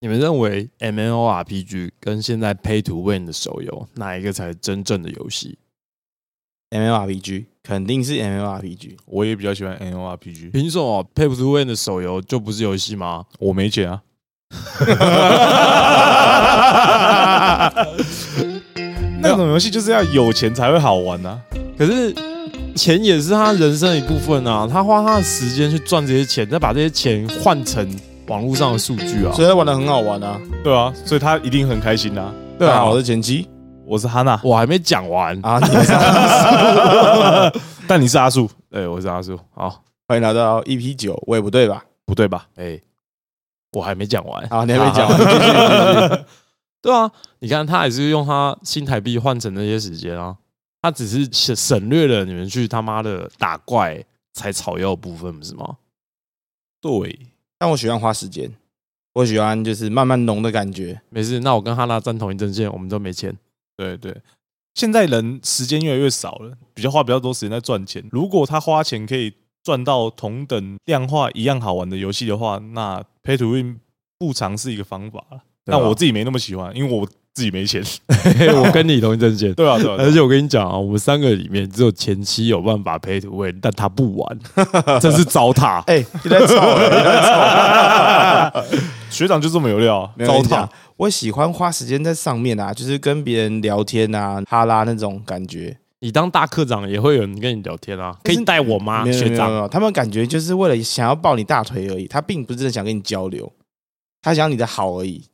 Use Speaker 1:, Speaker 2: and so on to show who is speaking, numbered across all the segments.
Speaker 1: 你们认为 M N O R P G 跟现在 Pay to Win 的手游，哪一个才是真正的游戏？
Speaker 2: MMORPG 肯定是 MMORPG，
Speaker 3: 我也比较喜欢 N O R P G，
Speaker 1: 凭什么 Pay to Win 的手游就不是游戏吗？
Speaker 3: 我没解啊。那种游戏就是要有钱才会好玩啊。
Speaker 1: 可是钱也是他人生的一部分啊，他花他的时间去赚这些钱，再把这些钱换成网络上的数据啊。
Speaker 2: 所以他玩的很好玩啊。
Speaker 3: 对啊，所以他一定很开心啊。
Speaker 2: 对啊，我是前期
Speaker 3: 我是哈娜，
Speaker 1: 我还没讲完，
Speaker 2: 啊，你是
Speaker 3: 但你是阿树，对，哎我是阿树。好，
Speaker 2: 欢迎来到 EP 九，我也不对吧？
Speaker 3: 不对吧？
Speaker 1: 哎、我还没讲完。
Speaker 2: 啊，你还没讲完，
Speaker 1: 好
Speaker 2: 继续继续
Speaker 1: 对啊，你看他也是用他新台币换成那些时间啊，他只是省省略了你们去他妈的打怪采草药的部分，不是吗？
Speaker 3: 对，
Speaker 2: 但我喜欢花时间，我喜欢就是慢慢浓的感觉。
Speaker 1: 没事，那我跟哈娜站同一阵线，我们都没 钱。
Speaker 3: 对对。现在人时间越来越少了，比较花比较多时间在赚钱。如果他花钱可以赚到同等量化一样好玩的游戏的话，那 Pay to Win 不尝是一个方法了。但我自己没那么喜欢，因为我自己没钱。
Speaker 1: 己，我跟你同一 阵线。
Speaker 3: 对啊，对啊，对
Speaker 1: 而
Speaker 3: 啊
Speaker 1: 且我跟你讲啊，我们三个里面只有前妻有办法 pay to win，但他不玩， 真是糟蹋。
Speaker 2: 哎，你在吵 啊欸，你在吵。
Speaker 3: 学长就这么有料啊，
Speaker 2: 没有
Speaker 3: 糟
Speaker 2: 跟你
Speaker 3: 蹋
Speaker 2: 讲。我喜欢花时间在上面啊，就是跟别人聊天啊，哈拉那种感觉。
Speaker 1: 你当大课长也会有人跟你聊天 啊，可
Speaker 2: 但是
Speaker 1: 以带我吗，
Speaker 2: 没有没有
Speaker 1: 学
Speaker 2: 没
Speaker 1: 长？
Speaker 2: 有，他们感觉就是为了想要抱你大腿而已，他并不是真的想跟你交流，他想要你的好而已。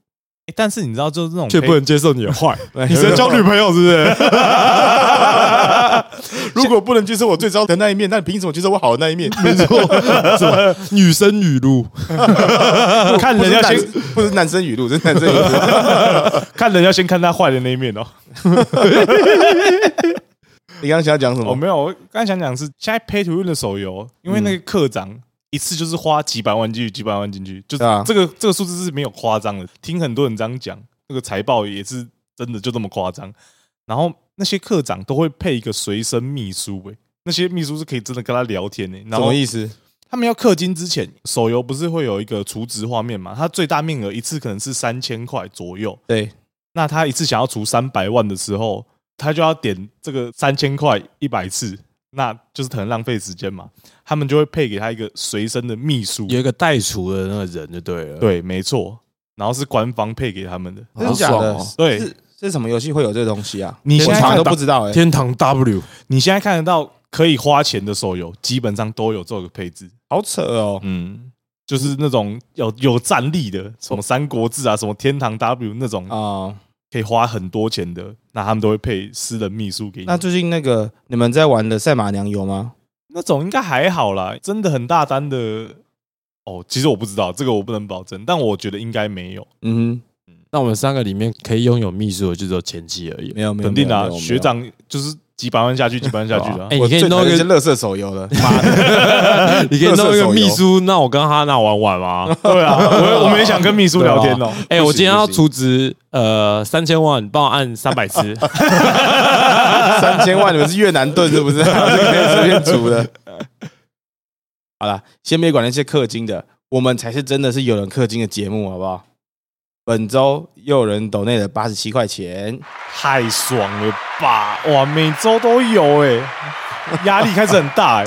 Speaker 3: 欸但是你知道，就是这种
Speaker 1: 却不
Speaker 3: pay-
Speaker 1: 能接受你的 坏，
Speaker 2: 你是在交
Speaker 1: 女朋友是不是？
Speaker 2: 如果不能接受我最糟的那一面，那你凭什么接受我好的那 一面？
Speaker 1: 没错，什么女生语录？
Speaker 3: 看人要先
Speaker 2: 不是男生语录，这是男生语 录。
Speaker 3: 看人要先看他坏的那一面哦。
Speaker 2: 你刚刚想要讲什
Speaker 3: 哦，
Speaker 2: 么？
Speaker 3: 没有，我刚才想讲是现在 Pay to Win 的手游，因为那个
Speaker 1: 嗯
Speaker 3: 课长一次就是花几百万进去，几百万进去，就是
Speaker 2: 对啊
Speaker 3: 这个这个数字是没有夸张的。听很多人这样讲，那个财报也是真的就这么夸张。然后那些课长都会配一个随身秘书，哎，那些秘书是可以真的跟他聊天的。欸
Speaker 2: 什
Speaker 3: 然后
Speaker 2: 么意思？
Speaker 3: 他们要氪金之前，手游不是会有一个储值画面嘛？它最大面额一次可能是三千块左右。
Speaker 2: 对，
Speaker 3: 那他一次想要除三百万的时候，他就要点这个三千块一百次，那就是很浪费时间嘛。他们就会配给他一个随身的秘书，
Speaker 1: 有一个带厨的那个人就对了。，
Speaker 3: 对，没错，然后是官方配给他们的。
Speaker 2: 真的假的
Speaker 1: 好爽哦？
Speaker 3: 对
Speaker 2: 是是什么游戏会有这东西啊？
Speaker 3: 你
Speaker 2: 我
Speaker 3: 现在
Speaker 2: 常常都
Speaker 3: 看得
Speaker 2: 不
Speaker 3: 到，
Speaker 2: 知道哎，
Speaker 1: 天堂 W
Speaker 3: 你现在看得到可以花钱的手游，基本上都有这个配置。
Speaker 2: 好扯哦。
Speaker 3: 嗯，就是那种有有战力的，什么《三国志》啊，什么《天堂 W》那种
Speaker 2: 啊，
Speaker 3: 可以花很多钱的，那他们都会配私人秘书给你。
Speaker 2: 那最近那个你们在玩的赛马娘有吗？
Speaker 3: 那种应该还好啦，真的很大单的哦。其实我不知道这个，我不能保证，但我觉得应该没有，
Speaker 2: 嗯
Speaker 1: 那我们三个里面可以拥有秘书的就只有前妻而已
Speaker 2: 哼，。没有没有，
Speaker 3: 肯定
Speaker 2: 没
Speaker 3: 的、
Speaker 2: 有
Speaker 3: 啊。学，长就是几百万下去，几百万下去 的、啊
Speaker 1: 哎、
Speaker 2: 没有
Speaker 1: 你
Speaker 2: 我
Speaker 1: 可以
Speaker 2: 最
Speaker 1: 弄
Speaker 2: 讨
Speaker 1: 一
Speaker 2: 厌是
Speaker 1: 个，
Speaker 2: 乐色手游了，妈的，
Speaker 1: 你可以弄一个
Speaker 2: 垃圾手游
Speaker 1: 秘书，那我跟哈娜玩玩 吗？
Speaker 3: 对啊，我我们也想跟秘书聊天哦、
Speaker 1: 哎、
Speaker 2: 不行
Speaker 1: 我今天要
Speaker 2: 不行
Speaker 1: 出资呃三千万，帮我按三百 次。
Speaker 2: 三千万，你们是越南盾是不是？是可以随便煮的。好啦，先别管那些氪金的，我们才是真的是有人氪金的节目，好不好？本周又有人抖内了八十七块钱，
Speaker 3: 太爽了吧！哇，每周都有哎、压力开始很大哎、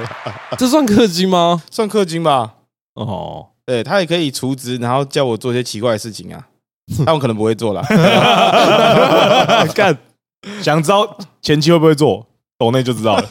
Speaker 1: 这算氪金吗？
Speaker 2: 算氪金吧？
Speaker 1: 哦，
Speaker 2: 对他也可以除职，然后叫我做一些奇怪的事情啊，但我可能不会做啦。
Speaker 3: 哎 干，想知道前期会不会做，抖内就知道 了。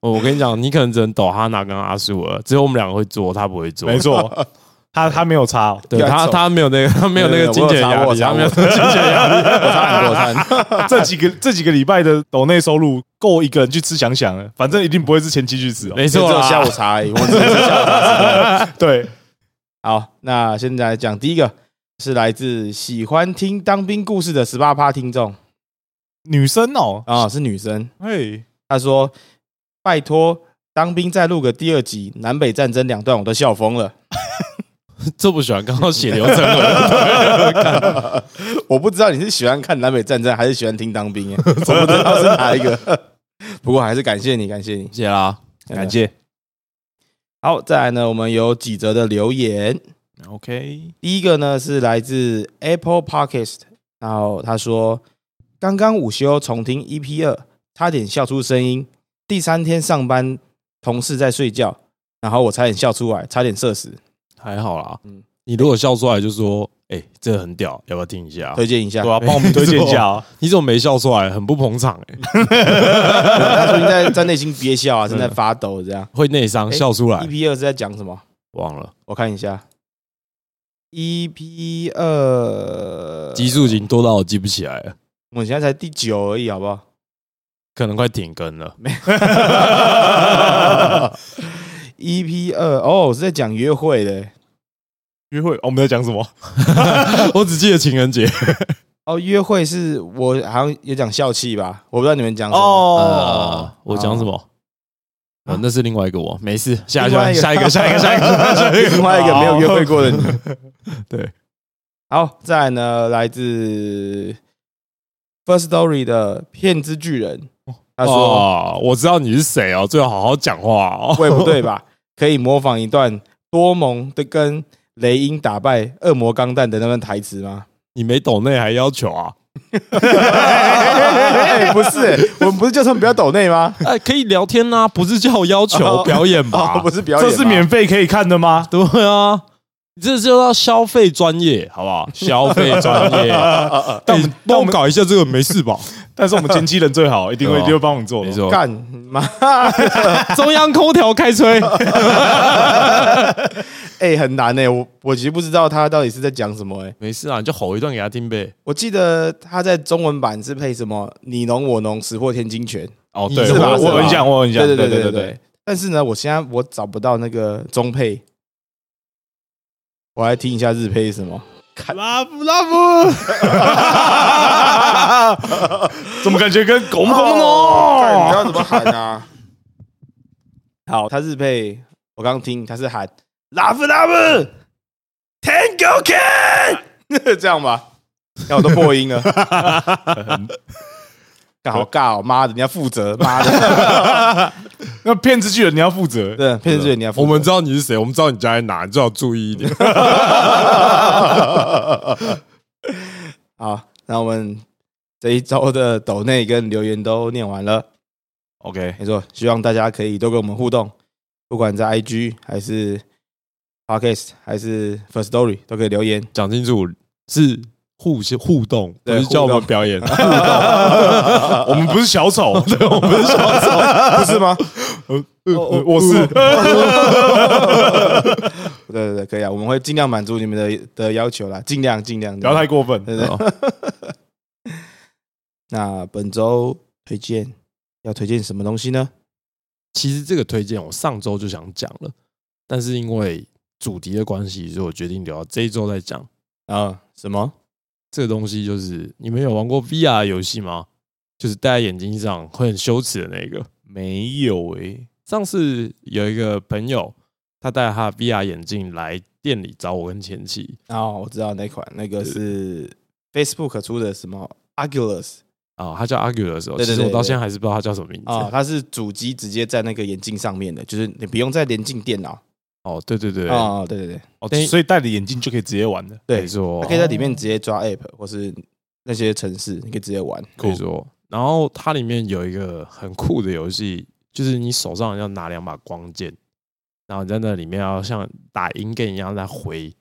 Speaker 1: 我我跟你讲，你可能只能抖哈娜跟阿树了，只有我们两个会做，他不会做。
Speaker 3: 没，错，他他没有差、哦，
Speaker 1: 对
Speaker 2: 不要
Speaker 1: 他
Speaker 2: 走
Speaker 1: 他没有那个他没有那个金钱压
Speaker 2: 我有
Speaker 1: 力，
Speaker 2: 查
Speaker 1: 他
Speaker 2: 我
Speaker 1: 没
Speaker 2: 有
Speaker 1: 有
Speaker 2: 查我有查我差很多，我差很多。
Speaker 3: 这几个这几个礼拜的抖内收入够一个人去吃想想了，反正一定不会是前期去吃哦。
Speaker 1: 没
Speaker 2: 只
Speaker 1: 错
Speaker 2: 有
Speaker 1: 啦
Speaker 2: 下午茶而已，我只是下午茶吃的。
Speaker 3: 对，
Speaker 2: 好，那现在讲第一个是来自喜欢听当兵故事的十八趴听众
Speaker 3: 女生哦，
Speaker 2: 啊、是女生。
Speaker 3: 嘿，
Speaker 2: 她说：“拜托，当兵再录个第二集南北战争两段，我都笑疯了。
Speaker 1: 这不喜欢刚刚血流成 河。
Speaker 2: 我不知道你是喜欢看南北战争，还是喜欢听当兵、欸，我不知道是哪一个。不过还是感谢你，感谢你，
Speaker 1: 谢啦，
Speaker 2: 真的
Speaker 1: 感谢。
Speaker 2: 好，再来呢，我们有几则的留言。
Speaker 3: OK，
Speaker 2: 第一个呢是来自 Apple Podcast，然后他说：“刚刚午休重听 EP 二，差点笑出声音。第三天上班，同事在睡觉，然后我差点笑出来，差点社死。
Speaker 1: 还好啦。
Speaker 2: 嗯
Speaker 1: 你如果笑出来，就说：“哎、这很屌，要不要听一下
Speaker 2: 推荐一下
Speaker 3: 对，啊，帮我们推荐一下啊。？”
Speaker 1: 你怎么没笑出来？很不捧场、欸，
Speaker 2: 他说你在在内心憋 笑啊，正在发抖这样。
Speaker 1: 会内伤，
Speaker 2: 哎
Speaker 1: 笑出来。
Speaker 2: EP 二是在讲什么？
Speaker 1: 忘了，
Speaker 2: 我看一下。EP 二，
Speaker 1: 集数已经多到我记不起来了，
Speaker 2: 我们现在才第九而已，好 不好？
Speaker 1: 可能快停更 了。
Speaker 2: EP 二哦，我是在讲约会的
Speaker 3: 约会，哦我们在讲什么？
Speaker 1: 我只记得情人节，
Speaker 2: 哦。约会是我好像有讲笑气吧，我不知道你们讲什么。
Speaker 3: 哦
Speaker 1: 呃，我讲什么？
Speaker 2: 啊
Speaker 1: 哦，那是另外一个我，没事，下一
Speaker 2: 另外
Speaker 1: 个，
Speaker 2: 一个
Speaker 1: 下一个，下一个，下一 个，下一个，
Speaker 2: 另外一个没有约会过的你。
Speaker 1: 对，
Speaker 2: 好，再来呢，来自 First Story 的骗之巨人，他说、
Speaker 1: 哦，我知道你是谁哦，最好好好讲话哦。
Speaker 2: 会不对吧？可以模仿一段多蒙的跟雷音打败恶魔钢弹的那段台 词吗？
Speaker 1: 你没抖内还要求啊？
Speaker 2: 哎不是，我们不是叫他们不要抖内吗？
Speaker 1: 哎，可以聊天呐，不是叫我要 求
Speaker 2: 哦
Speaker 1: 表演吧
Speaker 2: 哦，？不是表演
Speaker 3: 这
Speaker 2: 吗，
Speaker 3: 是免费可以看的吗？
Speaker 1: 对啊，这就叫消费专业，好不好？消费专业， 但我们帮我搞一下这个没事吧？
Speaker 3: 但是我们前期人最好，一定会
Speaker 1: 对啊
Speaker 3: 一定会帮我们做的。
Speaker 1: 没错，
Speaker 2: 干妈，
Speaker 1: 中央空调开吹，
Speaker 2: 哎，很难哎，我我其实不知道他到底是在讲什么哎。
Speaker 1: 没事啊，你就吼一段给他听呗。
Speaker 2: 我记得他在中文版是配什么你侬我侬石破天惊拳，
Speaker 3: 哦，对，
Speaker 2: 是吧
Speaker 3: 我
Speaker 2: 是吧
Speaker 3: 我很想，我很想，
Speaker 2: 对
Speaker 3: 对
Speaker 2: 对
Speaker 3: 对
Speaker 2: 对。但是呢，我现在我找不到那个中配，我来听一下日配是什么。
Speaker 3: 拉布拉 布，怎么感觉跟狗公
Speaker 2: 干你知
Speaker 3: 哦？
Speaker 2: 道怎么喊啊？ 好，他日配，我刚听他是喊 “love love tango can”，这 样吧？看我都破音 了，干好尬哦！妈的，你要负责，妈的，
Speaker 3: 那骗子巨人你要负责，
Speaker 2: 对，骗子你要负责。
Speaker 1: 我们知道你是谁，我们知道你家在哪，你最好注意一点。
Speaker 2: 好，那我们这一周的抖内跟留言都念完了。
Speaker 3: OK，
Speaker 2: 没错，希望大家可以多跟我们互动，不管在 IG 还是 Podcast 还是 First Story 都可以留言。
Speaker 1: 讲清楚是互相互动，不
Speaker 2: 对
Speaker 1: 是叫我
Speaker 2: 互
Speaker 1: 们
Speaker 2: 动
Speaker 1: 表演。
Speaker 3: 我们不是小丑，对，我们
Speaker 2: 不是吗？
Speaker 3: 我我是
Speaker 2: 对对对，可以啊，我们会尽量满足你们的的要求啦，尽量尽量。
Speaker 3: 不要太过分。
Speaker 2: 对对对。那本周推荐要推荐什么东西呢？
Speaker 1: 其实这个推荐我上周就想讲了，但是因为主题的关系，所以我决定留到这一周再讲。
Speaker 2: 啊，什么？
Speaker 1: 这个东西就是你们有玩过 VR 游戏吗？就是戴在眼睛上会很羞耻的那个。
Speaker 3: 没有诶，
Speaker 1: 上次有一个朋友，他戴他的 VR 眼镜来店里找我跟前妻
Speaker 2: 哦，我知道那款，那个是
Speaker 3: 呃
Speaker 2: Facebook 出的什么 Oculus
Speaker 1: 啊，他叫 Argue 的时候，
Speaker 2: 对
Speaker 1: 其
Speaker 2: 对
Speaker 1: 实我
Speaker 2: 对
Speaker 1: 到
Speaker 2: 对
Speaker 1: 现在还是不知道他叫什么名字。
Speaker 2: 啊、它是主机直接在那个眼镜上面的，就是你不用再连进电脑。
Speaker 1: 哦，对对对，
Speaker 2: 啊、对对对，
Speaker 3: 哦
Speaker 1: 对
Speaker 3: 所以戴着眼镜就可以直接玩的。
Speaker 1: 没
Speaker 2: 对，
Speaker 1: 错
Speaker 2: 它，可以在里面直接抓 app 或是那些城市，你可以直接玩。
Speaker 1: 可以说。然后它里面有一个很酷的游戏，就是你手上要拿两把光剑，然后你在那里面要像打 in game 一样在挥，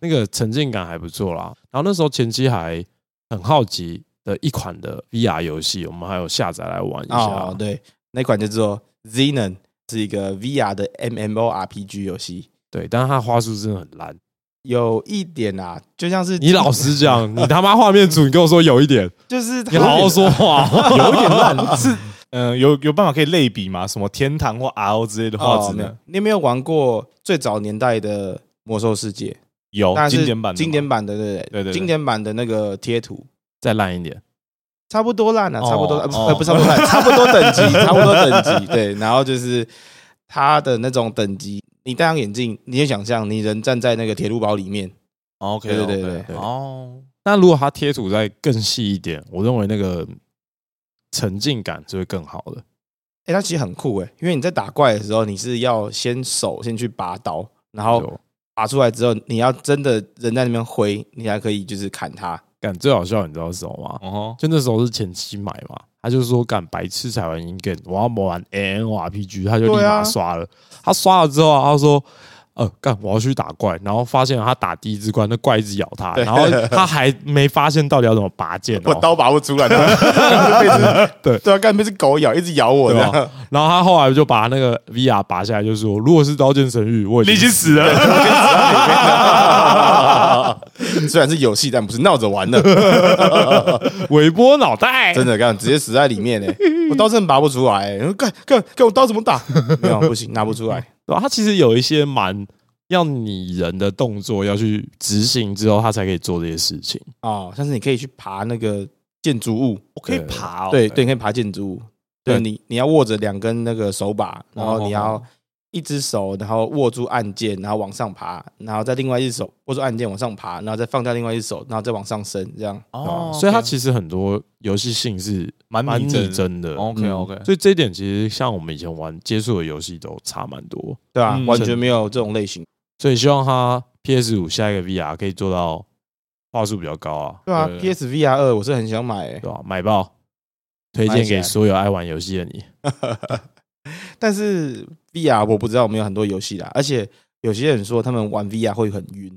Speaker 1: 那个沉浸感还不错啦。然后那时候前期还很好奇的一款的 VR 游戏，我们还有下载来玩一
Speaker 2: 啊、
Speaker 1: 下。
Speaker 2: 对，那款叫做 Xenon，是一个 VR 的 MMORPG 游戏，
Speaker 1: 对，但是它话术真的很烂。
Speaker 2: 有一点啊，就像是
Speaker 1: 你老实 讲，你他妈画面组，你跟我说有一点，
Speaker 2: 就是
Speaker 1: 你好好说话。
Speaker 2: 有点 烂，是
Speaker 3: 嗯，有有办法可以类比吗？什么天堂或 RO 之类的画
Speaker 2: 哦，
Speaker 3: 质
Speaker 2: 没
Speaker 3: 呢
Speaker 2: 有？，你有没有玩过最早年代的魔兽世界？
Speaker 3: 有
Speaker 1: 哦
Speaker 2: 但是
Speaker 3: 经典版的吗，
Speaker 2: 经典版的对不对
Speaker 3: 对对对
Speaker 2: 经典版的那个贴图，
Speaker 1: 再烂一点，
Speaker 2: 差不多烂了、
Speaker 1: 哦
Speaker 2: 差不多，呃不
Speaker 1: 哦
Speaker 2: 呃不差不 多烂，差不多等级，差不多等级。对，然后就是它的那种等级，你戴上眼镜，你就想象你人站在那个铁路堡里面，
Speaker 3: 哦 OK，
Speaker 2: 对对对对对
Speaker 3: 哦，
Speaker 1: 那如果它贴图再更细一点，我认为那个沉浸感是会更好的。
Speaker 2: 哎、它其实很酷哎、因为你在打怪的时候，你是要先手先去拔刀，然后
Speaker 1: 就
Speaker 2: 拔出来之后，你要真的人在那边挥，你才可以就是砍他。
Speaker 1: 干最好笑，你知道是什么吗？
Speaker 3: 哦
Speaker 1: 就那时候是前期买嘛，他就说干白痴才玩 in game，我要魔玩 A N R P G，他就立
Speaker 2: 对
Speaker 1: 马
Speaker 2: 啊
Speaker 1: 刷了。他刷了之后啊，他说。呃，干！我要去打怪，然后发现他打第一只怪，那怪一直咬他，
Speaker 2: 对
Speaker 1: 然后他还没发现到底要怎么拔剑、哦，
Speaker 2: 我刀拔不出来，被只
Speaker 1: 对
Speaker 2: 对啊，干被只狗咬，一直咬我
Speaker 1: 对
Speaker 2: 这
Speaker 1: 吧
Speaker 2: 样。？
Speaker 1: 然后他后来就把那个 VR 拔下来，就说：“如果是刀剑神域，我已
Speaker 3: 你已经
Speaker 1: 经
Speaker 3: 死了，
Speaker 2: 虽然是游戏，但不是闹着玩的，
Speaker 1: 尾波脑袋。”
Speaker 2: 真的干直接死在里面呢、欸我刀真的拔不出来、欸，干干干，我刀怎么打？没有，不行，拿不出来。
Speaker 1: 对吧？它其实有一些蛮要你人的动作要去执行之后，他才可以做这些事情。
Speaker 2: 哦，但是你可以去爬那个建筑物，
Speaker 3: 我可以爬哦。
Speaker 2: 对对，你可以爬建筑物。对哦你，你要握着两根那个手把，然后你要一只手，然后握住按键，然后往上爬，然后再另外一只手握住按键往上爬，然后再放掉另外一只手，然后再往上升，这样。
Speaker 1: 对吧
Speaker 3: 哦，
Speaker 1: 所以它其实很多游戏性是
Speaker 3: 蛮
Speaker 1: 蛮
Speaker 3: 拟
Speaker 1: 拟
Speaker 3: 真
Speaker 1: 真的。
Speaker 3: OK OK，
Speaker 2: 嗯
Speaker 1: 所以这一点其实像我们以前玩接触的游戏都差蛮多。
Speaker 2: 对啊，
Speaker 3: 嗯
Speaker 2: 完全没有这种类型。
Speaker 1: 所以希望它 PS 五下一个 VR 可以做到画素比较高啊，
Speaker 2: 对啊
Speaker 3: 对
Speaker 2: ，PSVR 二我是很想买、欸，
Speaker 1: 对吧？买爆，推
Speaker 2: 买
Speaker 1: 荐
Speaker 2: 起来
Speaker 1: 给所有爱玩游戏的你。
Speaker 2: 但是 VR 我不知道有没有很多游戏啦，而且有些人说他们玩 VR 会很晕，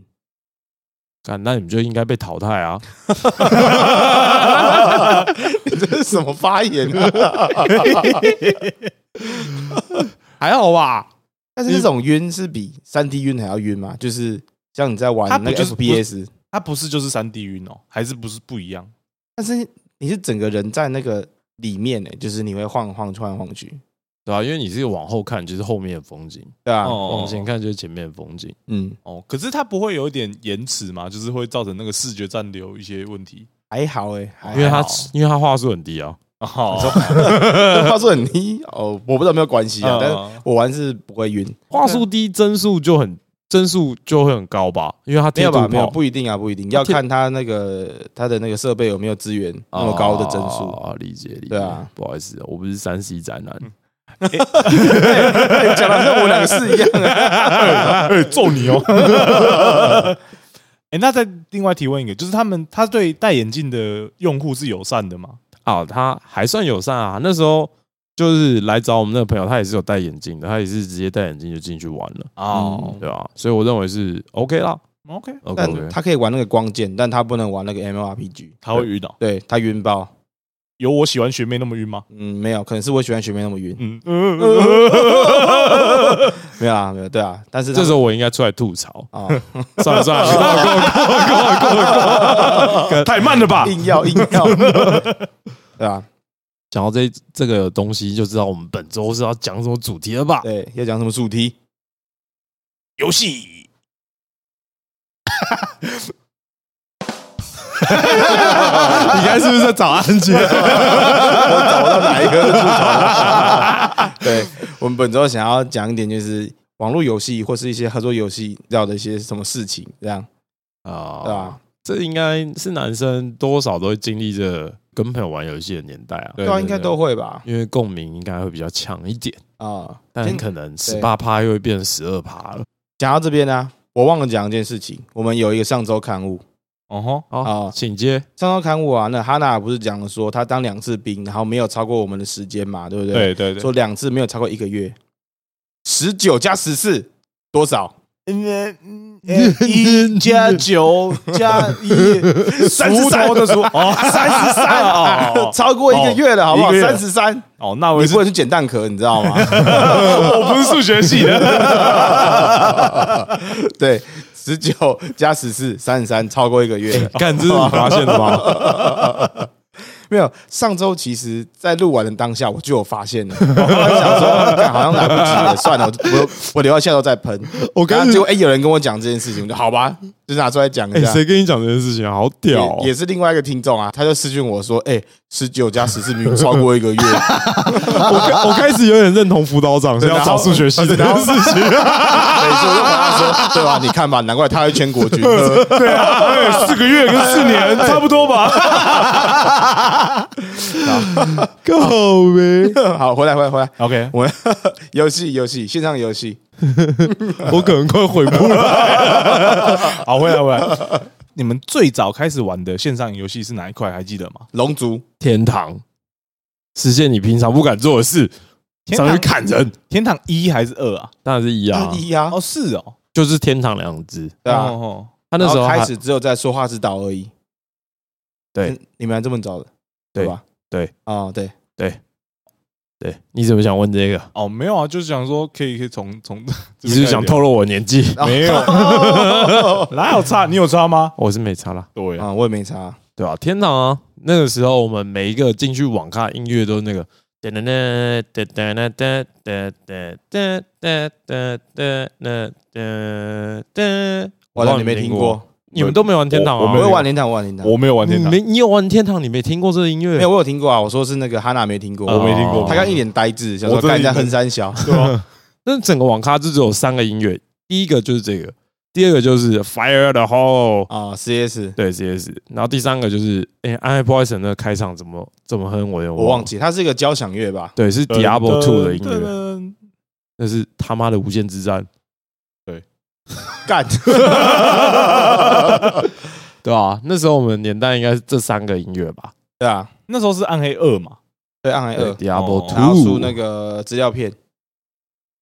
Speaker 1: 干，那你们就应该被淘汰啊！
Speaker 2: 你这是什么发言啊？
Speaker 1: 还好吧？
Speaker 2: 但是这种晕是比三 D 晕还要晕吗？就是像你在玩
Speaker 3: 它不
Speaker 2: 那个
Speaker 3: 就是不
Speaker 2: FPS，
Speaker 3: 它不是就是三 D 晕哦，还是不是不一样？
Speaker 2: 但是你是整个人在那个里面呢、就是你会晃来晃去晃来晃去，
Speaker 1: 对啊，因为你是往后看就是后面的风景，
Speaker 2: 对啊，
Speaker 3: 哦
Speaker 1: 往前看就是前面的风景。
Speaker 2: 嗯，
Speaker 3: 哦，可是它不会有一点延迟嘛？就是会造成那个视觉暂留一些问题。
Speaker 2: 还好哎、还好
Speaker 1: 因为它
Speaker 3: 还好
Speaker 1: 因为它话术很低啊，
Speaker 3: 哦，
Speaker 2: 话说很低哦，我不知道有没有关 系啊，但是
Speaker 3: 嗯
Speaker 2: 我玩是不会晕，
Speaker 1: 话术低帧数就很帧数就会很高吧，因为它
Speaker 2: 没
Speaker 1: 贴
Speaker 2: 有
Speaker 1: 图
Speaker 2: 吧？
Speaker 1: 炮
Speaker 2: 没有，不一定啊，不一定要看它那个它的那个设备有没哦有支援那么高的帧数。
Speaker 1: 啊，理解理解。
Speaker 2: 对啊，
Speaker 1: 不好意思，我不是三 C 宅男，
Speaker 2: 讲的跟我两个是一样的。
Speaker 3: 哎，揍你 哦！哎，那再另外提问一个，就是他们他对戴眼镜的用户是友善的吗？
Speaker 1: 啊，他还算友善啊。那时候就是来找我们那个朋友，他也是有戴眼镜的，他也是直接戴眼镜就进去玩了，
Speaker 2: 哦
Speaker 1: 对啊，所以我认为是 OK 啦
Speaker 3: o k
Speaker 1: ，OK
Speaker 2: 但
Speaker 1: OK。
Speaker 2: 他可以玩那个光剑，但他不能玩那个 MMORPG，
Speaker 3: 他会晕哦倒，
Speaker 2: 对他晕爆。
Speaker 3: 有我喜欢学妹那么晕吗？
Speaker 2: 嗯，没有，可能是我喜欢学妹那么晕。
Speaker 3: 嗯，
Speaker 2: 没有啊，没有，对啊。但是他
Speaker 1: 这时候我应该出来吐槽，
Speaker 2: 啊，
Speaker 1: 算了算了，够 了够了够了够了够了够了。
Speaker 3: 太慢了吧？
Speaker 2: 硬 要硬要，对啊，
Speaker 1: 讲到这这个东西，就知道我们本周是要讲什么主题了吧？
Speaker 2: 对，要讲什么主 题？
Speaker 3: 游戏
Speaker 1: 你刚才是不是在找安 杰？
Speaker 2: 啊我找不到哪一个是吐槽的。对我们本周想要讲一点，就是网络游戏或是一些合作游戏要的一些什么事情，这样
Speaker 1: 啊，
Speaker 2: 对吧？
Speaker 1: 这应该是男生多少都会经历着跟朋友玩游戏的年代啊，
Speaker 2: 对啊，应该都会吧？
Speaker 1: 因为共鸣应该会比较强一点，
Speaker 2: 啊，
Speaker 1: 但
Speaker 2: 先
Speaker 1: 可能十八趴又会变成十二趴了。
Speaker 2: 讲到这边呢，我忘了讲一件事情，我们有一个上周刊物
Speaker 3: 哦吼，
Speaker 1: 好
Speaker 2: 啊，
Speaker 1: 请接。
Speaker 2: 上周刊物啊，那哈娜不是讲了说她当两次兵，然后没有超过我们的时间嘛，对不对？
Speaker 3: 对对对，
Speaker 2: 说两次没有超过一个月，十九加十四多少？
Speaker 3: 嗯，一加九加一，
Speaker 2: 33
Speaker 3: 熟头的熟哦，
Speaker 2: 三十三
Speaker 3: 哦
Speaker 2: 啊，超过一个月
Speaker 1: 哦
Speaker 2: 了，好不好？
Speaker 3: 一个月
Speaker 2: 三十三，
Speaker 3: 哦，那我
Speaker 2: 你
Speaker 3: 也是
Speaker 2: 不，能去捡蛋壳，你知 道吗？
Speaker 3: 我不是数学系 的，
Speaker 2: 对，十九加十四，三十三，超过一个月了。
Speaker 1: 哎干，这是 你发现的吗？
Speaker 2: 没有，上周其实，在录完的当下，我就有发现了，我想说，干好像来不及了，算了，我就我我留到下周再喷。
Speaker 1: 我
Speaker 2: 然
Speaker 1: 刚
Speaker 2: 后结果，哎、有人跟我讲这件事情，我就好吧，就拿出来讲一
Speaker 1: 哎，
Speaker 2: 下。
Speaker 1: 谁跟你讲这件事情啊？好屌哦
Speaker 2: 也！也是另外一个听众啊，他就私讯我说：“哎、十九加十四明明超过一个 月，
Speaker 1: 我开我开始有点认同辅导长是要找数学系这件事情。
Speaker 2: 没错，我就跟他说，对吧？你看吧，难怪他会圈国军。
Speaker 3: 对啊， 哎四个月跟四
Speaker 1: 哎
Speaker 3: 年差不 多吧？
Speaker 1: 够呗！
Speaker 2: 好，回来，回来，回来，
Speaker 3: OK，
Speaker 2: 我们游戏游戏线上游戏，
Speaker 1: 我可能快回不来。
Speaker 3: 好，回来回来。啊你们最早开始玩的线上游戏是哪一块？还记得吗？
Speaker 2: 龙族
Speaker 1: 天堂，实现你平常不敢做的事，
Speaker 3: 天
Speaker 1: 上
Speaker 3: 堂
Speaker 1: 去砍人，
Speaker 3: 天堂一还是二啊？
Speaker 1: 当然是一样啊，
Speaker 2: 一啊，
Speaker 3: 哦，是哦，
Speaker 1: 就是天堂两只。
Speaker 2: 对啊，
Speaker 3: 哦，
Speaker 1: 他那时候
Speaker 2: 然后
Speaker 1: 还
Speaker 2: 开始只有在说话之岛而已。
Speaker 1: 对
Speaker 2: 嗯，你们还这么早的，
Speaker 1: 对
Speaker 2: 吧？
Speaker 1: 对，
Speaker 2: 哦，对，
Speaker 1: 对，你怎么想问这个？
Speaker 3: 哦，没有啊，就是想说可以可以从从，
Speaker 1: 你是不是想透露我年纪？
Speaker 2: 哦
Speaker 3: 没 有哪有差？你有差吗？
Speaker 1: 哦我是没差啦，
Speaker 3: 对啊，
Speaker 2: 啊，我也没查，
Speaker 1: 对吧、天堂啊，那个时候我们每一个进去网咖音乐都是那个。噔噔噔噔噔噔噔噔噔噔噔噔噔噔，
Speaker 2: 完了你没听过，，
Speaker 1: 你们都没玩天堂啊？
Speaker 3: 我
Speaker 2: 我
Speaker 3: 没有
Speaker 2: 有玩天堂，我玩天堂，
Speaker 3: 我没有玩天堂
Speaker 1: 啊嗯你，没你有玩天堂？你没听过这个音乐？
Speaker 2: 没有，我有听过啊。我说是那个哈娜没听过，
Speaker 3: 我没听过
Speaker 1: 哦
Speaker 2: 他刚一脸呆滞，想说
Speaker 3: 我真的
Speaker 2: 干人家
Speaker 3: 以为
Speaker 2: 恨三小，
Speaker 3: 对啊吧？
Speaker 1: 那整个网咖就只有三个音乐，第一个就是这个，第二个就是 Fire the Hole，、
Speaker 2: 啊，CS
Speaker 1: 对 CS，然后第三个就是哎，暗黑 Poison 那个开场怎么怎么哼，我有点
Speaker 2: 我忘
Speaker 1: 了，
Speaker 2: 记，呃它是一个交响乐吧？
Speaker 1: 对，是 Diablo Two 的音乐，
Speaker 3: 乐，
Speaker 1: 那是他妈的无限之战，
Speaker 2: 干，
Speaker 1: 对啊，那时候我们年代应该是这三个音乐吧，
Speaker 2: 对啊，
Speaker 3: 那时候是暗黑二嘛，
Speaker 2: 对哦暗海
Speaker 1: 对
Speaker 2: 二，
Speaker 1: Diablo
Speaker 2: 然后出
Speaker 1: Two，
Speaker 2: 那个资料片，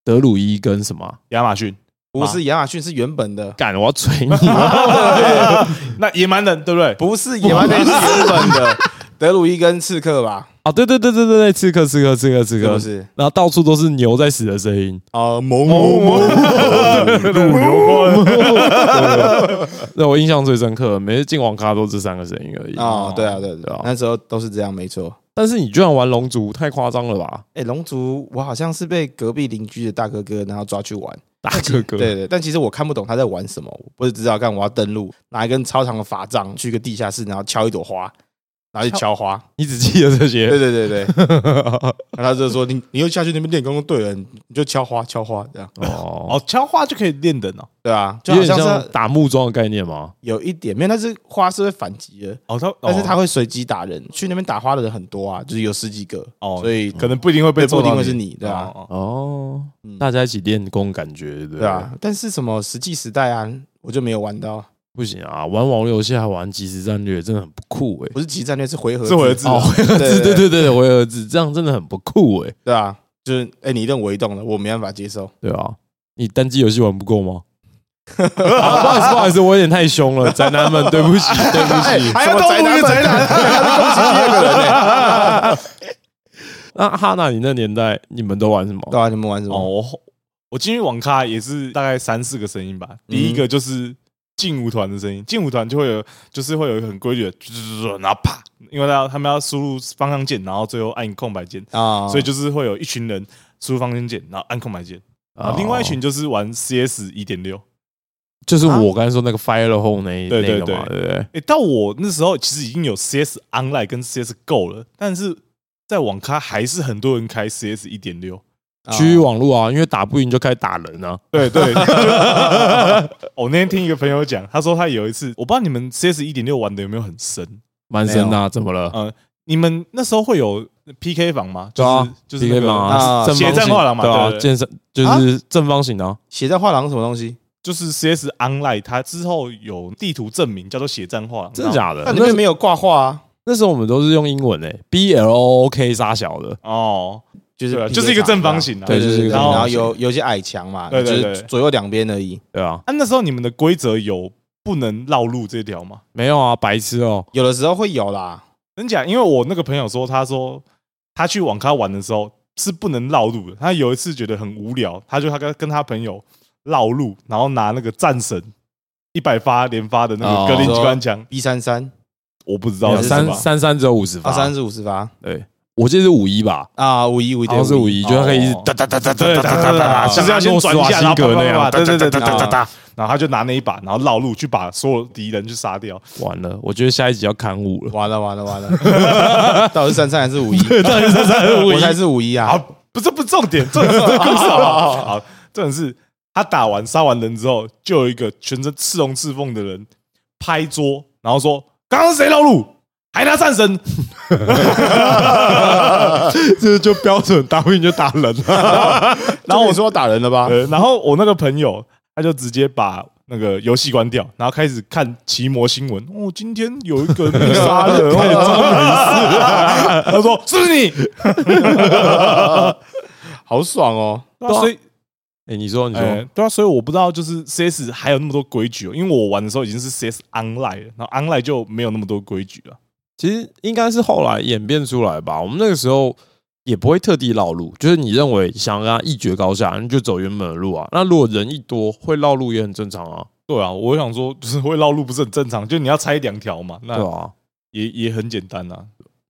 Speaker 1: 德鲁伊跟什么啊
Speaker 3: 亚马逊，
Speaker 2: 不是亚马逊是原本 的，
Speaker 1: 干，我要锤你！啊
Speaker 2: 哦
Speaker 3: 那野蛮人对不对？
Speaker 2: 不是野蛮人是原本的，德鲁伊跟刺客吧？
Speaker 1: 啊，对对对对对对，刺客刺客刺客刺
Speaker 2: 是
Speaker 1: 客
Speaker 2: 不，是？
Speaker 1: 然后到处都是牛在死的声音，
Speaker 2: 啊，某某某，
Speaker 3: 不流光，
Speaker 1: 那我印象最深刻，每次进网咖都这三个声音而已啊。
Speaker 2: 啊，对啊，对啊对
Speaker 1: 对
Speaker 2: 啊
Speaker 1: 啊，
Speaker 2: 那时候都是这样，没错。
Speaker 1: 但是你居然玩龙族，太夸张了吧，
Speaker 2: 哎，龙族，我好像是被隔壁邻居的大哥哥然后抓去玩，
Speaker 1: 大哥哥！
Speaker 2: 对对，但其实我看不懂他在玩什么，我只知道干我要登录，拿一根超长的法杖去一个地下室，然后敲一朵花，然后去敲花。
Speaker 1: 你只记得这些
Speaker 2: 对，对对对， 然后他就说你你又下去那边练功就对了，你你就敲花敲花这样，
Speaker 1: 哦，
Speaker 3: 哦，枪花就可以练的呢。
Speaker 2: 对啊，就
Speaker 1: 有
Speaker 2: 好
Speaker 1: 点
Speaker 2: 像
Speaker 1: 像
Speaker 2: 是
Speaker 1: 打木桩的概念吗？
Speaker 2: 有一点，没有，但是花是会反击的，
Speaker 3: 哦，他，
Speaker 2: 但是他
Speaker 3: 哦
Speaker 2: 会随机打人，去那边打花的人很多啊，就是有十几个，
Speaker 3: 哦
Speaker 2: 所以
Speaker 3: 可能不一定会被
Speaker 2: 对不
Speaker 3: 揍
Speaker 2: 一
Speaker 3: 到，
Speaker 2: 定会是你，对啊，
Speaker 3: 哦，哦
Speaker 1: 哦
Speaker 2: 嗯，
Speaker 1: 大家一起练功，感觉对不
Speaker 2: 对啊，，但是什么实际时代啊，我就没有玩到，
Speaker 1: 不行啊，玩网络游戏还玩即时战略，真的很不酷哎。
Speaker 2: 不是集战略是回合
Speaker 3: 是回合制
Speaker 1: 哦，回 合制，
Speaker 2: 对
Speaker 1: 对对对对，回合制，这样真的很不酷哎。
Speaker 2: 对啊，就是哎你一动我一动的，我没办法接 受。
Speaker 1: 对啊，你单机游戏玩不够吗？啊不好意思，不好意思，我有点太凶了，宅男们，对不起，对不
Speaker 3: 哎
Speaker 1: 起。
Speaker 2: 还要动物 宅男，欸
Speaker 1: 那哈娜，你那年代你们都玩什么？
Speaker 2: 对啊，你们玩什
Speaker 3: 哦，
Speaker 2: 么？
Speaker 3: 我我进去网咖也是大概三四个声音吧，第一个就是劲舞团的声音，劲舞团就会有，就是会有一个很规律的，然后啪，因为他他们要输入方向键，然后最后按空白键，
Speaker 2: 啊，
Speaker 3: 所以就是会有一群人输入方向键，然后按空白键，然
Speaker 1: 哦
Speaker 3: 啊后另外一群就是玩 CS 一点六。
Speaker 1: 就是我刚才说那个 Fire Hole 那一
Speaker 3: 对对
Speaker 1: 那个嘛，对不对？
Speaker 3: 诶，欸到我那时候其实已经有 CS Online 跟 CS Go 了，但是在网咖还是很多人开 CS 一点六。
Speaker 2: 啊
Speaker 1: 区域网络啊，因为打不赢就开始打人啊。
Speaker 3: 对对，就 我那天听一个朋友讲，他说他有一次，我不知道你们 CS 一点六玩的有没有很深，
Speaker 1: 蛮深的啊，怎么了？
Speaker 3: 呃，你们那时候会有 PK 房吗？就
Speaker 1: 对啊
Speaker 3: 是就是那
Speaker 1: PK
Speaker 3: 个
Speaker 1: 嘛
Speaker 2: 啊
Speaker 1: 啊，正方
Speaker 3: 斜
Speaker 1: 形
Speaker 3: 站画廊嘛
Speaker 1: 对啊
Speaker 3: 对，对对
Speaker 1: 健身就是正方形的啊，
Speaker 2: 写在画廊是什么东西？
Speaker 3: 就是 CS Online，它之后有地图证明叫做血战画廊，
Speaker 1: 真的假的
Speaker 2: 那？
Speaker 3: 呃
Speaker 2: 里
Speaker 1: 那
Speaker 2: 面没有挂画啊，
Speaker 1: 那时候我们都是用英文诶，B L O K 杀小的，
Speaker 3: 然后？哦，
Speaker 2: 就是
Speaker 3: 对啊
Speaker 2: PK
Speaker 3: 就是一个正方形啊
Speaker 2: 对，
Speaker 1: 对就是一个
Speaker 2: 然
Speaker 3: 正
Speaker 2: 后
Speaker 3: 方
Speaker 1: 形
Speaker 2: 有有一些矮墙嘛，
Speaker 3: 对对
Speaker 2: 就
Speaker 3: 对
Speaker 2: 是左右两边而已。
Speaker 1: 对啊，
Speaker 3: 啊，那时候你们的规则有不能绕路这条吗？
Speaker 1: 没有啊，白痴哦，
Speaker 2: 有的时候会有啦，
Speaker 3: 真假？因为我那个朋友说，他说他去网咖玩的时候是不能绕路的。他有一次觉得很无聊，他就他跟跟他朋友绕路，然后拿那个战神一百发连发的那
Speaker 1: 哦
Speaker 3: 个格林机关枪，
Speaker 2: B 三三
Speaker 3: 我不知
Speaker 1: 没
Speaker 3: 道
Speaker 1: 有
Speaker 3: 是什
Speaker 1: 三
Speaker 3: 么。
Speaker 1: 三三只有五十
Speaker 2: 啊，三
Speaker 1: 发，
Speaker 2: 十五十发
Speaker 1: 对，我记得是五一吧，
Speaker 2: 啊，五一五一
Speaker 1: 好像是五一，就它可以一直
Speaker 3: 哦
Speaker 1: 哒哒哒哒
Speaker 3: 对
Speaker 1: 哒哒
Speaker 3: 对对
Speaker 1: 哒
Speaker 3: 对
Speaker 1: 哒哒，
Speaker 3: 对，就是要先转一下，然后啪
Speaker 1: 格那
Speaker 3: 啪啪啪
Speaker 1: 样，
Speaker 3: 对对对对
Speaker 2: 哒
Speaker 3: 对
Speaker 2: 哒
Speaker 3: 对
Speaker 2: 哒
Speaker 3: 对。然后他就拿那一把，然后绕路去把所有敌人去杀掉。
Speaker 1: 完了，我觉得下一集要刊物了，
Speaker 2: 完了完了完了， 到底是三三还是 五一？
Speaker 1: 到底是三是
Speaker 2: 我猜是五一
Speaker 3: 啊
Speaker 2: 啊，，
Speaker 3: 不是不是重点，重点是这个故事好不好？好，重点是他打完杀完人之后，就有一个全身赤龙赤凤的人拍桌，然后说：“刚刚谁绕路？还拿战神，
Speaker 1: 这就标准打 win 就打人
Speaker 3: 啊
Speaker 1: 了，
Speaker 2: 然后我说打人了吧？
Speaker 3: 呃，然后我那个朋友他就直接把那个游戏关掉，然后开始看奇摩新闻。哦，今天有一 个被杀人，哦装没事啊 他说是不是你？
Speaker 2: 好爽哦！
Speaker 3: 对啊所以，
Speaker 1: 哎、你说你说、
Speaker 3: 哎，对啊，所以我不知道就是 CS 还有那么多规矩哦，因为我玩的时候已经是 CS online 了，然后 online 就没有那么多规矩了。
Speaker 1: 其实应该是后来演变出来吧。我们那个时候也不会特地绕路，就是你认为想跟他一决高下，你就走原本的路啊。那如果人一多，会绕路也很正常啊，
Speaker 3: 对啊，我想说，就是会绕路不是很正常，就你要拆两条嘛，
Speaker 1: 对
Speaker 3: 那
Speaker 1: 啊？
Speaker 3: 也也很简单啊。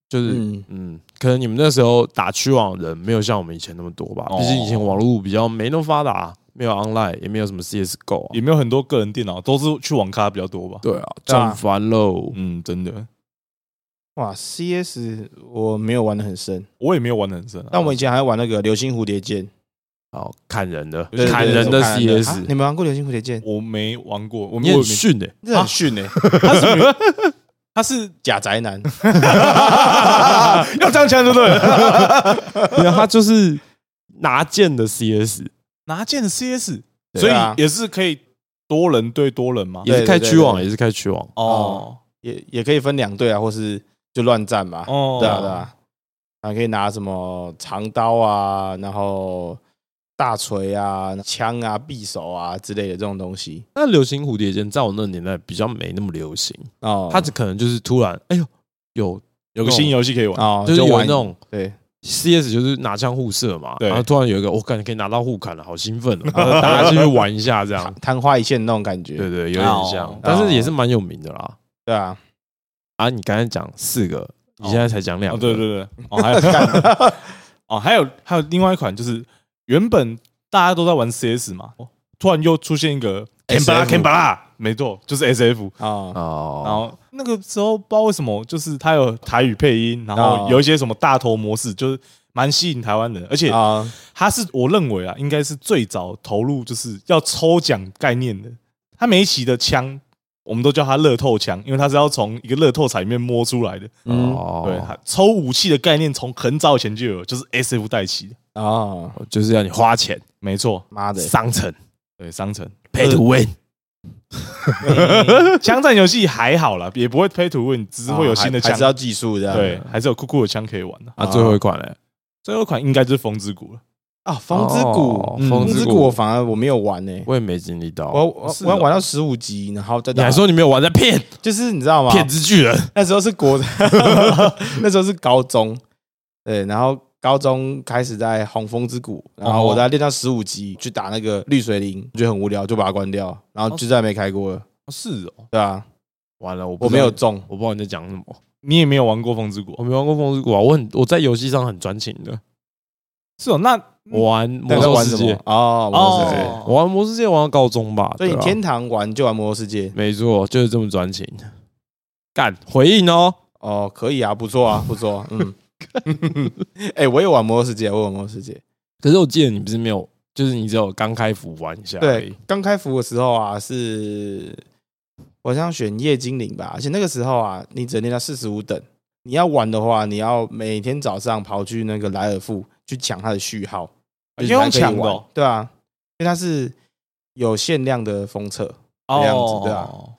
Speaker 1: 就是嗯
Speaker 2: 嗯
Speaker 1: 可能你们那时候打区网人没有像我们以前那么多吧，
Speaker 3: 哦
Speaker 1: 毕竟以前网络比较没那么发达、没有 online，也没有什么 CSGO 啊
Speaker 3: 也。没有很多个人电脑，都是去网咖比较多吧。
Speaker 1: 对啊，
Speaker 2: 对啊
Speaker 1: 赚翻喽！
Speaker 3: 嗯，真的，
Speaker 2: 哇，CS 我没有玩的很深，
Speaker 3: 我也没有玩的很深、啊。
Speaker 2: 但我以前还玩那个流星蝴蝶剑，
Speaker 1: 好砍人的，
Speaker 3: 对
Speaker 1: 砍
Speaker 2: 对
Speaker 1: 人的
Speaker 2: 砍人
Speaker 1: CS，
Speaker 2: 啊你们玩过流星蝴蝶剑？
Speaker 3: 我没玩过，我没
Speaker 1: 你
Speaker 3: 有
Speaker 1: 很，逊欸的，
Speaker 2: 这很逊哎，
Speaker 3: 他是没有他是
Speaker 2: 假宅男。
Speaker 3: 要这样枪对不对？
Speaker 1: 因为他就是拿剑的 CS，
Speaker 3: 拿剑的 CS，
Speaker 2: 对
Speaker 3: 所以
Speaker 2: 啊
Speaker 3: 也是可以多人对多人吗？
Speaker 1: 也是开
Speaker 2: 对对
Speaker 1: 区网，
Speaker 2: 对
Speaker 1: 也是开区网。
Speaker 3: 哦
Speaker 2: 也也可以分两队啊，或是就乱战嘛。
Speaker 3: 哦
Speaker 2: 对啊，对啊，还可以拿什么长刀啊，然后大锤啊、枪啊、匕首啊之类的这种东西。
Speaker 1: 那流行蝴蝶剑在我那个年代比较没那么流行，
Speaker 2: 哦，
Speaker 1: 它只可能就是突然，哎呦，有
Speaker 3: 有个新游戏可以玩，
Speaker 2: 哦，
Speaker 1: 就是有
Speaker 2: 玩
Speaker 1: 那种
Speaker 2: 对
Speaker 1: CS 就是拿枪互射嘛，
Speaker 3: 对
Speaker 1: 然后突然有一个，我感觉可以拿到互砍了，好兴奋哦，然后大家进去玩一下这样
Speaker 2: 昙。昙花一现那种感觉。
Speaker 1: 对对，有点像
Speaker 3: 哦，
Speaker 1: 但是也是蛮有名的啦。
Speaker 2: 对啊，
Speaker 1: 啊，你刚才讲四个，你现在才讲两
Speaker 3: 哦，
Speaker 1: 个，
Speaker 3: 对对 对，哦，还有哦，还有还有另外一款，就是原本大家都在玩 CS 嘛，哦突然又出现一个
Speaker 2: SF
Speaker 3: 巴拉，没错，就是 SF。
Speaker 2: 哦，
Speaker 3: 然
Speaker 1: 哦，
Speaker 3: 后那个时候不知道为什么，就是它有台语配音，然后
Speaker 2: 哦
Speaker 3: 有一些什么大头模式，就是蛮吸引台湾人，而且
Speaker 2: 啊，
Speaker 3: 它是我认为啊，应该是最早投入就是要抽奖概念的。它每一期的枪，我们都叫它乐透枪，因为它是要从一个乐透彩里面摸出来的。
Speaker 2: 嗯，
Speaker 1: 哦
Speaker 3: 对，它抽武器的概念从很早以前就有，就是 S F 带起的，
Speaker 2: 哦，
Speaker 1: 就是要你花钱
Speaker 3: 没错，
Speaker 2: 妈的，
Speaker 1: 商城
Speaker 3: 对，商城
Speaker 1: pay to win，
Speaker 3: 枪战游戏还好啦，也不会 pay to win，只是会有新的
Speaker 2: 哦还还
Speaker 3: 枪
Speaker 2: 是，要技术的。
Speaker 3: 对，还是有酷酷的枪可以玩的、
Speaker 1: 啊，
Speaker 2: 哦
Speaker 1: 最后一款嘞，
Speaker 3: 最后一款应该就是风之谷了，
Speaker 2: 啊，风之谷
Speaker 1: 哦，
Speaker 3: 嗯
Speaker 1: 风
Speaker 2: 风之
Speaker 1: 之
Speaker 2: 谷我反而我没有玩呢。
Speaker 1: 我也没经历到。
Speaker 2: 我我
Speaker 3: 是
Speaker 2: 我要
Speaker 3: 哦
Speaker 2: 玩啊到十五级，然后再
Speaker 1: 你
Speaker 2: 打
Speaker 1: 还说你没有玩在骗
Speaker 2: 就是你知道吗？
Speaker 1: 骗之巨人？
Speaker 2: 那时候 是国， 那时候是高中，对，然后高中开始在红枫之谷，然
Speaker 1: 哦
Speaker 2: 后我在练到十五级去打那个绿水灵，觉得很无聊，就把它关掉，然后就再也没开过了，
Speaker 3: 是哦，
Speaker 2: 对啊，
Speaker 1: 完了，我不
Speaker 2: 我
Speaker 1: 知
Speaker 2: 没
Speaker 1: 道
Speaker 2: 有中，
Speaker 1: 我不知道你在讲什么。
Speaker 3: 你也没有玩过风之
Speaker 1: 我
Speaker 2: 哦
Speaker 3: 谷，
Speaker 1: 没玩过风之谷啊，我很我在游戏上很专情的，
Speaker 3: 是哦，那
Speaker 1: 我玩魔
Speaker 2: 那在
Speaker 1: 兽
Speaker 2: 玩
Speaker 1: 世
Speaker 2: 什
Speaker 1: 界啊
Speaker 2: 么，？嗯哦，魔兽世界，
Speaker 3: 哦
Speaker 1: 我玩魔兽世界玩到高中吧，
Speaker 2: 所以
Speaker 1: 对
Speaker 2: 你
Speaker 1: 啊
Speaker 2: 天堂玩就玩魔兽世界，
Speaker 1: 没错就是这么专情。干回应哦，
Speaker 2: 哦，可以啊，不错 啊，不错啊，嗯，哎，我也玩魔兽世界，我有玩魔兽世界，
Speaker 1: 可是我记得你不是没有，就是你只有刚开服玩一下，
Speaker 2: 对，，刚开服的时候啊，是我想选夜精灵吧，而且那个时候啊，你只能练到四十五等。你要玩的话，你要每天早上跑去那个莱尔富去抢他的序号，
Speaker 3: 你要用
Speaker 2: 就是才可以
Speaker 3: 抢的
Speaker 2: 玩
Speaker 3: 哦
Speaker 2: 对啊，因为它是有限量的封测，这样子对啊
Speaker 3: 哦，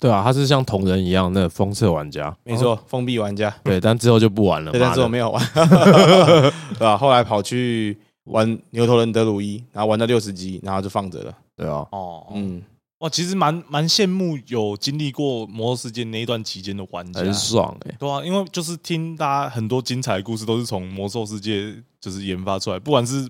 Speaker 1: 对啊，他是像同人一样那封测玩家，
Speaker 2: 没错，哦封闭玩家。
Speaker 1: 对，但之后就不玩了，
Speaker 2: 对，但
Speaker 1: 妈
Speaker 2: 是我
Speaker 1: 的，
Speaker 2: 没有玩， 对吧、后来跑去玩牛头人德鲁伊，然后玩到六十级，然后就放着了。
Speaker 1: 对啊，
Speaker 3: 哦，嗯，
Speaker 2: 嗯，
Speaker 3: 哇，其实蛮蛮羡慕有经历过魔兽世界那一段期间的玩家，
Speaker 1: 很爽哎，
Speaker 3: 对啊，因为就是听大家很多精彩的故事都是从魔兽世界就是研发出来，不管是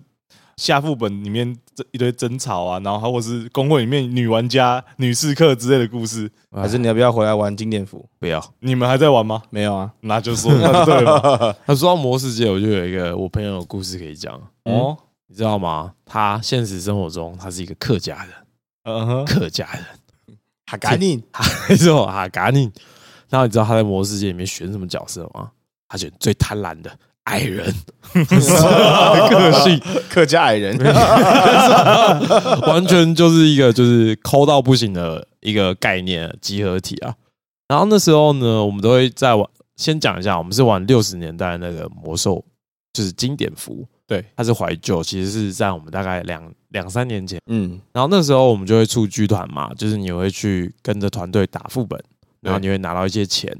Speaker 3: 下副本里面这一堆争吵啊，然后或是公会里面女玩家、女刺客之类的故事，
Speaker 2: 还是你要不要回来玩经典服？
Speaker 1: 不要。
Speaker 3: 你们还在玩吗？
Speaker 2: 没有啊，
Speaker 3: 那就说那就对
Speaker 1: 哦
Speaker 3: 了嘛。
Speaker 1: 他说到魔兽世界，我就有一个我朋友的故事可以讲，
Speaker 3: 哦，
Speaker 1: 你知道吗？他现实生活中他是一个客家人，
Speaker 3: 嗯哼，
Speaker 1: 客家人。
Speaker 2: 哈赶紧
Speaker 1: 之后啊，赶紧。然后你知道他在魔兽世界里面选什么角色吗？他选最贪婪的矮人，个性
Speaker 2: 客家矮人，
Speaker 1: 完全就是一个就是抠到不行的一个概念集合体啊。然后那时候呢，我们都会在玩先讲一下，我们是玩六十年代那个魔兽，就是经典服，
Speaker 3: 对，
Speaker 1: 它是怀旧，其实是在我们大概两两三年前。
Speaker 2: 嗯，
Speaker 1: 然后那时候我们就会出剧团嘛，就是你会去跟着团队打副本，然后你会拿到一些钱。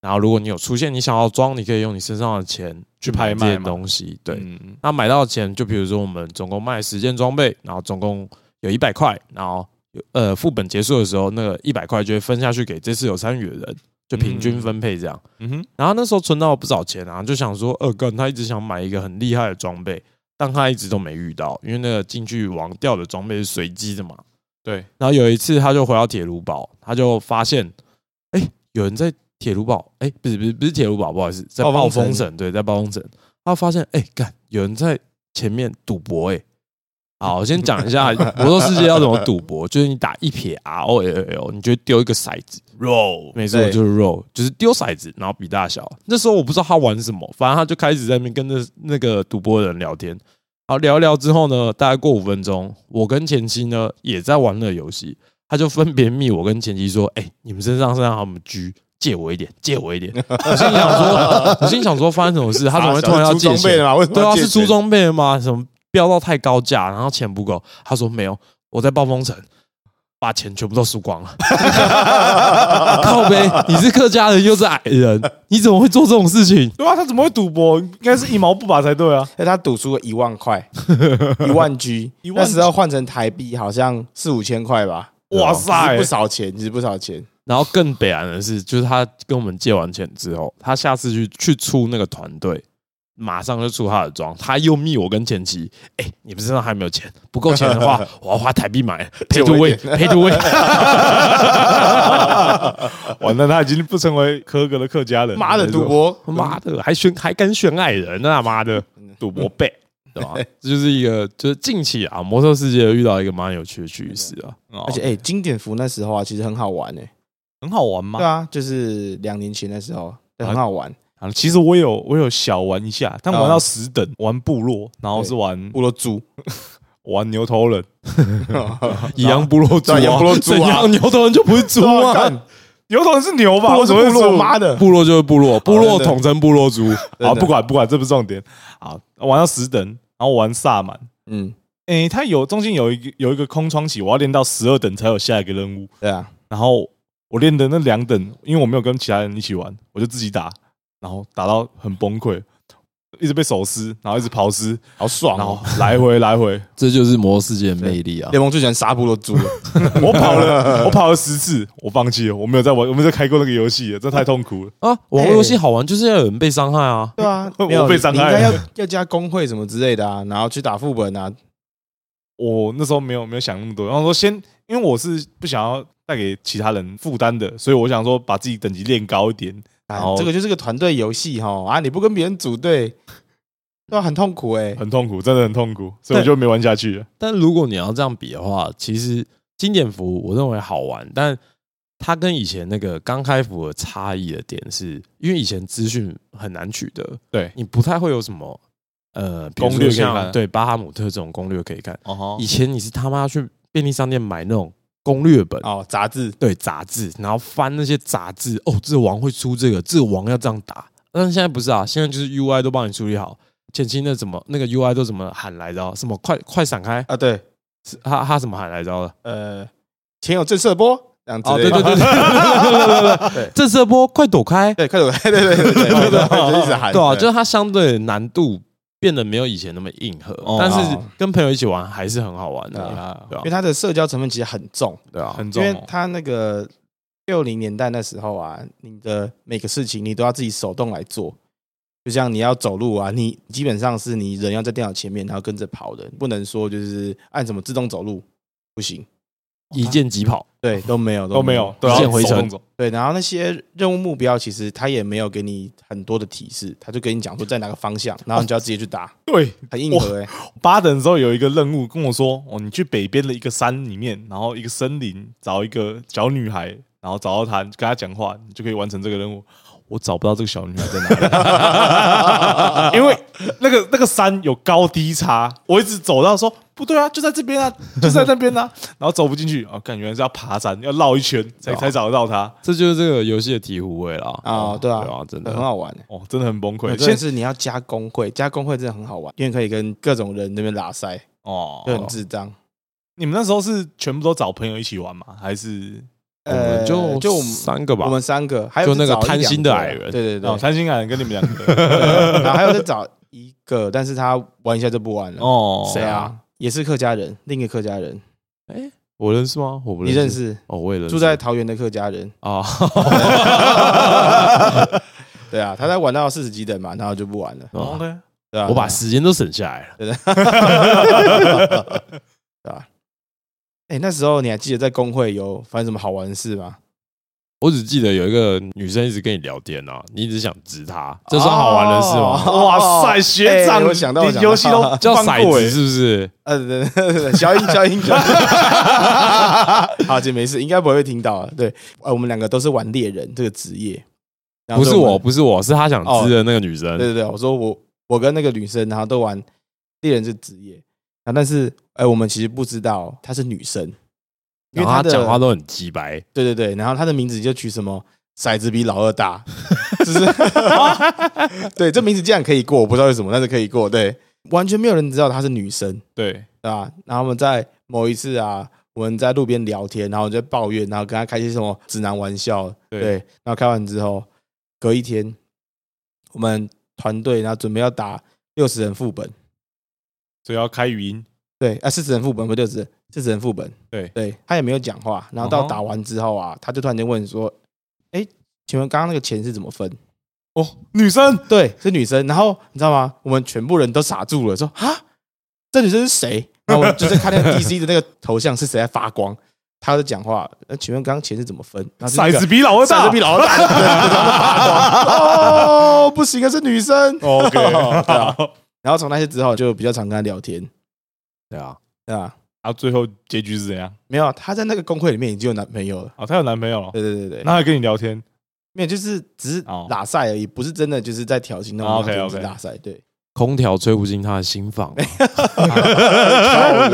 Speaker 1: 然后如果你有出现你想要装，你可以用你身上的钱
Speaker 3: 去拍
Speaker 1: 买
Speaker 3: 卖
Speaker 1: 这些
Speaker 3: 嘛
Speaker 1: 东西。对，
Speaker 3: 嗯
Speaker 1: 那买到的钱，就比如说我们总共卖十件装备，然后总共有一百块，然后有呃副本结束的时候，那个一百块就会分下去给这次有参与的人，就平均分配这样。
Speaker 3: 嗯哼，
Speaker 1: 然后那时候存到不少钱啊，就想说，呃，干他一直想买一个很厉害的装备，但他一直都没遇到，因为那个进去王掉的装备是随机的嘛。
Speaker 3: 对，
Speaker 1: 然后有一次，他就回到铁炉堡，他就发现，哎、有人在铁炉堡，哎、不是不是不是铁炉堡，不好意思，在
Speaker 2: 暴
Speaker 1: 暴
Speaker 2: 风
Speaker 1: 风
Speaker 2: 城
Speaker 1: 城，对，在暴风城，他发现，哎、干，有人在前面赌博、哎，好，我先讲一 下魔兽世界要怎么赌博，就是你打一撇 R O L L，你就丢一个骰子，
Speaker 3: 肉
Speaker 1: 没错，
Speaker 2: 对
Speaker 1: 就是 roll，就是丢骰子，然后比大小。那时候我不知道他玩什么，反正他就开始在那边跟着那个赌博的人聊天。然后聊一聊之后呢，大概过五分钟，我跟前妻呢也在玩那个游戏，他就分别密我跟前妻说：“哎、你们身上身上他们 G，借我一点，借我一点。”我心里想 说，我心里想说发生什么事，他怎么会突然要
Speaker 2: 出
Speaker 1: 借
Speaker 2: 装
Speaker 1: 钱
Speaker 2: 备？了嘛？为什么
Speaker 1: 对啊，
Speaker 2: 要借
Speaker 1: 是出
Speaker 2: 钱
Speaker 1: 装备的吗？什么飙到太高价，然后钱不够？他说没有，我在暴风城把钱全部都输光 了。靠呗，你是客家人又是矮人，你怎么会做这种事情？
Speaker 3: 对啊，他怎么会赌博？应该是一毛不拔才对啊。
Speaker 2: 哎但他赌输了一万 块，一万 G，
Speaker 3: 一万
Speaker 2: 那时候换成台币好像四五千块吧。啊
Speaker 3: 哇
Speaker 2: 其
Speaker 3: 塞
Speaker 2: 实不，少钱，其实不少钱。
Speaker 1: 然后更北岸的是，就是他跟我们借完钱之后，他下次去去出那个团队，马上就出他的妆，他又密我跟前妻，哎、你们身上还没有钱，不够钱的 话，我要花台币 买，赔
Speaker 2: 借我
Speaker 1: 度
Speaker 2: 一
Speaker 1: 位，
Speaker 2: 点
Speaker 1: 赔 度位。
Speaker 3: 完了，他已经不成为科格的客家人了。
Speaker 2: 妈的，赌博！
Speaker 1: 妈的，还选还敢选矮人啊！妈的，
Speaker 2: 嗯
Speaker 1: 赌博背，对吧？ 这就是一个，就是近期啊，魔兽世界遇到一个蛮有趣的趋势啊。
Speaker 3: 哦，
Speaker 2: 而且哎、经典服那时候啊，其实很好玩哎、
Speaker 3: 很好玩
Speaker 2: 对
Speaker 3: 吗？
Speaker 2: 啊，就是两年前的时候，很好玩。
Speaker 3: 啊，其实我有我有小玩一下，但
Speaker 2: 嗯
Speaker 3: 玩到十等，玩部落，然后是玩
Speaker 2: 部落猪，
Speaker 3: 玩牛头人，
Speaker 1: 以羊部落猪、啊，
Speaker 2: 对 羊部落猪啊
Speaker 1: 怎样牛头人就不是猪
Speaker 2: 哇
Speaker 1: 啊？
Speaker 2: 干
Speaker 3: 牛头人是牛
Speaker 2: 部
Speaker 3: 吧？
Speaker 2: 落是
Speaker 3: 我怎么会
Speaker 2: 部
Speaker 3: 说
Speaker 2: 落，妈的！
Speaker 1: 部落就是部落，部落
Speaker 2: 真的
Speaker 1: 统称部落族。
Speaker 3: 好，
Speaker 2: 真的
Speaker 3: 不管不管，这不是重点。好，玩到十等，然后玩萨满。
Speaker 2: 嗯，
Speaker 3: 诶，它有中间有一个有一个空窗期，我要练到十二等才有下一个任务。
Speaker 2: 对啊，
Speaker 3: 然后我练的那两等，因为我没有跟其他人一起玩，我就自己打，然后打到很崩溃，一直被手撕，然后一直刨尸，
Speaker 2: 好爽
Speaker 3: 然后
Speaker 2: 哦！
Speaker 3: 来回来回，
Speaker 1: 这就是魔兽世界的魅力啊！
Speaker 2: 联盟最喜欢杀部落猪了，
Speaker 3: 我跑了，我跑了十次，我放弃了，我没有再玩，我没有再开过那个游戏了，这太痛苦了。
Speaker 1: 啊，网络游戏好玩就是要有人被伤害啊！
Speaker 2: 对啊，
Speaker 3: 我
Speaker 2: 没有
Speaker 3: 被伤
Speaker 2: 你应
Speaker 3: 害
Speaker 2: 该
Speaker 3: 了
Speaker 2: 要要加工会什么之类的啊，然后去打副本啊，
Speaker 3: 我那时候没有没有想那么多，然后说先，因为我是不想要带给其他人负担的，所以我想说把自己等级练高一点。
Speaker 2: 啊
Speaker 3: 然后
Speaker 2: 这个就是个团队游戏哈啊，你不跟别人组队，对啊，很痛苦哎、
Speaker 3: 很痛苦，真的很痛苦，所以我就没玩下去了。
Speaker 1: 但如果你要这样比的话，其实经典服我认为好玩，但它跟以前那个刚开服的差异的点是，因为以前资讯很难取得，
Speaker 3: 对，
Speaker 1: 你不太会有什么呃比如
Speaker 3: 攻略
Speaker 1: 说像
Speaker 3: 可以看
Speaker 1: 对巴哈姆特这种攻略可以看。
Speaker 3: 哦
Speaker 1: 以前你是他妈去便利商店买那种攻略
Speaker 3: 啊
Speaker 1: 本，
Speaker 2: 哦，杂志
Speaker 1: 对杂志，然后翻那些杂志，哦，这王会出这个，这王要这样打。但是现在不是啊，现在就是 UI 都帮你处理好，前期那怎么那个 UI 都怎么喊来着？什么快快闪开？
Speaker 2: 啊，对，
Speaker 1: 是他他怎么喊来着的？
Speaker 2: 呃，前有震慑波这样子，
Speaker 1: 哦，对对对对对对对
Speaker 2: 对，
Speaker 1: 这射波快躲开！
Speaker 2: 对，快走开，对对对对对对哎对，就一直喊，
Speaker 1: 对啊，就是它相对难度变得没有以前那么硬核
Speaker 3: 哦，
Speaker 1: 但是
Speaker 2: 哦
Speaker 1: 跟朋友一起玩还是很好玩
Speaker 2: 对
Speaker 1: 的。
Speaker 3: 啊，
Speaker 1: 对啊
Speaker 2: 因为，它的社交成分其实很重，
Speaker 1: 对啊，
Speaker 3: 很
Speaker 2: 因
Speaker 3: 重、
Speaker 2: 为
Speaker 3: 哦。
Speaker 2: 它那个六零年代那时候啊，你的每个事情你都要自己手动来做。就像你要走路啊，你基本上是你人要在电脑前面，然后跟着跑的，不能说就是按什么自动走路，不行。
Speaker 1: 一剑即跑，
Speaker 2: 对，都没有，
Speaker 3: 都没有，
Speaker 1: 一
Speaker 3: 对啊，
Speaker 1: 线回程
Speaker 3: 手动走
Speaker 2: 对，然后那些任务目标其实他也没有给你很多的提示，他就跟你讲说在哪个方向，然后你就要直接去 打，
Speaker 3: 对，
Speaker 2: 很硬核哎、
Speaker 3: 八等的时候有一个任务跟我说，哦，你去北边的一个山里面，然后一个森林找一个小女孩，然后找到他，跟他讲话，你就可以完成这个任务。我找不到这个小女孩在哪里。 因为那个那个山有高低差，我一直走到说不对啊，就在这边啊，就在那边啊，然后走不进去啊，感觉是要爬山，要绕一圈
Speaker 2: 哦
Speaker 3: 才才找得到他。
Speaker 1: 这就是这个游戏的醍醐味啦。
Speaker 2: 啊，对啊，
Speaker 1: 对啊，真
Speaker 2: 很
Speaker 1: 的。
Speaker 2: 好玩。
Speaker 3: 哦，真的很崩溃。
Speaker 2: 真的
Speaker 3: 现
Speaker 2: 是你要加工会，加工会真的很好玩，因为可以跟各种人那边拉塞，
Speaker 3: 哦
Speaker 2: 就很智障。
Speaker 3: 你们那时候是全部都找朋友一起玩吗？还是
Speaker 1: 我们呃就
Speaker 2: 呃就我们
Speaker 1: 三个吧
Speaker 2: 我，们三个，还有
Speaker 1: 就那个
Speaker 2: 是找一
Speaker 1: 贪心的
Speaker 2: 两个
Speaker 1: 矮人
Speaker 2: 对对对
Speaker 3: 哦，，贪心感跟你们两个？
Speaker 2: 对 啊然后还有是找一个，但是他玩一下就不玩了。
Speaker 3: 哦，
Speaker 2: 谁啊？也是客家人，另一个客家人，
Speaker 1: 我认识吗？我不
Speaker 2: 你认
Speaker 1: 认识。
Speaker 2: 识？
Speaker 1: 哦，我也认识。
Speaker 2: 住在桃园的客家人，
Speaker 1: 啊，
Speaker 2: 对啊，他在玩到四十几等嘛，然后就不玩了，
Speaker 3: 哦
Speaker 1: 哦
Speaker 3: ？OK，
Speaker 2: 对啊，
Speaker 1: 我把时间都省下来了。
Speaker 2: 啊哎、那时候你还记得在工会有发生什么好玩的事吗？
Speaker 1: 我只记得有一个女生一直跟你聊天啊，你一直想指她，这是好玩的事吗？
Speaker 2: 哦
Speaker 3: 哇塞，学
Speaker 2: 哎
Speaker 3: 长，
Speaker 2: 我想到我
Speaker 3: 你
Speaker 2: 想到
Speaker 3: 游戏 都
Speaker 1: 叫
Speaker 3: 放
Speaker 1: 骰
Speaker 3: 过
Speaker 1: 子
Speaker 3: 欸
Speaker 1: 是不是？
Speaker 2: 呃，对对对，消音消音消音，好，姐没事，应该不会听到啊。对，呃，我们两个都是玩猎人这个职业，然后
Speaker 1: 不是
Speaker 2: 所以
Speaker 1: 我，
Speaker 2: 们，
Speaker 1: 不是我，是她想
Speaker 2: 哦
Speaker 1: 知的那个女
Speaker 2: 对
Speaker 1: 生。
Speaker 2: 对对，我说我我跟那个女生，然后都玩猎人这个职业，啊，但是哎、呃我们其实不知道她是女生，因为
Speaker 1: 然后她
Speaker 2: 的
Speaker 1: 讲话都很鸡白，
Speaker 2: 对对对，然后他的名字就取什么骰子比老二大，就是对这名字竟然可以过，我不知道为什么，但是可以过。对，完全没有人知道她是女生，
Speaker 3: 对，
Speaker 2: 对吧？然后我们在某一次啊，我们在路边聊天，然后我就在抱怨，然后跟她开一些什么直男玩笑，
Speaker 3: 对
Speaker 2: 对，然后开完之后，隔一天，我们团队然后准备要打六十人副本，
Speaker 3: 所以要开语音。
Speaker 2: 对，啊，四十人副本不六十人，四十人副本，
Speaker 3: 对
Speaker 2: 对他也没有讲话，然后
Speaker 3: 嗯
Speaker 2: 到
Speaker 3: 哼
Speaker 2: 打完之后啊，他就突然间问说：“哎，请问刚刚那个钱是怎么分
Speaker 3: 哦，女生？”
Speaker 2: 对，是女生。然后你知道吗？我们全部人都傻住了，说：“啊，这女生是谁？”然后我们就是看那 个 DC 的那个头像是谁在发光，他就讲话：“那请问刚刚钱是怎么分？”然后就
Speaker 3: 骰子比老二
Speaker 2: 骰
Speaker 3: 大
Speaker 2: 子比老大， 对对对发光 哦，不行啊，是女生。
Speaker 3: 哦 OK，
Speaker 2: 对啊然后从那些之后就比较常跟他聊天，
Speaker 1: 对啊，
Speaker 2: 对吧？
Speaker 3: 啊，最后结局是怎样？
Speaker 2: 没有，她在那个工会里面已经有男朋友了。
Speaker 3: 哦，她有男朋友了，
Speaker 2: 对对对对，
Speaker 3: 那还跟你 聊天？
Speaker 2: 没有，就是只是
Speaker 3: 哦
Speaker 2: 拉赛而已，不是真的就是在挑衅那种
Speaker 3: 哦
Speaker 2: 拉赛，
Speaker 3: ，OK，OK
Speaker 2: 就是拉赛对，
Speaker 1: 空调吹不进她的心房啊
Speaker 2: 哎
Speaker 1: 嘛。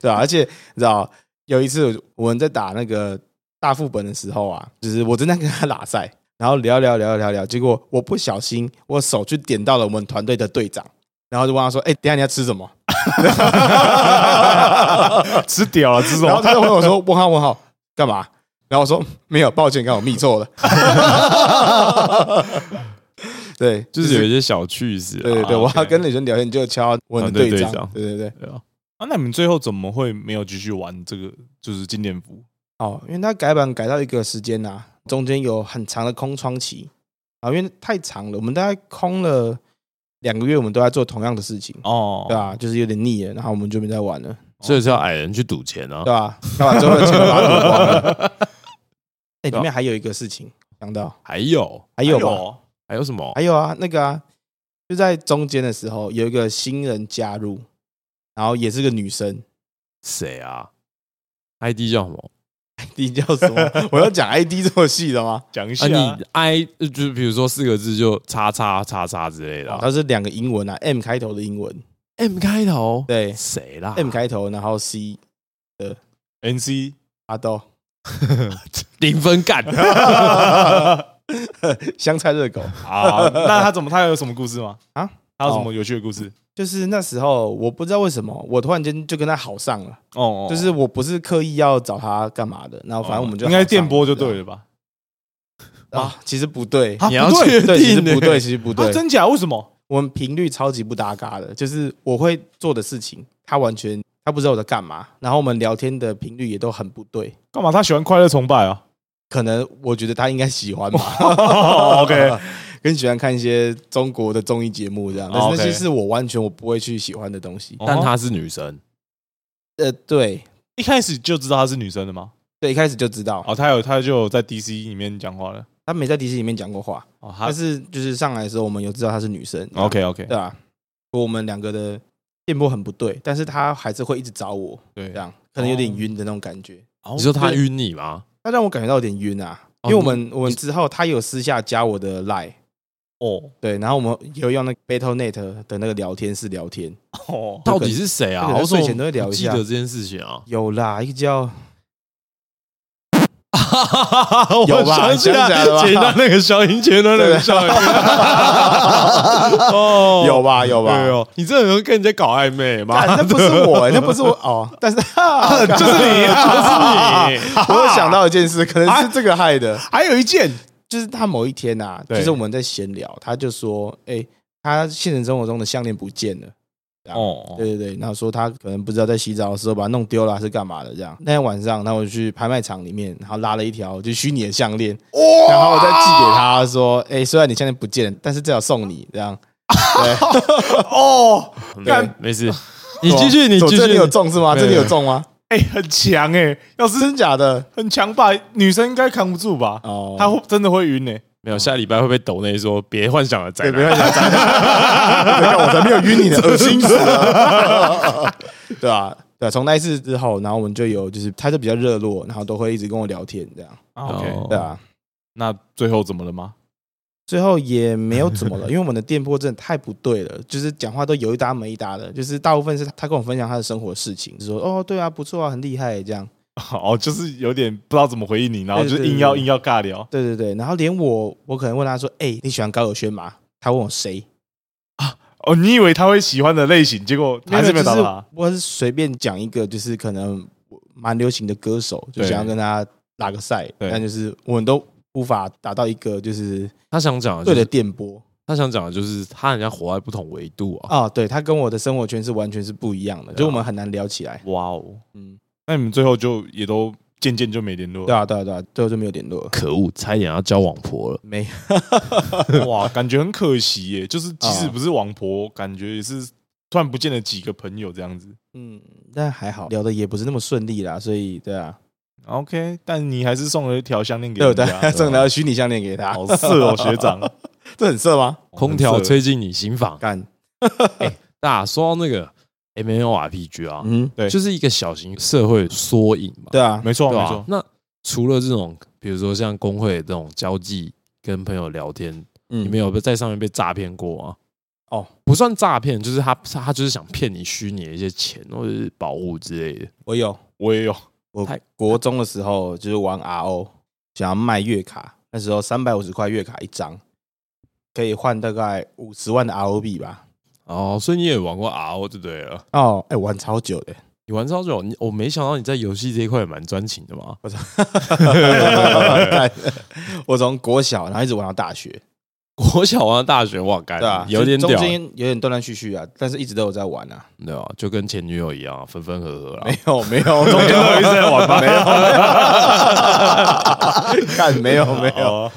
Speaker 2: 对啊，而且你知道有一次我们在打那个大副本的时候啊，就是我正在跟他拉赛，然后聊聊聊聊聊，结果我不小心我手去点到了我们团队的队长，然后就问他说：“哎、等一下你要吃什么
Speaker 3: 吃屌啊，吃什？”
Speaker 2: 然后
Speaker 3: 么？
Speaker 2: 他就问我说：“问号问号干嘛？”然后我说：“没有，抱歉，刚好密错了。” 对，
Speaker 1: 就是有一些小趣事啊。
Speaker 2: 对对对，
Speaker 3: 啊
Speaker 2: 我要
Speaker 3: OK
Speaker 2: 跟女生聊天，你就敲我的
Speaker 1: 团队
Speaker 2: 队
Speaker 1: 队
Speaker 2: 长
Speaker 1: 长。
Speaker 2: 对对对，
Speaker 1: 对啊，
Speaker 3: 啊，那你们最后怎么会没有继续玩这个就是经典服？
Speaker 2: 哦，因为他改版改到一个时间呐、中间有很长的空窗期啊，因为太长了，我们大概空了两个月，我们都在做同样的事情，
Speaker 3: 哦，
Speaker 2: 对啊，就是有点腻了，然后我们就没再玩了，
Speaker 1: 所以是要矮人去赌钱啊
Speaker 2: 哦对。吧、干嘛最后的钱都把它赌光了。哎，里面还有一个事情想到，
Speaker 1: 还有
Speaker 2: 还
Speaker 3: 哎哦
Speaker 2: 有吧，
Speaker 1: 还有什么
Speaker 2: 还？有啊，那个啊，就在中间的时候有一个新人加入，然后也是个女生，
Speaker 1: 谁啊？ID 叫什么？
Speaker 2: 你叫什么？我要讲 ID 这么细的吗？
Speaker 3: 讲一
Speaker 1: 啊，
Speaker 3: 下啊
Speaker 1: 你 I 就是比如说四个字就叉叉叉叉之类的啊。
Speaker 2: 它哦是两个英文啊，M 开头的英文，
Speaker 1: M 开头，
Speaker 2: 对
Speaker 1: 谁啦
Speaker 3: 啊
Speaker 2: ，M 开头，然后 C
Speaker 3: NC
Speaker 2: 阿豆
Speaker 1: 零分干，
Speaker 2: 哦香菜热狗，
Speaker 3: 啊，那他怎么？他有什么故事吗？
Speaker 2: 啊，
Speaker 3: 他有什么有趣的故事？
Speaker 2: 就是那时候我不知道为什么，我突然间就跟他好上了，
Speaker 3: 哦，哦
Speaker 2: 就是我不是刻意要找他干嘛的，然后反正我们就
Speaker 3: 哦应该
Speaker 2: 好上
Speaker 3: 电波就对
Speaker 2: 了
Speaker 3: 了吧？
Speaker 2: 这样啊，其实不对，
Speaker 3: 啊
Speaker 1: 你要
Speaker 3: 不对
Speaker 1: 确
Speaker 2: 对，其实
Speaker 1: 定呢
Speaker 2: 不对，其实不
Speaker 3: 啊，
Speaker 2: 对，
Speaker 3: 真假？为什么？
Speaker 2: 我们频率超级不搭嘎的，就是我会做的事情，他完全他不知道我在干嘛，然后我们聊天的频率也都很不对。
Speaker 3: 干嘛？他喜欢快乐崇拜啊？
Speaker 2: 可能我觉得他应该喜欢吧
Speaker 3: OK
Speaker 2: 更喜欢看一些中国的综艺节目这样，但是
Speaker 3: 哦 OK
Speaker 2: 那些是我完全我不会去喜欢的东西。
Speaker 1: 但
Speaker 3: 哦
Speaker 1: 她是女生，
Speaker 2: 呃，对
Speaker 3: 一开始就知道她是女生的吗？
Speaker 2: 对，一开始就知道，
Speaker 3: 哦，他有，他就有在 DC 里面讲话了。
Speaker 2: 他没在迪士尼里面讲过话，
Speaker 3: 哦，他
Speaker 2: 但是就是上来的时候，我们有知道她是女生
Speaker 3: OK OK，
Speaker 2: 对啊吧？我们两个的电波很不对，但是他还是会一直找我，
Speaker 3: 对哦
Speaker 2: 这样可能有点晕的那种感觉。
Speaker 1: 你说她晕你吗？
Speaker 2: 那让我感觉到有点晕啊，因为我们我们之后他有私下加我的 line，
Speaker 3: 哦
Speaker 2: 对，然后我们有用那个 BattleNet 的那个聊天室聊天，
Speaker 3: 哦，
Speaker 1: 到底是谁啊？
Speaker 2: 这个
Speaker 1: 我说
Speaker 2: 睡前都会聊一
Speaker 1: 记
Speaker 2: 下，
Speaker 1: 得这件事情啊
Speaker 2: 有啦，一个叫
Speaker 1: 有想起
Speaker 2: 想起来
Speaker 1: 来
Speaker 2: 了吧
Speaker 1: 接到那个消音，接到那个消音，哦，
Speaker 2: 有吧有吧
Speaker 1: 对，哦，你这人会跟人家搞暧昧吗
Speaker 2: 哎干？那不是我，那不是我哦，但 是就是
Speaker 1: 你啊就是你
Speaker 2: 我有想到一件事，可能是这个害的，
Speaker 3: 还有一件
Speaker 2: 就是他某一天呐、啊，
Speaker 3: 对
Speaker 2: 就是我们在闲聊，他就说，哎、他现实生活中的项链不见了。啊
Speaker 3: 哦
Speaker 2: 对对对，然后说他可能不知道在洗澡的时候把它弄丢了还是干嘛的这样。那天晚上，然后我去拍卖场里面，然后拉了一条就虚拟的项链，然后我再寄给他说：“哎、虽然你项链不见了，但是至少送你这样。对
Speaker 3: 哦，
Speaker 1: 干没事，你继续，你
Speaker 2: 左
Speaker 1: 继
Speaker 2: 这里
Speaker 1: 续
Speaker 2: 有，中是吗？
Speaker 1: 没
Speaker 2: 这
Speaker 1: 有
Speaker 2: 里有中吗？
Speaker 3: 哎，很强哎，要是
Speaker 2: 真假的？
Speaker 3: 很强吧，女生应该扛不住吧？
Speaker 2: 哦，
Speaker 3: 她会真的会晕呢。欸
Speaker 1: 没有，下礼拜会被抖内说别幻想了，再
Speaker 2: 对，
Speaker 1: 来
Speaker 2: 不要讲脏话，对我才没有晕你呢，恶心死 了，对啊？对啊，从那一次之后，然后我们就有，就是他就比较热络，然后都会一直跟我聊天，这样，
Speaker 3: 啊
Speaker 1: 哦
Speaker 3: OK，
Speaker 2: 对啊。
Speaker 3: 那最后怎么了吗？
Speaker 2: 最后也没有怎么 了，因为我们的电波真的太不对了，就是讲话都有一搭没一搭的，就是大部分是他跟我分享他的生活事情，就说哦，对啊，不错啊，很厉害这样，
Speaker 3: 哦，就是有点不知道怎么回应你，然后
Speaker 2: 对
Speaker 3: 就
Speaker 2: 对对
Speaker 3: 硬要
Speaker 2: 对
Speaker 3: 硬要尬聊。
Speaker 2: 对对对，然后连我，我可能问他说，哎、你喜欢高尔轩吗？他问我谁？
Speaker 3: 哦，你以为他会喜欢的类型，结果
Speaker 2: 没有
Speaker 3: 还是没有
Speaker 2: 就
Speaker 3: 打
Speaker 2: 是
Speaker 3: 到他。
Speaker 2: 我是随便讲一个，就是可能蛮流行的歌手，就
Speaker 1: 对
Speaker 2: 想要跟他拉个赛，
Speaker 3: 对
Speaker 2: 但就是我们都无法达到一个就是
Speaker 1: 他想讲
Speaker 3: 哦
Speaker 1: 的就
Speaker 2: 对的
Speaker 1: 是，
Speaker 2: 电波
Speaker 1: 他想讲的就是他人家活在不同维度
Speaker 3: 哦
Speaker 1: 啊。
Speaker 2: 啊。对他跟我的生活圈是完全是不一样的，
Speaker 3: 啊
Speaker 2: 就我们很难聊起来。
Speaker 3: 哇哦，
Speaker 2: 嗯，
Speaker 3: 那你们最后就也都渐渐就没联络
Speaker 2: 对。啊，对啊，对啊，最后就没有联络了。
Speaker 1: 可恶，差一点要交网婆了。
Speaker 2: 没，
Speaker 3: 哇，感觉很可惜耶。就是即使
Speaker 2: 啊
Speaker 3: 不是网婆，感觉也是突然不见了几个朋友这样子。
Speaker 2: 嗯，但还好，聊的也不是那么顺利啦，所以对啊，
Speaker 3: OK，但你还是送了一条项链给
Speaker 2: 对
Speaker 3: 人
Speaker 2: 不对 啊
Speaker 3: 家，？
Speaker 2: 送条虚拟项链给他，
Speaker 3: 好色哦，学 长，
Speaker 2: 这很色吗？
Speaker 1: 空调
Speaker 3: 很色
Speaker 1: 吹进你心房。
Speaker 2: 干，
Speaker 1: 那说到那个 M L R P G 啊，
Speaker 2: 嗯，
Speaker 3: 对
Speaker 1: 就是一个小型社会缩影嘛，
Speaker 2: 对啊，
Speaker 3: 没错
Speaker 1: 对
Speaker 3: 没
Speaker 1: 吧
Speaker 3: 错？，
Speaker 1: 那除了这种，比如说像工会这种交际跟朋友聊天，
Speaker 2: 嗯
Speaker 1: 你们有被在上面被诈骗过吗？
Speaker 2: 哦，
Speaker 1: 不算诈骗，就是他他就是想骗你虚拟的一些钱或者是宝物之类的。
Speaker 2: 我有，
Speaker 3: 我也有。
Speaker 2: 我
Speaker 1: 太
Speaker 2: 国中的时候就是玩 RO，想要卖月卡，那时候三百五十块月卡一张，可以换大概五十万的 RO 币吧。
Speaker 1: 哦，所以你也玩过 R O 就对了。
Speaker 2: 哦，哎、玩超久 的，
Speaker 1: 你玩超久，你我没想到你在游戏这一块也蛮专情的嘛。
Speaker 2: 呃我从国小然后一直玩到大学，
Speaker 1: 国小玩到大学，哇，干
Speaker 2: 对啊，
Speaker 1: 有点
Speaker 2: 中
Speaker 1: 屌，
Speaker 2: 间有点断断续续啊，但是一直都有在玩啊。
Speaker 1: 对啊，就跟前女友一样，啊分分合合啦
Speaker 2: 没。有没 有，中间
Speaker 3: 都有一直在玩吧
Speaker 2: 没有，没 有看没有没有，
Speaker 3: 哦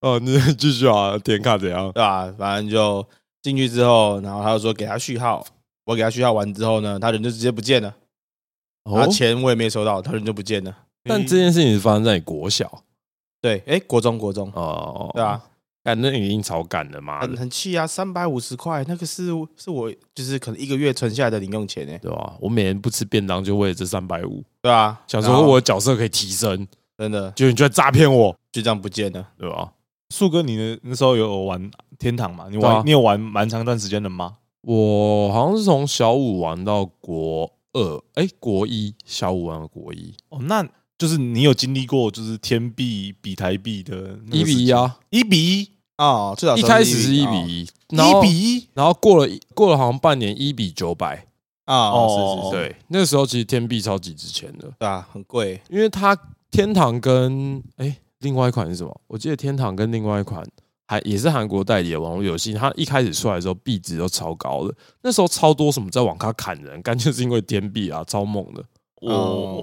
Speaker 1: 哦，你 继续啊，点卡怎样？
Speaker 2: 对吧、反正就进去之后，然后他就说给他序号，我给他序号完之后呢，他人就直接不见了。然
Speaker 1: 哦
Speaker 2: 后，钱我也没收到，他人就不见了。
Speaker 1: 但
Speaker 3: 你
Speaker 1: 这件事情是发生在你国小
Speaker 2: 对，哎，国中国中，
Speaker 1: 哦，
Speaker 2: 对啊，
Speaker 1: 干那已经超赶了嘛，
Speaker 2: 很很气啊，三百五十块，那个是是我就是可能一个月存下来的零用钱哎，
Speaker 1: 对吧？我每天不吃便当就为了这三百五，
Speaker 2: 对啊，
Speaker 1: 想
Speaker 2: 然
Speaker 1: 说
Speaker 2: 后
Speaker 1: 我的角色可以提升，
Speaker 2: 真的
Speaker 1: 结果你居然诈骗我，
Speaker 2: 就这样不见了。
Speaker 1: 对吧？
Speaker 3: 树哥，你的那时候有玩天堂吗？你
Speaker 1: 对啊
Speaker 3: 玩你有玩蛮长一段时间的吗？
Speaker 1: 我好像是从小五玩到国二，哎，国一，小五玩到国一，
Speaker 3: 哦，那就是你有经历过就是天币比台币的
Speaker 1: 一比一
Speaker 3: 一，
Speaker 1: 啊，
Speaker 3: 一比一，
Speaker 2: 哦，至少
Speaker 1: 一
Speaker 2: 收
Speaker 1: 开始是
Speaker 2: 1
Speaker 1: 一啊
Speaker 2: 一
Speaker 1: 比一，
Speaker 3: 一比一，
Speaker 1: 然后过了一过了好像半年，一比九百。
Speaker 2: 啊，哦
Speaker 3: 哦
Speaker 2: 是是是，
Speaker 1: 对，那个时候其实天币超级值钱的，
Speaker 2: 对啊，很贵
Speaker 1: 因为它天堂跟哎、另外一款是什么？我记得天堂跟另外一款还也是韩国代理的网络游戏，它一开始出来的时候币值都超高的，那时候超多什么在网咖砍人，干脆是因为天币啊，超猛的。
Speaker 3: 哦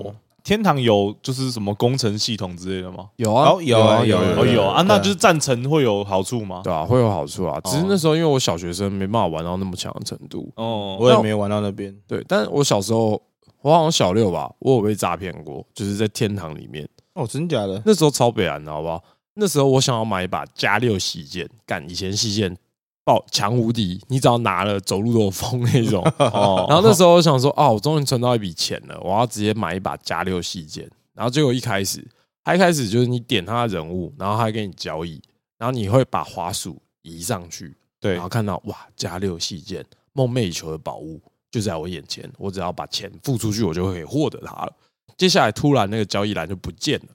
Speaker 2: 哦，
Speaker 3: 天堂有就是什么工程系统之类的吗？
Speaker 1: 有啊，
Speaker 2: 哦有啊有
Speaker 3: 哦，有啊，
Speaker 2: 对
Speaker 3: 那就是赞成会有好处吗？
Speaker 1: 对啊，会有好处啊。只是那时候因为我小学生没办法玩到那么强的程度，
Speaker 3: 哦，
Speaker 2: 我也没有玩到那边
Speaker 1: 对。但我小时候，我好像小六吧，我有被诈骗过，就是在天堂里面。
Speaker 2: 哦，真 假的
Speaker 1: 那时候超北蓝的好不好？那时候我想要买一把加六细剑，干以前细剑爆强无敌，你只要拿了走路都有风那种。
Speaker 3: 哦，
Speaker 1: 然后那时候我想说，啊，我终于存到一笔钱了，我要直接买一把加六细剑。然后结果一开始它一开始就是你点它的人物，然后它会跟你交易，然后你会把滑鼠移上去，
Speaker 3: 对
Speaker 1: 然后看到哇，加六细件，梦寐以求的宝物就在我眼前，我只要把钱付出去，我就可以获得它了。接下来突然那个交易栏就不见了，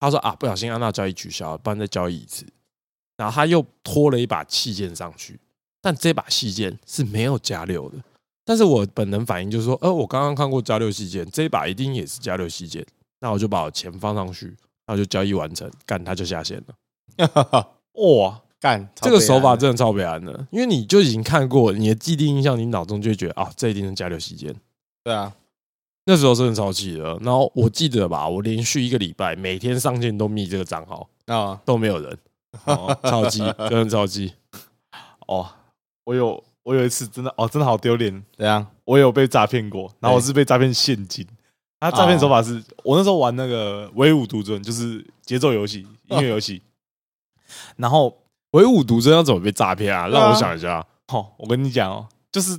Speaker 1: 他说啊，不小心安娜交易取消了，不然再交易一次。然后他又拖了一把器件上去，但这把细件是没有加六的。但是我本能反应就是说，呃，我刚刚看过加六细件，这一把一定也是加六细件，那我就把我钱放上去，那我就交易完成，干他就下线了。
Speaker 3: 哇，
Speaker 2: 干
Speaker 1: 这个手法真的超悲哀的，因为你就已经看过，你的既定印象，你脑中就会觉得啊，这一定是加六期间。
Speaker 2: 对啊，
Speaker 1: 那时候真的超气的。然后我记得吧，我连续一个礼拜每天上线都密这个账号，
Speaker 2: 啊，
Speaker 1: 都没有人，
Speaker 3: 哦
Speaker 1: 超 级真的超级。
Speaker 3: 哦，我有我有一次真的哦，真的好丢脸，
Speaker 2: 怎样？
Speaker 3: 我有被诈骗过，然后我是被诈骗现金。他诈骗手法
Speaker 1: 啊
Speaker 3: 是我那时候玩那个《唯舞独尊》，就是节奏游戏、音乐游戏。
Speaker 1: 哦
Speaker 3: 然后，
Speaker 1: 唯五独尊要怎么被诈骗啊？让我想一下，
Speaker 3: 哦，我跟你讲哦，就是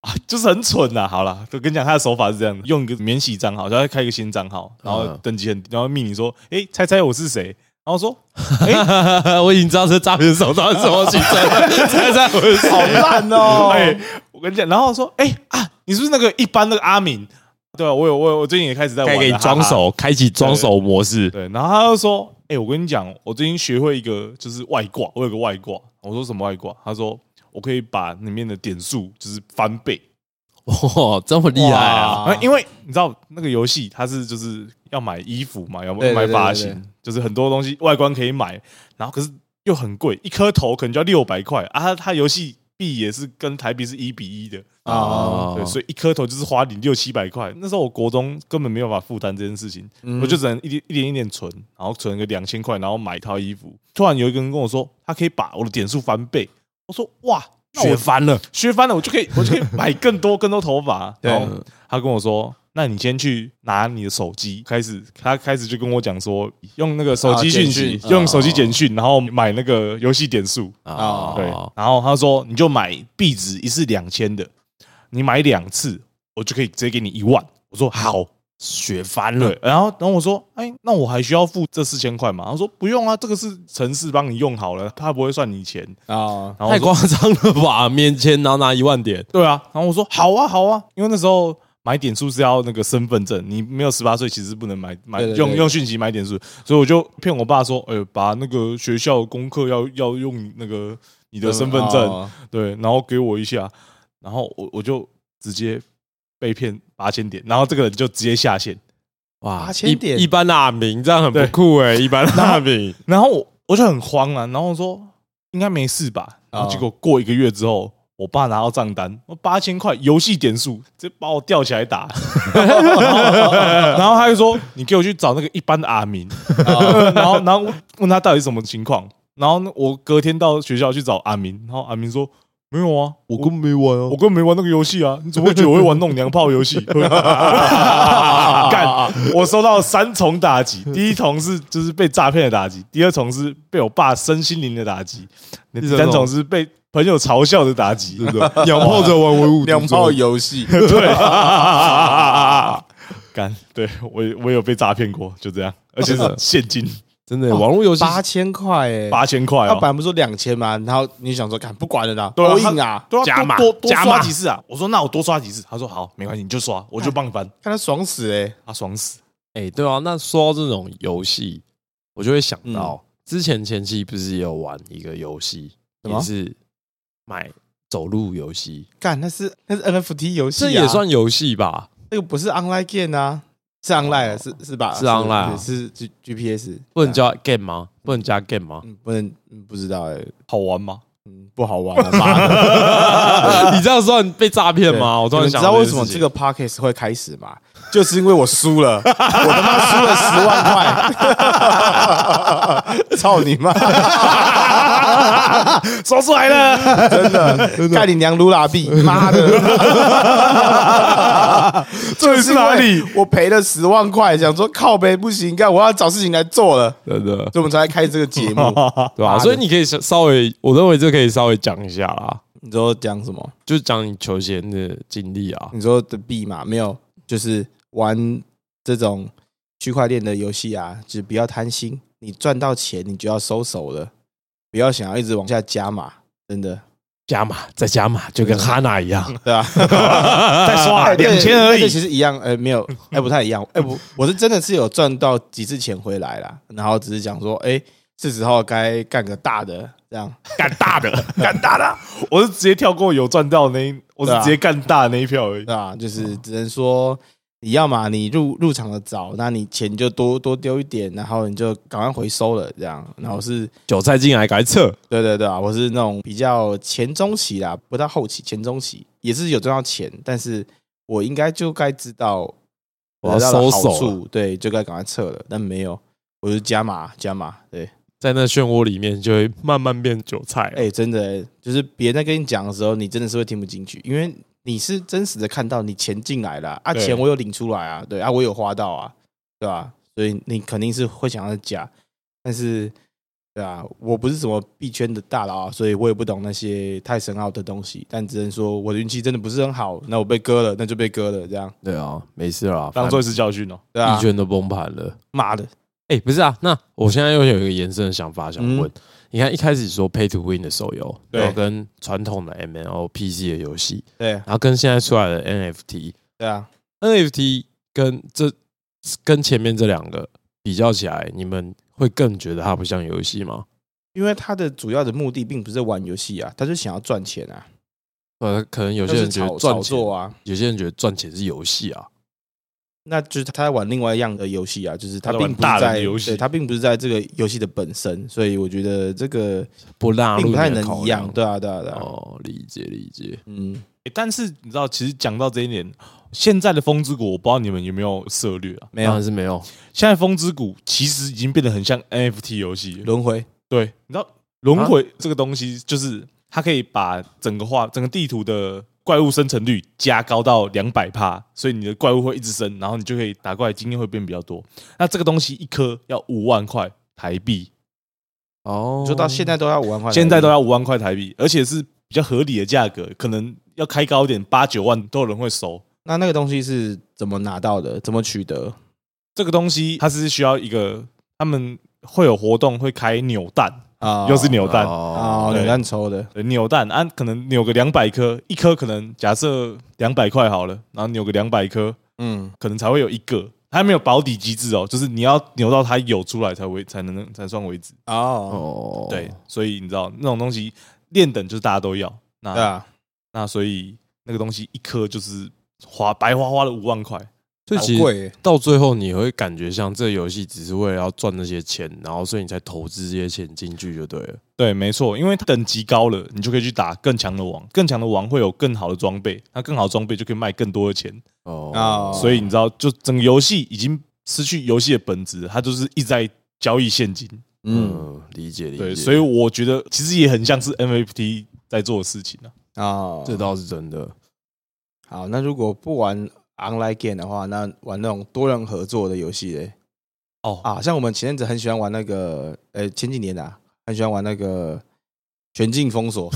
Speaker 3: 啊，就是很蠢呐、好啦，就跟你讲，他的手法是这样的：用一个免洗账号，然后开一个新账号，然后
Speaker 1: 嗯
Speaker 3: 等级很低，然后命你说，哎、猜猜我是谁？然后说，哎、
Speaker 1: 我已经知道这诈骗手段是什么形成，猜猜我是
Speaker 2: 好
Speaker 1: 谁？
Speaker 2: 烂哦！
Speaker 3: 哎、我跟你讲，然后说，哎、啊，你是不是那个一般那个阿敏？对啊，我有我有我最近也开始在玩
Speaker 1: 该
Speaker 3: 了，
Speaker 1: 给你装
Speaker 3: 哈哈。
Speaker 1: 手，开启装手模式。
Speaker 3: 对，然后他就说，哎、我跟你讲，我最近学会一个就是外挂，我有个外挂。我说什么外挂？他说我可以把里面的点数就是翻倍。
Speaker 1: 哇，这么厉害啊！
Speaker 2: 哇
Speaker 3: 啊，因为你知道那个游戏它是就是要买衣服嘛，要
Speaker 2: 对对
Speaker 3: 买
Speaker 2: 对对
Speaker 3: 发
Speaker 2: 对
Speaker 3: 型，就是很多东西外观可以买，然后可是又很贵，一颗头可能就要六百块啊。它它游戏币也是跟台币是一比一的，
Speaker 1: 哦
Speaker 2: 啊
Speaker 3: 对，所以一颗头就是花你六七百块。那时候我国中根本没有办法负担这件事情，
Speaker 2: 嗯
Speaker 3: 我就只能一点一点一点存，然后存个两千块，然后买一套衣服。突然有一个人跟我说，他可以把我的点数翻倍，我说哇，那我
Speaker 1: 学翻了，
Speaker 3: 学翻了，我就可以我就可以买更多更多头发。
Speaker 2: 对
Speaker 3: 然后他跟我说。那你先去拿你的手机，开始他开始就跟我讲说，用那个手
Speaker 2: 啊
Speaker 3: 机
Speaker 2: 简
Speaker 3: 讯息，
Speaker 2: 讯
Speaker 3: 用手机
Speaker 2: 哦
Speaker 3: 简讯，然后买那个游戏点数，
Speaker 1: 哦
Speaker 2: 啊
Speaker 3: 对，然后他说你就买币值一次两千的，你买两次，我就可以直接给你一万。我说好，
Speaker 1: 学翻了
Speaker 3: 对，，然后然后我说，哎，那我还需要付这四千块吗？他说不用啊，这个是城市帮你用好了，他不会算你钱。
Speaker 2: 啊，
Speaker 3: 然后我
Speaker 1: 太夸
Speaker 3: 说
Speaker 1: 张了吧！面签然后拿一万点，
Speaker 3: 对啊，然后我说好啊好啊，因为那时候买点数是要那个身份证，你没有十八岁其实不能买买
Speaker 2: 对对对
Speaker 3: 用用讯息买点数，所以我就骗我爸说，哎，把那个学校功课要要用那个你的身份证，
Speaker 2: 哦
Speaker 3: 对，然后给我一下，然后我我就直接被骗八千点，然后这个人就直接下线，
Speaker 1: 哇
Speaker 2: 8000
Speaker 1: 一
Speaker 2: 点
Speaker 1: 一般的阿明这样很不
Speaker 3: 对
Speaker 1: 酷 哎、一般的阿明
Speaker 3: 然后我我就很慌啊，然后我说应该没事吧，然后结果过一个月之后。我爸拿到账单，我八千块游戏点数，直接把我吊起来打。 然后他就说：“你给我去找那个一般的阿明。
Speaker 2: 哦
Speaker 3: 然后，然后问他到底是什么情况。然后我隔天到学校去找阿明，然后阿明说：“没有啊，我
Speaker 1: 本没玩
Speaker 3: 我根本没玩那个游戏啊！ 你怎么会觉得我会玩那种娘炮游戏？ 干！我受到三重打击，第一重是就是被诈骗的打击，第二重是被我爸身心灵的打击，第三重是被朋友嘲笑的打击。
Speaker 1: 两炮者玩 唯物
Speaker 2: 两炮 游戏，
Speaker 1: 啊
Speaker 3: 干！对我也我有被诈骗过，就这样，而且是现金
Speaker 1: 真的网络游戏
Speaker 2: 八千块哎，
Speaker 3: 八千块
Speaker 2: 他
Speaker 3: 哦
Speaker 2: 本。来不是说两千嘛，然后你想说，干不管了啦，
Speaker 3: 对啊
Speaker 2: 多
Speaker 3: 他
Speaker 2: 硬啊，
Speaker 3: 对啊，
Speaker 1: 加码
Speaker 3: 多多多
Speaker 1: 加码
Speaker 3: 刷几次啊！我说那我多刷几次，他说好，没关系，你就刷，我就帮你翻。
Speaker 2: 看他爽死哎，
Speaker 3: 他爽死，
Speaker 1: 哎、对啊，那说到这种游戏，我就会想
Speaker 2: 嗯
Speaker 1: 到、之前前期不是也有玩一个游戏，
Speaker 2: 什么
Speaker 1: 也是买走路游戏，
Speaker 2: 干那是那是 NFT 游戏
Speaker 1: 这
Speaker 2: 啊，
Speaker 1: 也算游戏吧？
Speaker 2: 那个不是 online game 啊，是 online 是是吧？
Speaker 1: 是 online 啊
Speaker 2: 对是 G GPS，
Speaker 1: 不能
Speaker 2: 啊
Speaker 1: 加 game 吗？不能加 game
Speaker 2: ？
Speaker 1: 吗
Speaker 2: 嗯不能嗯不知道哎，
Speaker 3: 好玩吗？
Speaker 2: 嗯不好玩啊，妈的
Speaker 1: 你这样算被诈骗吗？我突然
Speaker 2: 你们
Speaker 1: 想
Speaker 2: 知
Speaker 1: 到
Speaker 2: 道为
Speaker 1: 件
Speaker 2: 什么
Speaker 1: 事
Speaker 2: 这
Speaker 1: 情
Speaker 2: 个 podcast 会开始吗？ 就是因为我输了，我他妈输了十万 块，操你妈！
Speaker 3: 说出来了。
Speaker 2: 真的，干你娘卢拉币，妈 的！
Speaker 3: 这里是哪里？
Speaker 2: 我赔了十万块，想说靠呗，不行，干我要找事情来做了，
Speaker 1: 真的
Speaker 2: 所 以我们才开这个节目。
Speaker 1: 对吧、
Speaker 2: 妈的
Speaker 1: 所以你可以稍稍微，我认为这可以稍微讲一下啦，
Speaker 2: 你说讲什么？
Speaker 1: 就是讲你球鞋的经历啊。
Speaker 2: 你说的币嘛？没有，就是玩这种区块链的游戏啊，就是不要贪心，你赚到钱你就要收手了，不要想要一直往下加码，真的，
Speaker 1: 加码再加码，就跟哈娜一样，
Speaker 2: 对吧、
Speaker 1: 再刷
Speaker 2: 哎 对
Speaker 1: 两千而
Speaker 2: 哎
Speaker 1: 已
Speaker 2: 对。其实一样，哎，没有，哎，不太一样，哎，不，我是真的是有赚到几次钱回来啦，然后只是讲说，哎，是时候该干个大的，这样，
Speaker 3: 干 大的，干大的，我是直接跳过有赚到那一，我是
Speaker 2: 啊对啊
Speaker 3: 直接干大的那一票而已
Speaker 2: 对。啊吧？就是
Speaker 1: 哦
Speaker 2: 只能说，你要嘛你入入场的早，那你钱就多多丢一点，然后你就赶快回收了，这样，然后是，
Speaker 1: 韭菜进来赶快撤，
Speaker 2: 对对对啊，我是那种比较前中期啦，不到后期，前中期也是有赚到钱，但是我应该就该知道
Speaker 1: 我要
Speaker 2: 得到
Speaker 1: 收
Speaker 2: 了好
Speaker 1: 手了，
Speaker 2: 处，对，就该赶快撤了，但没有，我就加码加码，对。
Speaker 1: 在那漩涡里面就会慢慢变韭菜。
Speaker 2: 哎、真的、欸，就是别人在跟你讲的时候，你真的是会听不进去，因为你是真实的看到你钱进来了啊，
Speaker 3: 对
Speaker 2: 钱我有领出来啊，对啊，我有花到啊，对吧、所以你肯定是会想要假，但是对啊，我不是什么币圈的大佬啊，所以我也不懂那些太深奥的东西，但只能说我的运气真的不是很好，那我被割了，那就被割了，这样
Speaker 1: 对啊，没事啦，
Speaker 3: 当做一次教训哦。
Speaker 2: 对
Speaker 1: 一
Speaker 2: 啊，
Speaker 1: 圈都崩盘了。
Speaker 2: 妈的，
Speaker 1: 哎、不是啊，那我现在又有一个延伸的想法想问，
Speaker 2: 嗯
Speaker 1: 你看一开始说 pay to win 的手游，
Speaker 2: 对
Speaker 1: 然后跟传统的 M N O P C 的游戏，
Speaker 2: 对啊
Speaker 1: 然后跟现在出来的 N F T，N
Speaker 2: 对啊，
Speaker 1: F T 跟这跟前面这两个比较起来，你们会更觉得它不像游戏吗？
Speaker 2: 因为他的主要的目的并不是玩游戏啊，他是想要赚钱啊，
Speaker 1: 呃，可能有
Speaker 2: 有
Speaker 1: 些人觉得
Speaker 2: 炒
Speaker 1: 赚
Speaker 2: 炒
Speaker 1: 钱，
Speaker 2: 作啊，
Speaker 1: 有些人觉得赚钱是游戏啊，
Speaker 2: 那就是他在玩另外一样的游戏啊，就是他
Speaker 3: 他在玩
Speaker 2: 并不
Speaker 3: 大
Speaker 2: 是
Speaker 3: 人的
Speaker 2: 在
Speaker 3: 游戏
Speaker 2: 对他并不是在这个游戏的本身，所以我觉得这个
Speaker 1: 不纳入
Speaker 2: 并
Speaker 1: 你
Speaker 2: 不太
Speaker 1: 的
Speaker 2: 能
Speaker 1: 考
Speaker 2: 一样。
Speaker 1: 量。
Speaker 2: 对啊，对啊，对啊，
Speaker 1: 哦，理解理解。
Speaker 2: 嗯，
Speaker 3: 诶哎但是你知道，其实讲到这一点，现在的风之谷，我不知道你们有没有涉略啊？
Speaker 2: 没
Speaker 1: 当
Speaker 2: 有
Speaker 1: 然是没有，
Speaker 3: 现在风之谷其实已经变得很像 NFT 游戏了。
Speaker 2: 轮回，
Speaker 3: 对，你知道轮回这个东西，就是它可以把整个画、整个地图的怪物生成率加高到两百帕，所以你的怪物会一直升，然后你就可以打怪，经验会变比较多。那这个东西一颗要五万块台币，
Speaker 1: 哦，
Speaker 2: 就到现在都要五万块台币，
Speaker 3: 现在都要五万块台币，而且是比较合理的价格，可能要开高一点，八九万都有人会收。
Speaker 2: 那那个东西是怎么拿到的？怎么取得？
Speaker 3: 这个东西它是需要一个，他们会有活动会开扭蛋，
Speaker 2: 啊，
Speaker 3: 又是扭蛋，
Speaker 2: 啊，
Speaker 1: 哦，
Speaker 3: 对
Speaker 2: 扭蛋抽的，
Speaker 3: 呃扭蛋啊，可能扭个两百颗，一颗可能假设两百块好了，然后扭个两百颗，
Speaker 2: 嗯，
Speaker 3: 可能才会有一个，它没有保底机制哦，就是你要扭到它有出来才为才能才算为止。
Speaker 2: 哦，
Speaker 1: 哦，
Speaker 3: 对，所以你知道那种东西练等就是大家都要，那、
Speaker 2: 对啊，
Speaker 3: 那所以那个东西一颗就是花白花花了五万块，
Speaker 1: 所以
Speaker 2: 好
Speaker 1: 其实
Speaker 2: 贵耶，
Speaker 1: 到最后你会感觉像这游戏只是为了要赚那些钱，然后所以你才投资这些钱进去就对了。
Speaker 3: 对，没错，因为它等级高了，你就可以去打更强的王，更强的王会有更好的装备，那更好的装备就可以卖更多的钱，
Speaker 1: 哦
Speaker 2: 哦，
Speaker 3: 所以你知道，就整个游戏已经失去游戏的本质，它就是一直在交易现金。
Speaker 2: 嗯，
Speaker 1: 嗯，理解理解，
Speaker 3: 对，所以我觉得其实也很像是 NFT 在做的事情啊。
Speaker 2: 哦，
Speaker 1: 这倒是真的。
Speaker 2: 好，那如果不玩 online game 的话，那玩那种多人合作的游戏嘞？
Speaker 3: 哦
Speaker 2: 啊，像我们前阵子很喜欢玩那个，呃，前几年啊，很喜欢玩那个《全境封 锁》，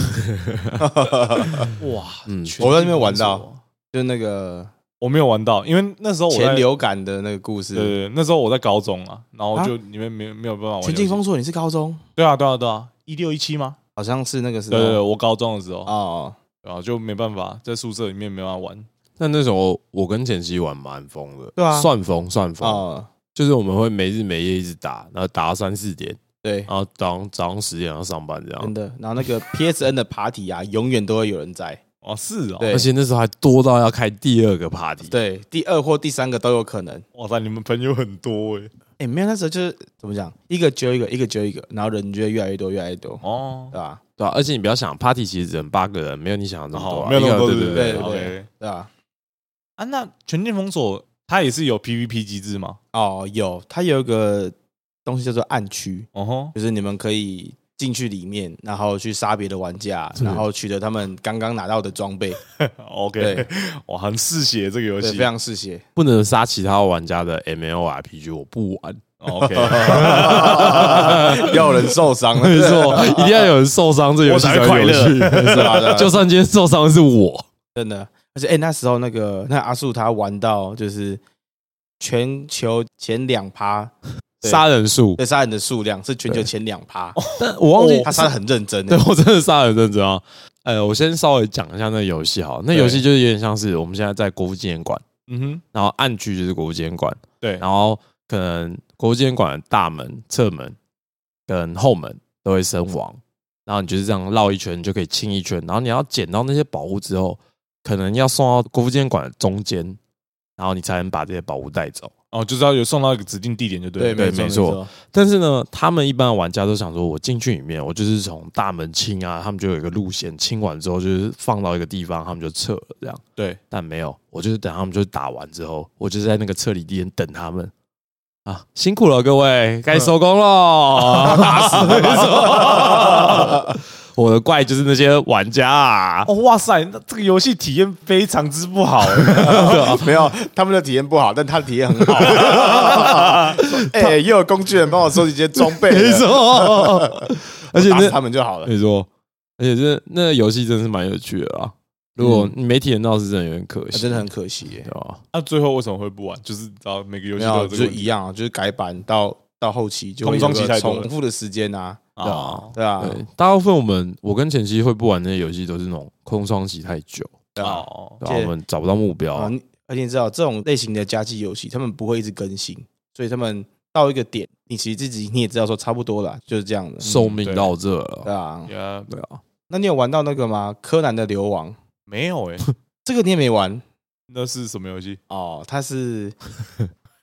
Speaker 3: 哇，
Speaker 1: 嗯
Speaker 3: 全
Speaker 2: 我在那
Speaker 3: 境
Speaker 2: 边玩
Speaker 3: 封锁
Speaker 2: 到
Speaker 3: 啊，
Speaker 2: 就那个
Speaker 3: 我没有玩到，因为那时候哦我
Speaker 2: 前
Speaker 3: 在
Speaker 2: 流感的那个故
Speaker 3: 对对
Speaker 2: 事。
Speaker 3: 对，那时候我在高中啊，然后
Speaker 2: 啊
Speaker 3: 就里面没有没有办法玩游戏。
Speaker 2: 全境封锁，你是高中？
Speaker 3: 对啊对啊对啊，一六一七吗？
Speaker 2: 好像是那啊个时
Speaker 3: 对对对，
Speaker 2: 候
Speaker 3: 我高中的时候啊，
Speaker 2: 哦，
Speaker 3: 然后就没办法在宿舍里面没办法玩。
Speaker 1: 那那时候我跟前妻玩蛮疯的，
Speaker 2: 对啊
Speaker 1: 算疯算疯，
Speaker 2: 哦，
Speaker 1: 就是我们会没日没夜一直打，然后打到三四点，
Speaker 3: 哦
Speaker 2: 对，
Speaker 1: 然后早上早上十点要上班这
Speaker 2: 真
Speaker 1: 样。
Speaker 2: 的。然后 那个 PSN 的爬体啊，永远都会有人在，
Speaker 3: 哦，是哦，
Speaker 2: 对
Speaker 1: 而且那时候还多到要开第二个 party，，
Speaker 2: 对，第二或第三个都有可能。
Speaker 3: 哇塞，你们朋友很多哎。
Speaker 2: 哎，没有，那时候就是怎么讲，一个揪一个，一个揪一个，然后人就会越来越多，越来越多，
Speaker 3: 哦
Speaker 2: 对，吧？
Speaker 1: 对啊而且你不要想，party 其实只能八个人，没有你想的那么多
Speaker 3: 好，
Speaker 1: 啊，
Speaker 3: 没有那么
Speaker 1: 一
Speaker 3: 多，
Speaker 1: 个
Speaker 3: 对
Speaker 1: 对
Speaker 2: 对对
Speaker 3: 对
Speaker 2: 对
Speaker 3: OK
Speaker 2: 对吧？
Speaker 3: 啊，那全境封锁它也是有 PVP 机制吗？
Speaker 2: 哦，有，它有一个东西叫做暗区，
Speaker 3: 哦吼，
Speaker 2: 就是你们可以进去里面，然后去杀别的玩家，
Speaker 1: 是
Speaker 2: 然后取得他们刚刚拿到的装备，
Speaker 3: OK，
Speaker 2: 对
Speaker 3: 哇，很嗜血这个游
Speaker 2: 对，
Speaker 3: 戏
Speaker 2: 非。常 嗜血。
Speaker 1: 不能杀其他玩家的 M L R P G，我不玩。
Speaker 3: 哦 OK，
Speaker 2: 要有人受伤 了，
Speaker 1: 没错，一定要有人受伤，这游戏才会有趣，
Speaker 2: 是啊吧对吧
Speaker 1: 就算今天受伤的是我，
Speaker 2: 真的。而且，哎、那时候那个那阿树他玩到就是全球前两趴对
Speaker 1: 杀人数，
Speaker 2: 的杀人的数量，是全球前两趴。
Speaker 1: 但我哦忘记
Speaker 2: 他杀的很认真欸，
Speaker 1: 对我真的杀人认真啊！呃，我先稍微讲一下那个游戏好了，那游戏就是有点像是我们现在在国父纪念馆，
Speaker 3: 嗯哼，
Speaker 1: 然后暗区就是国父纪念馆，
Speaker 3: 对，
Speaker 1: 然后可能国父纪念馆的大门、侧门跟后门都会身亡，然后你就是这样绕一圈你就可以清一圈，然后你要捡到那些宝物之后，可能要送到国父纪念馆的中间，然后你才能把这些宝物带走。
Speaker 3: 哦，就是要有送到一个指定地点就对了，
Speaker 1: 对
Speaker 2: 没
Speaker 1: 没错，但是呢，他们一般的玩家都想说，我进去里面，我就是从大门清啊，他们就有一个路线，清完之后就是放到一个地方，他们就撤了这样。
Speaker 3: 对，
Speaker 1: 但没有，我就是等他们就是打完之后，我就是在那个撤离地点等他们。啊，辛苦了各位，该收工 喽！打死那个时候 我的怪就是那些玩家 啊，
Speaker 3: 哦，哇塞，那这个游戏体验非常之不 好欸，
Speaker 2: 啊没有他们的体验不好，但他的体验很 好。哎、又有工具人帮我收集这些装备了，
Speaker 1: 没错， 而且
Speaker 2: 打
Speaker 1: 那
Speaker 2: 死他们就好了。
Speaker 1: 没错，而且这那个游戏真的是蛮有趣的啊。如果你没体验到，是真的有点可惜，
Speaker 2: 嗯啊真的很可惜耶
Speaker 1: 对，啊吧？
Speaker 3: 那最后为什么会不玩？就是知道每个游
Speaker 2: 没
Speaker 3: 戏都
Speaker 2: 有
Speaker 3: 有这
Speaker 2: 就
Speaker 3: 个
Speaker 2: 一样啊，就是改版到到后期就会有
Speaker 3: 空窗
Speaker 2: 个
Speaker 3: 期太多了
Speaker 2: 重复的时间啊，
Speaker 1: 对啊，
Speaker 2: 对啊，
Speaker 1: 对，大部分我们我跟前妻会不玩那些游戏，都是那种空窗期太久，
Speaker 2: 对啊。
Speaker 3: 哦，
Speaker 1: 对吧？
Speaker 2: 而且
Speaker 1: 我们找不到目标
Speaker 2: 啊
Speaker 1: 啊，，
Speaker 2: 你而且你知道这种类型的家机游戏，他们不会一直更新，所以他们到一个点，你其实自己你也知道说差不多了，就是这样的。嗯
Speaker 1: 寿命
Speaker 3: 对
Speaker 1: 到这
Speaker 2: 对
Speaker 1: 了，
Speaker 2: 啊，
Speaker 3: 也
Speaker 1: 对啊，
Speaker 2: 那你有玩到那个吗？柯南的流亡，
Speaker 3: 没有哎，
Speaker 2: 这个你也没玩
Speaker 3: 那是什么游戏？
Speaker 2: 哦，它是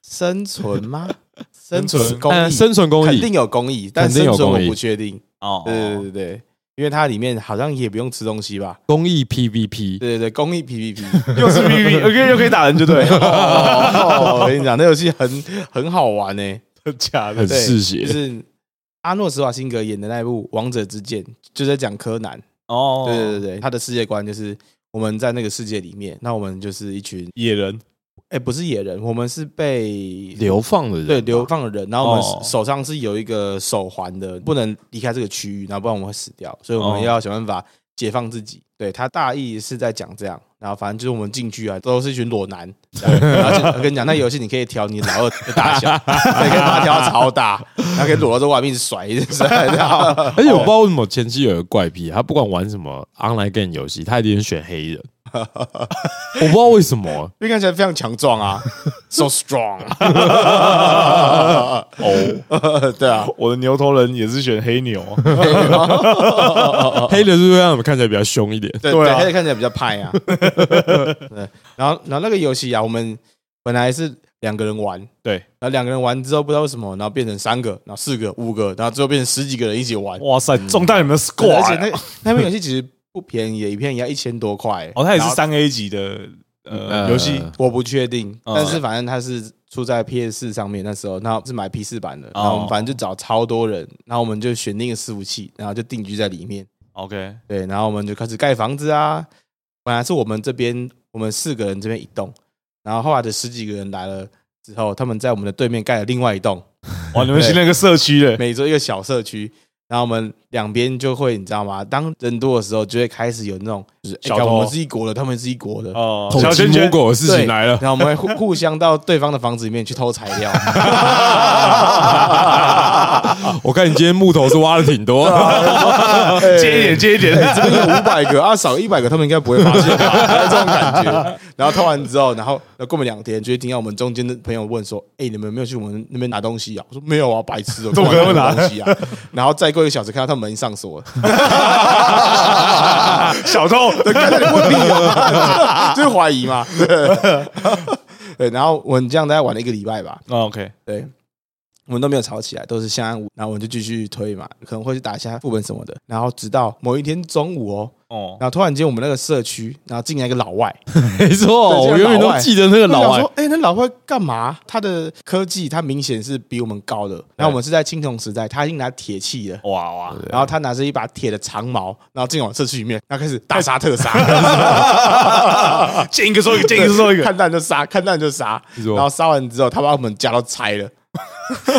Speaker 2: 生存 吗？生
Speaker 3: 存
Speaker 2: 存公
Speaker 1: 呃
Speaker 2: 益，
Speaker 1: 生存公
Speaker 2: 肯
Speaker 1: 益
Speaker 2: 定有公益，但
Speaker 1: 肯定
Speaker 2: 生
Speaker 1: 有
Speaker 2: 存
Speaker 1: 公益
Speaker 2: 我不确定。
Speaker 3: 哦
Speaker 2: 对对对对对，因为它里面好像也不用吃东西吧？
Speaker 1: 公益 PVP，
Speaker 2: 对对对，公益 PVP。
Speaker 3: 又是 PVP，又可以又可以打人，就 对，
Speaker 2: 哦，我跟你讲，那游戏很很好玩呢、
Speaker 3: 假的
Speaker 1: 很，
Speaker 2: 对
Speaker 1: 嗜
Speaker 2: 就
Speaker 1: 血，
Speaker 2: 是阿诺·施瓦辛格演的那一部《王者之剑》，就在讲柯南。
Speaker 3: 哦
Speaker 2: 对对对对，他的世界观就是我们在那个世界里面，那我们就是一群
Speaker 3: 野人
Speaker 2: 哎、不是野人，我们是被
Speaker 1: 流放的人，
Speaker 2: 对流，放的人，然后我
Speaker 3: 哦
Speaker 2: 们手上是有一个手环的，不能离开这个区域，然后不然我们会死掉，所以我们
Speaker 3: 哦
Speaker 2: 要想办法解放自己。对他大意是在讲这样，然后反正就是我们进去啊，都是一群裸 男。这样然后就呃我跟你讲，那游戏你可以调你老二的大 小，你可以把它调到超大，然后可以裸到这外面一直甩，一直甩。然后
Speaker 1: 而且我不知道为什么前妻有个怪癖，他不管玩什么 online game 游戏，他一定选黑人，我不知道为什么，
Speaker 2: 因为看起来非常强壮 啊，so strong。哦， 对 啊，
Speaker 3: 我的牛头人也是选黑牛，啊
Speaker 1: 黑人是不是让我们看起来比较凶一点？
Speaker 2: 对
Speaker 3: 对
Speaker 2: 对，
Speaker 3: 啊
Speaker 2: 黑的看起来比较派 啊。对，然后然后那个游戏啊，我们本来是两个人玩，
Speaker 3: 对
Speaker 2: 然后两个人玩之后不知道为什么，然后变成三个，然后四个、五个，然后最后变成十几个人一起玩。
Speaker 3: 哇
Speaker 1: 嗯
Speaker 3: 塞，中弹有没有
Speaker 2: 对而
Speaker 3: score？
Speaker 2: 且
Speaker 3: 啊
Speaker 2: 那那边游戏其实不便宜，一片也要一千多块。
Speaker 3: 哦，它也是
Speaker 2: 然后
Speaker 3: 三 A 级的呃游戏
Speaker 1: 呃
Speaker 2: 我不确定，
Speaker 3: 嗯
Speaker 2: 但是反正它是出在 PS 四上面，那时候那是买 P 四版的，然后我们
Speaker 3: 哦
Speaker 2: 反正就找超多人，然后我们就选定一个伺服器，然后就定居在里面。
Speaker 3: ，OK，
Speaker 2: 对，然后我们就开始盖房子啊。本来是我们这边，我们四个人这边一栋，然后后来的十几个人来了之后，他们在我们的对面盖了另外一栋，
Speaker 3: 哇，你们
Speaker 2: 对
Speaker 3: 是那个社区的，
Speaker 2: 每周一个小社区。然后我们两边就会，你知道吗？当人多的时候，就会开始有那种就是哎
Speaker 3: 小
Speaker 2: 干
Speaker 3: 偷
Speaker 2: 我们是一国的，他们是一国的，
Speaker 3: 哦，
Speaker 1: 偷
Speaker 3: 小
Speaker 1: 鸡
Speaker 3: 圈
Speaker 1: 摸
Speaker 3: 圈，
Speaker 1: 狗的事
Speaker 2: 对
Speaker 1: 情来了。
Speaker 2: 然后我们会互互相到对方的房子里面去偷材料。
Speaker 1: 我看你今天木头是挖的挺多，
Speaker 3: 哦接一点，接一点，
Speaker 2: 这边有五百个啊，少一百个，他们应该不会发现吧？这种感觉。然后偷完之后，然后过没两天，就会听到我们中间的朋友问说：“哎、你们有没有去我们那边拿东西啊？”我说：“没有啊，白痴哦、
Speaker 3: 怎么可能会拿
Speaker 2: 干嘛东西啊？”然后再过一个小时，看到他们门上 锁了，
Speaker 1: 哎
Speaker 3: 小偷，
Speaker 2: 看到你问你啊，就是怀疑嘛。对，然后我们这样大概玩了一个礼拜吧，
Speaker 3: 哦 OK，
Speaker 2: 对，我们都没有吵起来，都是相安无，然后我们就继续推嘛，可能会去打一下副本什么的。然后直到某一天中午哦，
Speaker 3: 哦，
Speaker 2: 然后突然间我们那个社区，然后进来一个老外，
Speaker 1: 没错，我永远都记得那个老
Speaker 2: 我想
Speaker 1: 外
Speaker 2: 说，哎、那老外干嘛？他的科技他明显是比我们高的。然后我们是在青铜时代，他已经拿铁器了。
Speaker 3: 哇哇，
Speaker 2: 然后他拿着一把铁的长矛，然后进往社区里面，然后开始大杀特杀，
Speaker 3: 见一个说一个，见一个说一个，
Speaker 2: 看弹就杀，看弹就杀
Speaker 1: 你。说
Speaker 2: 然后杀完之后，他把我们家都拆了，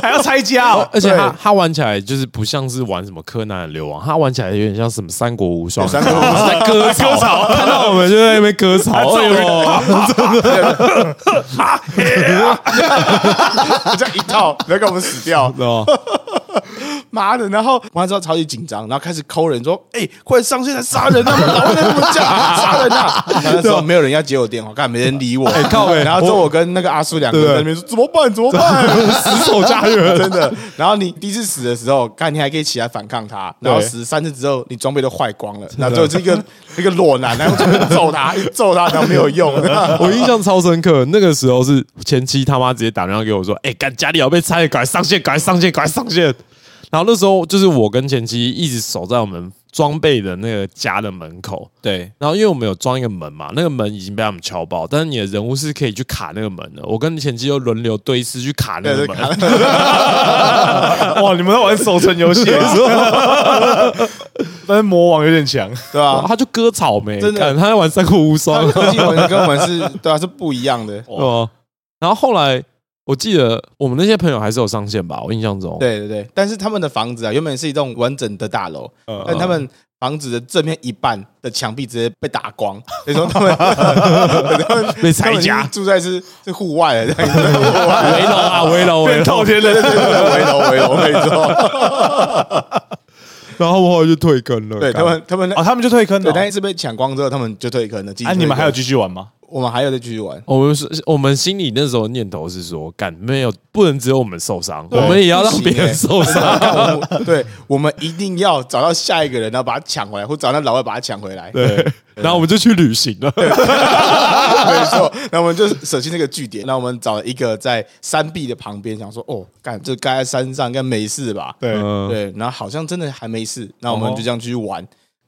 Speaker 3: 还要拆家哦。
Speaker 1: 而且他
Speaker 2: 对
Speaker 1: 他玩起来就是不像是玩什么柯南流亡，他玩起来有点像什么三国无双，
Speaker 2: 三国无双
Speaker 1: 在割 草，看到我们就在那边割草，哎呦，
Speaker 2: 这样一套，不要给我们死 掉。
Speaker 1: 知
Speaker 3: 哦
Speaker 1: 道吗
Speaker 2: 妈的！然后完了之后超级紧张，然后开始抠人说：“哎、快上线来杀人啊！老外怎 么讲杀人啊？”然后那时候没有人要接我电话，看没人理我。哎、
Speaker 1: 靠北
Speaker 2: 然后之后我跟那个阿叔两个人在那边说：“怎么办？怎么办？”
Speaker 1: 死守家园，
Speaker 2: 真的。 然后你第一次死的时候，看你还可以起来反抗他，然后死三次之后，你装备都坏光了，然后就是一个一个裸男，然后就揍 他，一直揍他，然后没有用。
Speaker 1: 我印象超深刻，那个时候是前妻他妈直接打电话给我说：“哎、干家里要被拆了，赶快上线，赶快上线，赶快上线。”然后那时候就是我跟前妻一直守在我们装备的那个家的门口，
Speaker 3: 对，
Speaker 1: 然后因为我们有装一个门嘛，那个门已经被他们敲爆，但是你的人物是可以去卡那个门的。我跟前妻就轮流对视去卡那
Speaker 2: 对
Speaker 1: 个
Speaker 2: 对
Speaker 1: 门，
Speaker 3: 哇，你们在玩守城游戏，啊 但是魔王有 点强。
Speaker 2: 对吧、
Speaker 1: 哇他就割草莓，
Speaker 2: 真的
Speaker 1: 干他在玩三国无双
Speaker 2: 他，们科技文跟我们是对啊是不一样的。
Speaker 1: 哦。然后后来我记得我们那些朋友还是有上线吧，我印象中，
Speaker 2: 对对对，但是他们的房子啊，原本是一栋完整的大楼，
Speaker 3: 嗯
Speaker 2: 但他们房子的正面一半的墙壁直接被打 光，所以说他们他们
Speaker 1: 被拆家
Speaker 2: 他们已经住在是是户外 了，这样子
Speaker 1: 围楼啊，围楼，围
Speaker 3: 变
Speaker 1: 楼。
Speaker 3: 透天人，
Speaker 2: 围楼围 楼没错，
Speaker 1: 然后后来就退坑了。
Speaker 2: 对他们他们那
Speaker 3: 哦，他们就退坑
Speaker 2: 对，
Speaker 3: 了哦。
Speaker 2: 那一次被抢光之后，他们就退坑了。
Speaker 3: 啊，
Speaker 2: 啊
Speaker 3: 你们还有继续玩吗？
Speaker 2: 我们还有再继续玩，
Speaker 1: 我们是，我们心里那时候念头是说，干没有，不能只有我们受伤，我
Speaker 2: 对
Speaker 1: 们也要让别人受伤。
Speaker 2: 但我们对我们一定要找到下一个人，然后把他抢回来，或找到老外把他抢回来。
Speaker 1: 对，然后我们就去旅行了。
Speaker 3: 嗯
Speaker 2: 没错，那我们就舍弃那个据点，那我们找了一个在山壁的旁边，想说哦，干这盖在山上，应该没事吧？
Speaker 3: 对
Speaker 1: 嗯，
Speaker 2: 对，然后好像真的还没事，那我们就这样继续玩，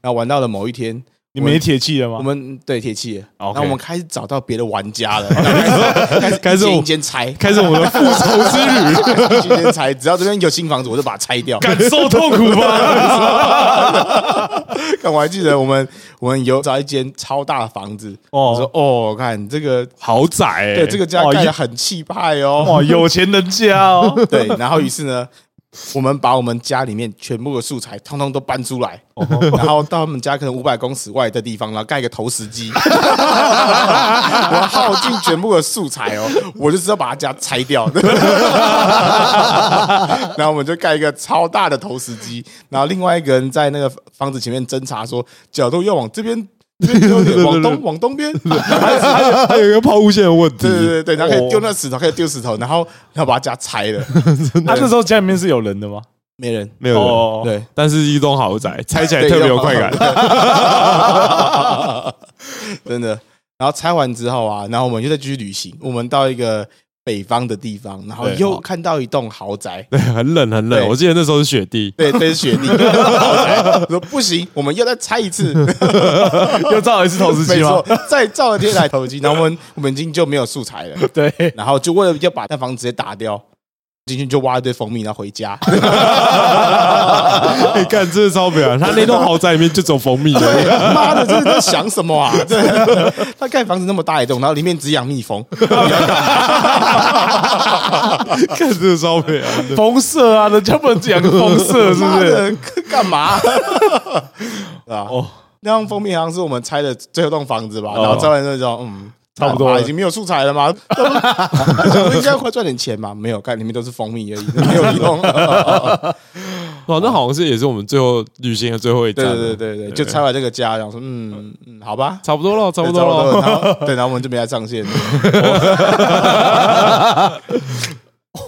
Speaker 2: 然后玩到了某一天，
Speaker 3: 你没铁器了吗？
Speaker 2: 我们对铁器了，
Speaker 3: 哦
Speaker 2: 然
Speaker 3: OK
Speaker 2: 后我们开始找到别的玩家 了，然后开始
Speaker 1: 开
Speaker 2: 开
Speaker 1: 始
Speaker 2: 始
Speaker 1: 我
Speaker 2: 一间一间拆，
Speaker 1: 开始我们的复仇之旅，
Speaker 2: 一间一间拆，只要这边有新房子，我就把它拆掉。
Speaker 3: 感受痛苦吧？
Speaker 2: 看，我还记得我们我们有找一间超大的房子，
Speaker 3: 哦
Speaker 2: 我说哦，看这个，
Speaker 1: 豪宅、欸，
Speaker 2: 对这个家
Speaker 3: 哇
Speaker 2: 盖
Speaker 3: 一
Speaker 2: 的很气派哦，
Speaker 3: 哇，有钱人 家哦，
Speaker 2: 对，然后于是呢，我们把我们家里面全部的素材通通都搬出来，然后到他们家可能五百公尺外的地方，然后盖一个投石机，我耗尽全部的素材哦，我就知道把他家拆掉， 然后我们就盖一个超大的投石机，然后另外一个人在那个房子前面侦查说角度要往这边。这边丢点往东，往东边，
Speaker 1: 还有还有还有一个抛物线的问题。
Speaker 2: 啊对对对对，然后可以丢
Speaker 3: 哦
Speaker 2: 那石头，可以丢石头，然后然后把他家拆了，
Speaker 3: 他那时候家里面是有人的吗？
Speaker 2: 没人，
Speaker 1: 没有人
Speaker 3: 哦
Speaker 2: 对，
Speaker 1: 但是一栋豪宅拆起来特别有快感。
Speaker 2: 感， 真的。然后拆完之后啊，然后我们又再继续旅行，我们到一个北方的地方，然后
Speaker 1: 对
Speaker 2: 又
Speaker 1: 好
Speaker 2: 看到一栋豪宅，
Speaker 1: 对，很冷很冷。
Speaker 2: 对
Speaker 1: 我记得那时候是雪地，
Speaker 2: 对，这是雪 地豪宅。我说不行，我们又再拆一次，
Speaker 3: 又造一次投石
Speaker 2: 没
Speaker 3: 机吗
Speaker 2: 错？，再造了天来投机，然后我们我们已经就没有素材了，
Speaker 3: 对，
Speaker 2: 然后就为了要把那房子直接打掉。进去就挖一堆蜂蜜，然后 回家。
Speaker 3: 哎
Speaker 1: 你看真的超北啊！他那栋豪宅里面就走蜂 蜜的，
Speaker 2: 妈的，这是在想什么啊？ 真的他盖房子那么大一栋，然后里面只养蜜蜂，
Speaker 1: 看真的超北啊！
Speaker 3: 风色啊，人家不能养个风色，是
Speaker 2: 妈
Speaker 3: 不是？
Speaker 2: 的，干嘛？啊，
Speaker 3: 哦
Speaker 2: 哦，那张封面好像是我们拆的最后栋房子吧？然后拆完之后就，嗯，
Speaker 3: 差不多了
Speaker 2: 干嘛已经没有素材了吗？我们应该快赚点钱嘛？没有，看里面都是蜂蜜而已，没有用。
Speaker 1: 哦，那好像是也是我们最后旅行的最后一站
Speaker 2: 对
Speaker 1: 了。
Speaker 2: 对对对对，就拆完这个家，然后说，嗯嗯，好吧。
Speaker 1: 差不多了，差不多
Speaker 2: 对
Speaker 1: 了。
Speaker 2: 差不多然后对，然后我们就没来上线。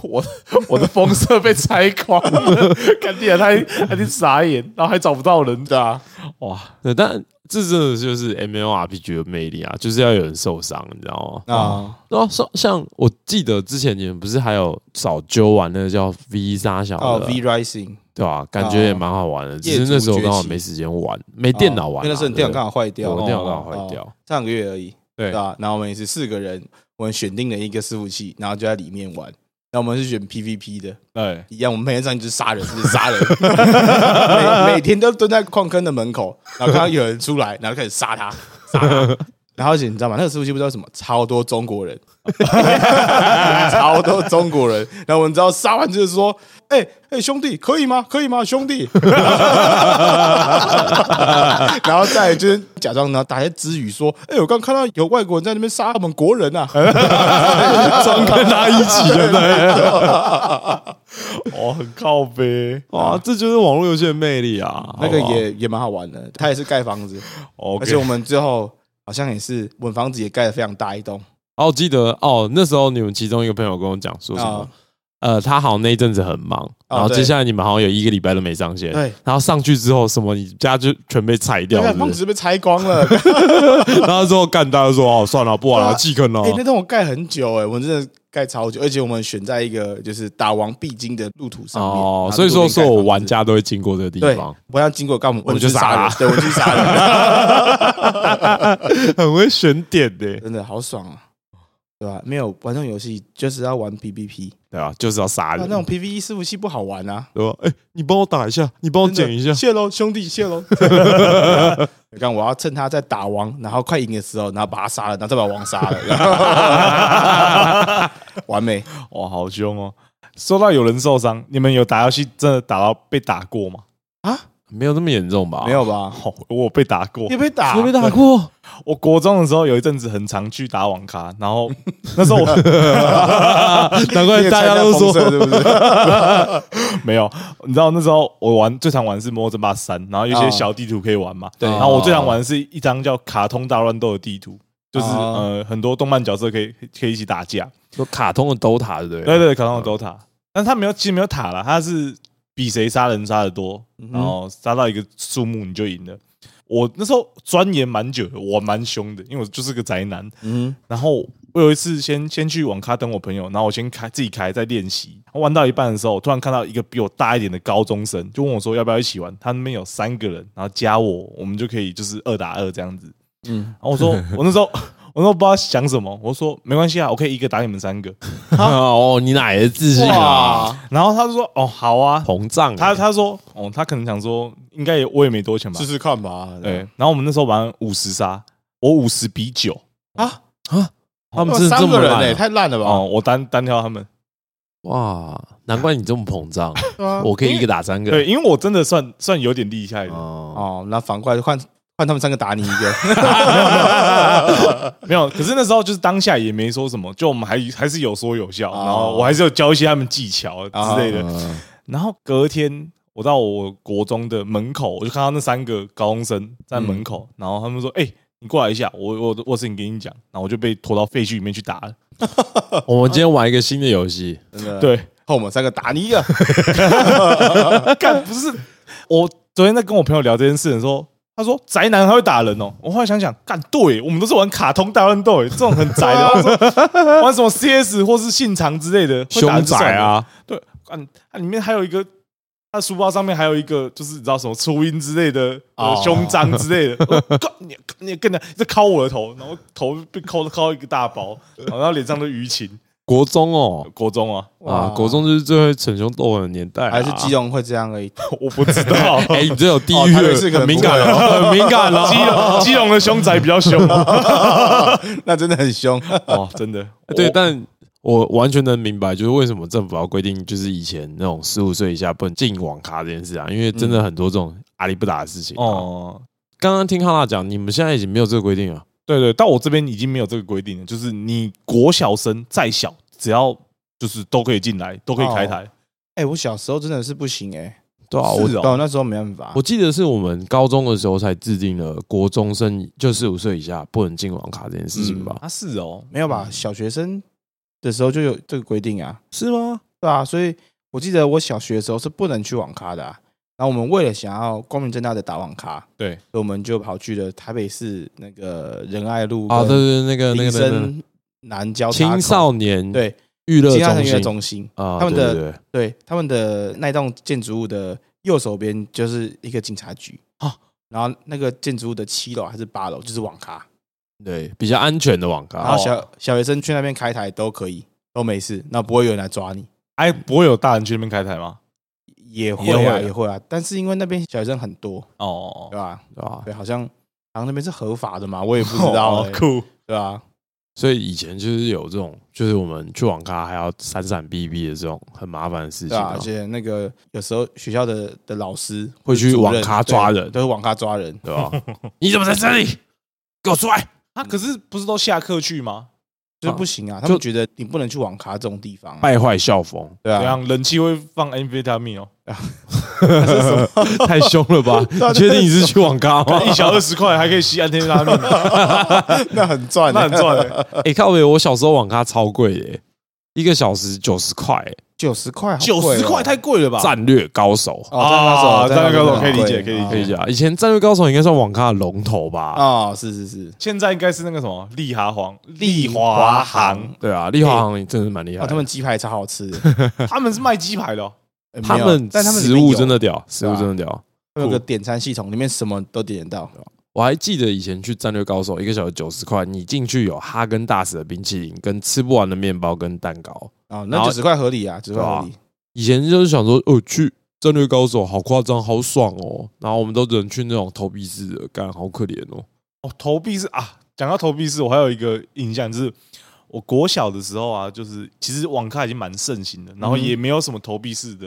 Speaker 3: 我我的风色被拆光 了，干爹他他就傻眼，然后还找不到人，
Speaker 2: 对啊，
Speaker 3: 哇！
Speaker 1: 对，但这真的就是 M L R P G 的魅力啊，就是要有人受伤，你知道吗？
Speaker 2: 啊，
Speaker 1: 然后像像我记得之前你们不是还有少揪玩那个叫 V 杀小的，
Speaker 2: 哦，V Rising
Speaker 1: 对吧、感觉也蛮好玩
Speaker 2: 哦
Speaker 1: 的，只是那时候刚好没时间玩，没电脑玩、啊，
Speaker 2: 因为那时候你电脑
Speaker 1: 对
Speaker 2: 刚好坏掉，
Speaker 1: 我电脑
Speaker 2: 哦
Speaker 1: 刚好坏掉
Speaker 2: 哦上个月而已。
Speaker 1: 对
Speaker 2: 对啊，然后我们也是四个人，我们选定了一个伺服器，然后就在里面玩。那我们是选 PVP 的，
Speaker 3: 哎，
Speaker 2: 一样，我们每天上去就是杀人，就是杀 人，每每天都蹲在矿坑的门口，然后看到有人出来，然后开始杀他，杀他，然后而且你知道吗？那个伺服器不知道什么，超多中国人， 超多中国人。然后我们知道杀完就是说，哎、哎、兄弟，可以吗？可以吗，兄弟？ 然后再来就是假装然后打些支语说，哎、我刚看到有外国人在那边杀我们国人啊，
Speaker 3: 装跟他一起 的对。哦，很靠背
Speaker 1: 哇，这就是网络游戏的魅力啊！
Speaker 2: 啊那个
Speaker 1: 好不好
Speaker 2: 也也蛮好玩的。他也是盖房子，而且我
Speaker 3: ，OK，
Speaker 2: 们最后好像也是稳房子也盖得非常大一栋。
Speaker 1: 哦，我记得哦，那时候你们其中一个朋友跟我讲说什么
Speaker 2: 啊？
Speaker 1: 呃，他好像那一阵子很忙，
Speaker 2: 哦
Speaker 1: 然后
Speaker 2: 对
Speaker 1: 接下来你们好像有一个礼拜都没上线，
Speaker 2: 对，
Speaker 1: 然后上去之后什么，你家就全被拆掉
Speaker 2: 你
Speaker 1: 是
Speaker 2: 看
Speaker 1: 不
Speaker 2: 啊房
Speaker 1: 是
Speaker 2: 子被拆光 了，哎
Speaker 1: 然后之后干大家就说哦，算了，不玩 了，
Speaker 2: 对啊
Speaker 1: 弃坑了
Speaker 2: 哎、。那栋我盖很久哎、我真的盖超久，而且我们选在一个就是打王必经的路途上面。
Speaker 1: 哦
Speaker 2: 然，后
Speaker 1: 所以
Speaker 2: 路
Speaker 1: 说
Speaker 2: 边盖
Speaker 1: 所有
Speaker 2: 房子
Speaker 1: 玩家都会经过这个地
Speaker 2: 对
Speaker 1: 方，，
Speaker 2: 不要经过干我们，我
Speaker 1: 们
Speaker 2: 们
Speaker 1: 就
Speaker 2: 去
Speaker 1: 杀
Speaker 2: 杀人，对，我们去杀人，
Speaker 1: 很会选点的，
Speaker 2: 真的好爽啊，对吧、没有玩这种游戏就是要玩 PVP，
Speaker 1: 对吧？就是要杀
Speaker 2: 那
Speaker 1: 人
Speaker 2: 那，种 PVE 伺服器不好玩啊，
Speaker 1: 对吧？哎，你帮我打一下，你帮我捡一下，
Speaker 2: 谢喽，兄弟，谢喽。 你看，我要趁他在打王，然后快赢的时候，然后把他杀了，然后再把王杀 了，完美。
Speaker 3: 哇，好凶哦！说到有人受伤，你们有打游戏真的打到被打过吗？
Speaker 1: 没有那么严重吧？啊
Speaker 2: 没有吧？
Speaker 3: 哦，我有被打过
Speaker 2: 你。被打，
Speaker 1: 有被打过，
Speaker 3: 我国中的时候有一阵子很常去打网咖，然后 那时候我
Speaker 1: 难怪大家都说
Speaker 2: 你也参加风社对 不对？
Speaker 3: 没有，你知道那时候我玩最常玩是《魔神八三》，然后有一些小地图可以玩嘛。
Speaker 2: 啊对
Speaker 3: 然后我最常玩的是一张叫《卡通大乱斗》的地图，就是
Speaker 2: 哦
Speaker 3: 呃很多动漫角色可以可以一起打架。
Speaker 1: 说卡通的 DOTA 对不
Speaker 3: 对
Speaker 1: 对？
Speaker 3: 对，卡通的 DOTA，但他没有，其实没有塔啦，他是比谁杀人杀的多，然后杀到一个数目你就赢了。我那时候钻研蛮久的，我蛮凶的，因为我就是个宅男。
Speaker 2: 嗯，
Speaker 3: 然后我有一次先先去网咖等我朋友，然后我先开自己开在练习，玩到一半的时候，突然看到一个比我大一点的高中生，就问我说要不要一起玩。他那边有三个人，然后加我，我们就可以就是二打二这样子。嗯，然后我说我那时候我那时候不知道想什么，我说没关系啊，我可以一个打你们三个。
Speaker 1: 哦，你哪来的自信啊？
Speaker 2: 嗯哇，
Speaker 3: 然后他就说哦好啊，
Speaker 1: 膨胀，
Speaker 3: 他他说哦他可能想说应该也我也没多钱吧
Speaker 2: 试，试看吧。
Speaker 3: 对。然后我们那时候玩五十杀，我五十比九
Speaker 2: 啊，
Speaker 1: 他
Speaker 2: 他
Speaker 1: 们
Speaker 2: 们
Speaker 1: 真的这
Speaker 2: 三
Speaker 1: 么
Speaker 2: 个人
Speaker 1: 烂
Speaker 2: 哎，
Speaker 1: 啊
Speaker 2: 太烂了吧
Speaker 3: 哦，？我单单挑他们。
Speaker 1: 哇，难怪你这么膨胀，
Speaker 2: 对啊
Speaker 1: 我可以一个打三个。
Speaker 3: 对，啊因为我真的算算有点厉害的，
Speaker 1: 哦，
Speaker 2: 哦，那反过来换换他们三个打你一 个，
Speaker 3: 没有，可是那时候就是当下也没说什么，就我们还还是有说有笑，
Speaker 2: 哦
Speaker 3: 然后我还是有教一些他们技巧
Speaker 2: 啊
Speaker 3: 之类的。
Speaker 1: 嗯
Speaker 3: 然后隔天我到我国中的门口，我就看到那三个高中生在门口，然后他们说：“哎、你过来一下，我我我有事情给你讲。”然后我就被拖到废墟里面去打了。
Speaker 1: 我们今天玩一个新的游戏，
Speaker 2: 真的，
Speaker 3: 对，
Speaker 2: 后我们三个打你一个，
Speaker 3: 干不是我昨天在跟我朋友聊这件事的时候。他说：“宅男还会打人哦。”我后来想想，干对，我们都是玩卡通大乱斗，欸这种很宅
Speaker 1: 啊
Speaker 3: 的，我说玩什么 CS 或是信长之类的，会打
Speaker 1: 凶
Speaker 3: 人就
Speaker 1: 宅
Speaker 3: 算了
Speaker 1: 啊，
Speaker 3: 对，嗯，它里面还有一个，他书包上面还有一个，就是你知道什么初音之类的、呃
Speaker 2: 哦
Speaker 3: 胸章之类的，我靠你你跟着在敲我的头，然后头被敲敲一个大包，然后脸上都淤青。
Speaker 1: 国中哦，
Speaker 3: 国中啊，
Speaker 1: 哇，国中就是最会逞凶斗狠的年代啊，
Speaker 2: 还是基隆会这
Speaker 1: 。
Speaker 2: 样而已。
Speaker 3: 我不知道
Speaker 1: 哎，你这有地
Speaker 2: 哦
Speaker 1: 域
Speaker 2: 台北市可能
Speaker 1: 很敏
Speaker 2: 不
Speaker 1: 感
Speaker 2: 会
Speaker 1: 哦，很敏感
Speaker 3: 基
Speaker 1: 哦。
Speaker 3: 隆基隆的凶宅比 较凶
Speaker 2: 哦那真的很凶。
Speaker 3: 哦，真的
Speaker 1: 对，
Speaker 3: 我
Speaker 1: 但我完全能明白，就是为什么政府要规定，就是以前那种十五岁以下不能进网咖这件事啊，因为真
Speaker 2: 嗯
Speaker 1: 的很多这种阿里不打的事情。哦，
Speaker 3: 哦，
Speaker 1: 刚刚听康纳讲，你们现在已经没有这个规定啊了。
Speaker 3: 对对，到我这边已经没有这个规定了，就是你国小生再小，只要就是都可以进来，都可以开台。
Speaker 2: 哎，我小时候真的是不行哎，
Speaker 1: 对啊，我
Speaker 3: 是哦
Speaker 2: 对，我那时候没办法
Speaker 1: 我。记得是我们高中的时候才制定了国中生就十五岁以下不能进网咖这件事情吧？
Speaker 3: 啊，是哦，
Speaker 2: 没有吧？小学生的时候就有这个规定啊，
Speaker 1: 是吗？
Speaker 2: 对啊，所以我记得我小学的时候是不能去网咖的、啊。然后我们为了想要光明正大的打网咖，
Speaker 3: 对，
Speaker 2: 所以我们就跑去了台北市那个仁爱路
Speaker 1: 啊，
Speaker 2: 跟
Speaker 1: 对对，对那个那
Speaker 2: 民
Speaker 1: 个那个
Speaker 2: 嗯生南交叉口
Speaker 1: 青少年
Speaker 2: 对
Speaker 1: 娱乐
Speaker 2: 青
Speaker 1: 中
Speaker 2: 少年娱乐
Speaker 1: 心
Speaker 2: 中心，
Speaker 1: 啊，
Speaker 2: 他们
Speaker 1: 对
Speaker 2: 的
Speaker 1: 对对
Speaker 2: 对他们的那栋建筑物的右手边就是一个警察局
Speaker 3: 啊
Speaker 2: 然后那个建筑物的七楼还是八楼就是网咖，
Speaker 1: 对比较安全的网
Speaker 2: 然
Speaker 1: 咖
Speaker 2: 后，
Speaker 3: 哦
Speaker 2: 小小学生去那边开台都可以，都没事，那不会有人来抓你。
Speaker 3: 哎，不会有大人去那边开台吗？
Speaker 2: 也会
Speaker 3: 也会
Speaker 2: 啊，
Speaker 3: 啊
Speaker 2: 也会啊，但是因为那边小学生很多，
Speaker 3: 哦
Speaker 2: 对吧？
Speaker 1: 对吧？
Speaker 2: 对，好像好像那边是合法的嘛，我也不知道、
Speaker 3: 哦
Speaker 2: 欸，
Speaker 3: 酷，
Speaker 2: 对啊，
Speaker 1: 所以以前就是有这种，就是我们去网咖还要闪闪避避的这种很麻烦的事
Speaker 2: 对
Speaker 1: 情、哦
Speaker 2: 啊，而且那个有时候学校的的老师
Speaker 1: 会去网咖抓人
Speaker 2: 对都会网咖抓人，
Speaker 1: 对吧？ 你怎么在这里？给我出来！
Speaker 3: 啊，可是不是都下课去吗？
Speaker 2: 就是不
Speaker 3: 哦
Speaker 2: 行啊，他们觉得你不能去网咖这种地方、啊，
Speaker 1: 败坏校风，
Speaker 2: 对
Speaker 3: 怎
Speaker 2: 啊，
Speaker 3: 样？冷气会放 n v i t a m i n 哦，
Speaker 1: 太凶了 吧？
Speaker 2: 啊
Speaker 1: 你确定你是去网咖吗？
Speaker 3: 一小二十块还可以吸安天他命，
Speaker 2: 那很赚、
Speaker 3: 那很赚欸。
Speaker 1: 哎、靠北！我小时候网咖超贵耶、一个小时九十块耶，
Speaker 2: 九十块好贵哦，
Speaker 3: 九十块太贵了吧？
Speaker 1: 战略高手
Speaker 2: 哦，在那时
Speaker 3: 啊
Speaker 2: 候，在
Speaker 3: 在那
Speaker 2: 时
Speaker 3: 个
Speaker 2: 候
Speaker 3: 时候可以理解
Speaker 2: 很贵
Speaker 3: 可以理解
Speaker 1: 可以讲。以前战略高手应该算网咖的龙头吧？
Speaker 2: 哦，是是是，
Speaker 3: 现在应该是那个什么利华行，
Speaker 2: 利华
Speaker 3: 华
Speaker 2: 行
Speaker 3: 行，
Speaker 1: 对啊，丽华行真的是蛮厉害
Speaker 2: 哦，
Speaker 1: 的。
Speaker 2: 他们鸡排超好吃的，
Speaker 3: 他们是卖鸡排的哦，
Speaker 2: 呃
Speaker 1: 他
Speaker 2: 没有
Speaker 1: 们
Speaker 2: 但他们里
Speaker 1: 食
Speaker 2: 面
Speaker 1: 物
Speaker 2: 有
Speaker 1: 真的屌，食物
Speaker 2: 对啊
Speaker 1: 真的屌。
Speaker 2: 他们有个点餐系统，里面什么都点得到，
Speaker 3: 啊
Speaker 1: 我还记得以前去战略高手，一个小时九十块，你进去有哈根达斯的冰淇淋，跟吃不完的面包跟蛋糕。
Speaker 2: 哦，
Speaker 1: 然
Speaker 2: 那
Speaker 1: 后
Speaker 2: 九十块合理啊，九十块合理，
Speaker 1: 以前就是想说，哦，去战略高手好夸张，好爽哦。然后我们都只能去那种投币式的，干好可怜哦。
Speaker 3: 哦，投币式啊，讲到投币式，我还有一个印象就是，我国小的时候啊，就是其实网咖已经蛮盛行的，然后
Speaker 2: 嗯
Speaker 3: 也没有什么投币式的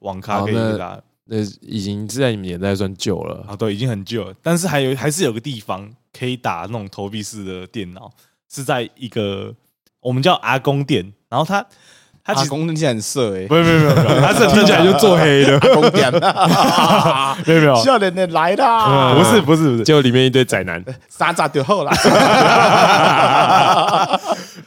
Speaker 3: 网咖可以
Speaker 1: 哦那
Speaker 3: 给大家
Speaker 1: 那已经是在你们年代算旧了。
Speaker 3: 啊，对，已经很旧了，但是还有还是有个地方可以打那种投币式的电脑，是在一个我们叫阿公店，然后它
Speaker 2: 阿
Speaker 3: 它啊其实。
Speaker 2: 公听起来很色 哎，
Speaker 3: 没有没有没有，没有它是听起来就做黑的，
Speaker 2: 阿公点，
Speaker 3: 没有没有，
Speaker 2: 啊笑脸的来啦，
Speaker 3: 啊不是不是不是，
Speaker 1: 结果里面一堆宅男，
Speaker 2: 傻傻就 好啦，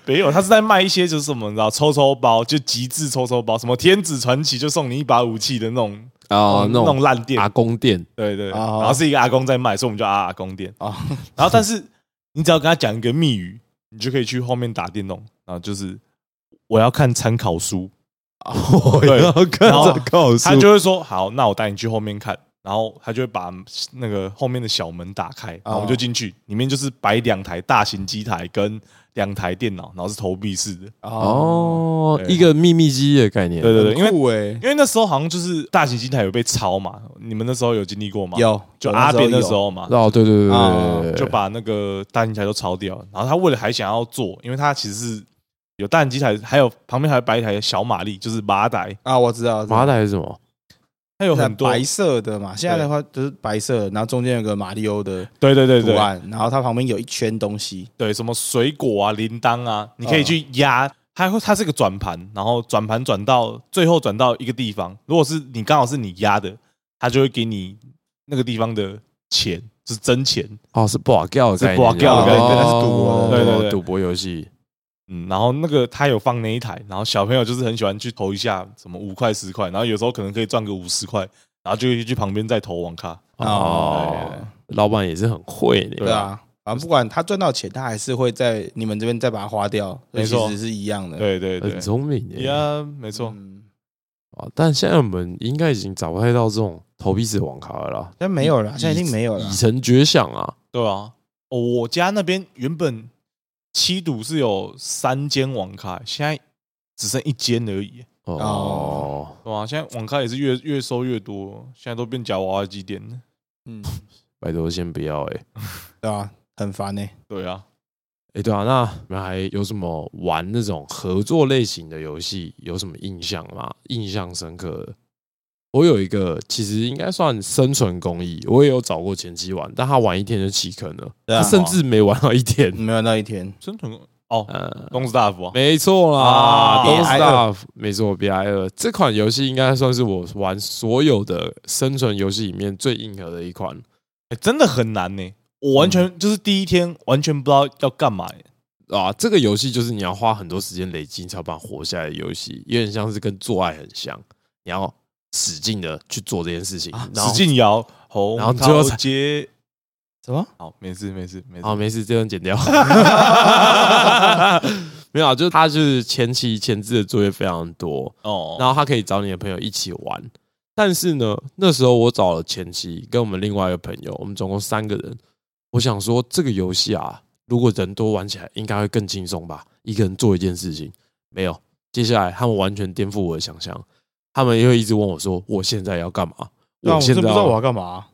Speaker 3: 没有，他是在卖一些就是什么，你知道抽抽包，就极致抽抽包，什么天子传奇就送你一把武器的那种
Speaker 1: 哦，那
Speaker 3: 那种
Speaker 1: 种
Speaker 3: 烂店
Speaker 1: 阿，公店，
Speaker 3: 对对，对
Speaker 2: 哦
Speaker 3: 然后是一个阿公在卖，所以我们叫啊阿阿公店。
Speaker 2: 哦，
Speaker 3: 然后但是你只要跟他讲一个密语，你就可以去后面打电动，然后就是我要看参考书，对
Speaker 1: 然后看
Speaker 3: 然后
Speaker 1: 着告诉
Speaker 3: 他就会说好，那我带你去后面看。然后他就会把那个后面的小门打开，然后我们就进去，里面就是摆两台大型机台跟两台电脑，然后是投币式的。
Speaker 2: 哦
Speaker 1: 哦，
Speaker 3: 对
Speaker 1: 一个秘密基地的概念，
Speaker 3: 对对对，因为
Speaker 2: 为哎
Speaker 3: 因为那时候好像就是大型机台有被抄嘛，你们那时候有经历过吗？，
Speaker 2: 有，
Speaker 3: 就
Speaker 2: 有
Speaker 3: 阿扁
Speaker 2: 有
Speaker 3: 那时候嘛，
Speaker 1: 哦，对对对
Speaker 2: 啊
Speaker 1: 对对对，
Speaker 3: 就把那个大型机台都抄掉了。然后他为了还想要做，因为他其实是有大型机台，还有旁边还摆一台小马力，就是马达，
Speaker 2: 啊，我知道，我知道
Speaker 1: 麻袋是什么？
Speaker 3: 它有
Speaker 2: 那
Speaker 3: 很多，
Speaker 2: 白色的嘛，现在的话就是白色的，然后中间有个马里欧的
Speaker 3: 对对对
Speaker 2: 图
Speaker 3: 对
Speaker 2: 案，然后它旁边有一圈东西，
Speaker 3: 对，什么水果啊、铃铛啊，你可
Speaker 2: 嗯
Speaker 3: 以去压。它会，它是个转盘，然后转盘转到最后转到一个地方。如果是你刚好是你压的，它就会给你那个地方的钱，是真钱。
Speaker 1: 哦，是博掉的概念，
Speaker 3: 是博掉
Speaker 2: 的概念
Speaker 1: 哦
Speaker 2: 那是赌博的
Speaker 3: 对对对
Speaker 1: 赌博游戏。
Speaker 3: 嗯，然后那个他有放那一台，然后小朋友就是很喜欢去投一下，什么五块十块，然后有时候可能可以赚个五十块，然后就去旁边再投网咖。
Speaker 2: 哦
Speaker 1: 哦，老板也是很会的，
Speaker 2: 对啊，反正不管他赚到钱，他还是会在你们这边再把它花掉，所以
Speaker 3: 没错
Speaker 2: 其实是一样的，
Speaker 3: 对对对
Speaker 1: 很，聪明耶。
Speaker 3: 呀，没错，
Speaker 2: 嗯，
Speaker 1: 啊但现在我们应该已经找不太到这种投币式网咖了啦，
Speaker 2: 现在没有了，现在已经没有了
Speaker 1: 已，成绝响啊！
Speaker 3: 对啊。哦，我家那边原本七堵是有三间网咖，现在只剩一间而已，
Speaker 1: 哦
Speaker 2: 哦，
Speaker 3: 对吧、现在网咖也是越越收越多，现在都变假娃娃机店了。
Speaker 2: 嗯，
Speaker 1: 拜托先不要哎。
Speaker 2: 对啊，很烦呢，
Speaker 3: 对啊，
Speaker 1: 哎，对啊，那你们还有什么玩那种合作类型的游戏有什么印象吗？印象深刻的？我有一个，其实应该算生存公益，我也有找过前期玩，但他玩一天就弃坑了，
Speaker 2: 对啊
Speaker 1: 他甚至没玩到一天。
Speaker 2: 没有那一天，
Speaker 3: 生存哦，
Speaker 2: 嗯
Speaker 1: 呃，
Speaker 3: 东子大福啊，
Speaker 1: 没错啦
Speaker 3: 啊
Speaker 1: d o s
Speaker 2: BI2
Speaker 1: t a f 没错，BI 二这款游戏应该算是我玩所有的生存游戏里面最硬核的一款。
Speaker 3: 哎、真的很难呢、我完全、
Speaker 1: 嗯
Speaker 3: 就是第一天完全不知道要干嘛、欸，
Speaker 1: 啊，这个游戏就是你要花很多时间累积才有办法活下来的游戏，有点像是跟做爱很像，你要使劲的去做这件事情，然后
Speaker 3: 使劲摇红
Speaker 1: 然后最后
Speaker 3: 桃
Speaker 1: 才
Speaker 3: 街。
Speaker 2: 什么？
Speaker 3: 好，没事没事没事
Speaker 1: 好，。没事，这段剪掉。 没有啊，就是它就是前期前置的作业非常多，
Speaker 3: 哦，
Speaker 1: 然后他可以找你的朋友一起玩。但是呢，那时候我找了前妻跟我们另外一个朋友，我们总共三个人。我想说，这个游戏啊，如果人多玩起来，应该会更轻松吧？一个人做一件事情，没有。接下来他们完全颠覆我的想象，他们也会一直问我说：“我现在要干嘛？
Speaker 2: 对啊，我
Speaker 1: 现
Speaker 2: 真
Speaker 1: 在
Speaker 3: 哦
Speaker 2: 不知道我
Speaker 1: 要
Speaker 2: 要干嘛， 啊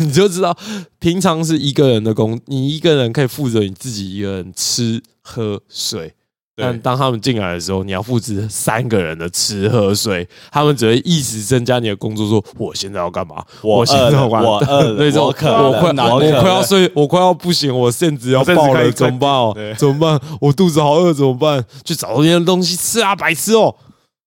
Speaker 1: 你就知道平常是一个人的工，你一个人可以负责你自己一个人吃喝睡。但
Speaker 3: 对
Speaker 1: 当他们进来的时候，你要负责三个人的吃喝睡，他们只会一直增加你的工作说我现在要干嘛？我现在
Speaker 3: 饿了，
Speaker 1: 要干嘛
Speaker 3: 我饿 了，
Speaker 1: 那种
Speaker 3: 我渴
Speaker 1: 我
Speaker 3: 了，
Speaker 1: 快
Speaker 3: 我
Speaker 1: 我
Speaker 3: 渴
Speaker 1: 快要
Speaker 3: 了哦
Speaker 1: 睡，我快要不行，我甚至要
Speaker 3: 我甚至
Speaker 1: 爆
Speaker 3: 可
Speaker 1: 了，
Speaker 3: 以
Speaker 1: 怎么办哦
Speaker 3: 对？
Speaker 1: 怎么办？我肚子好饿，怎么办？去找点东西吃啊，白痴哦！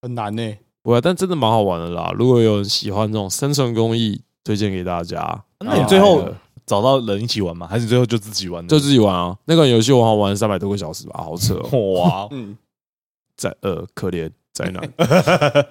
Speaker 2: 很难呢、，
Speaker 1: 我但真的蛮好玩的啦。如果有人喜欢这种生存工艺，推荐给大家。
Speaker 3: 那你最后
Speaker 1: 啊
Speaker 3: 找到人一起玩吗？还是最后就自己玩？
Speaker 1: 就自己玩啊，那款游戏我好像玩三百多个小时吧，好扯哦！
Speaker 3: 哇
Speaker 2: 嗯，
Speaker 1: 在呃，可怜宅 男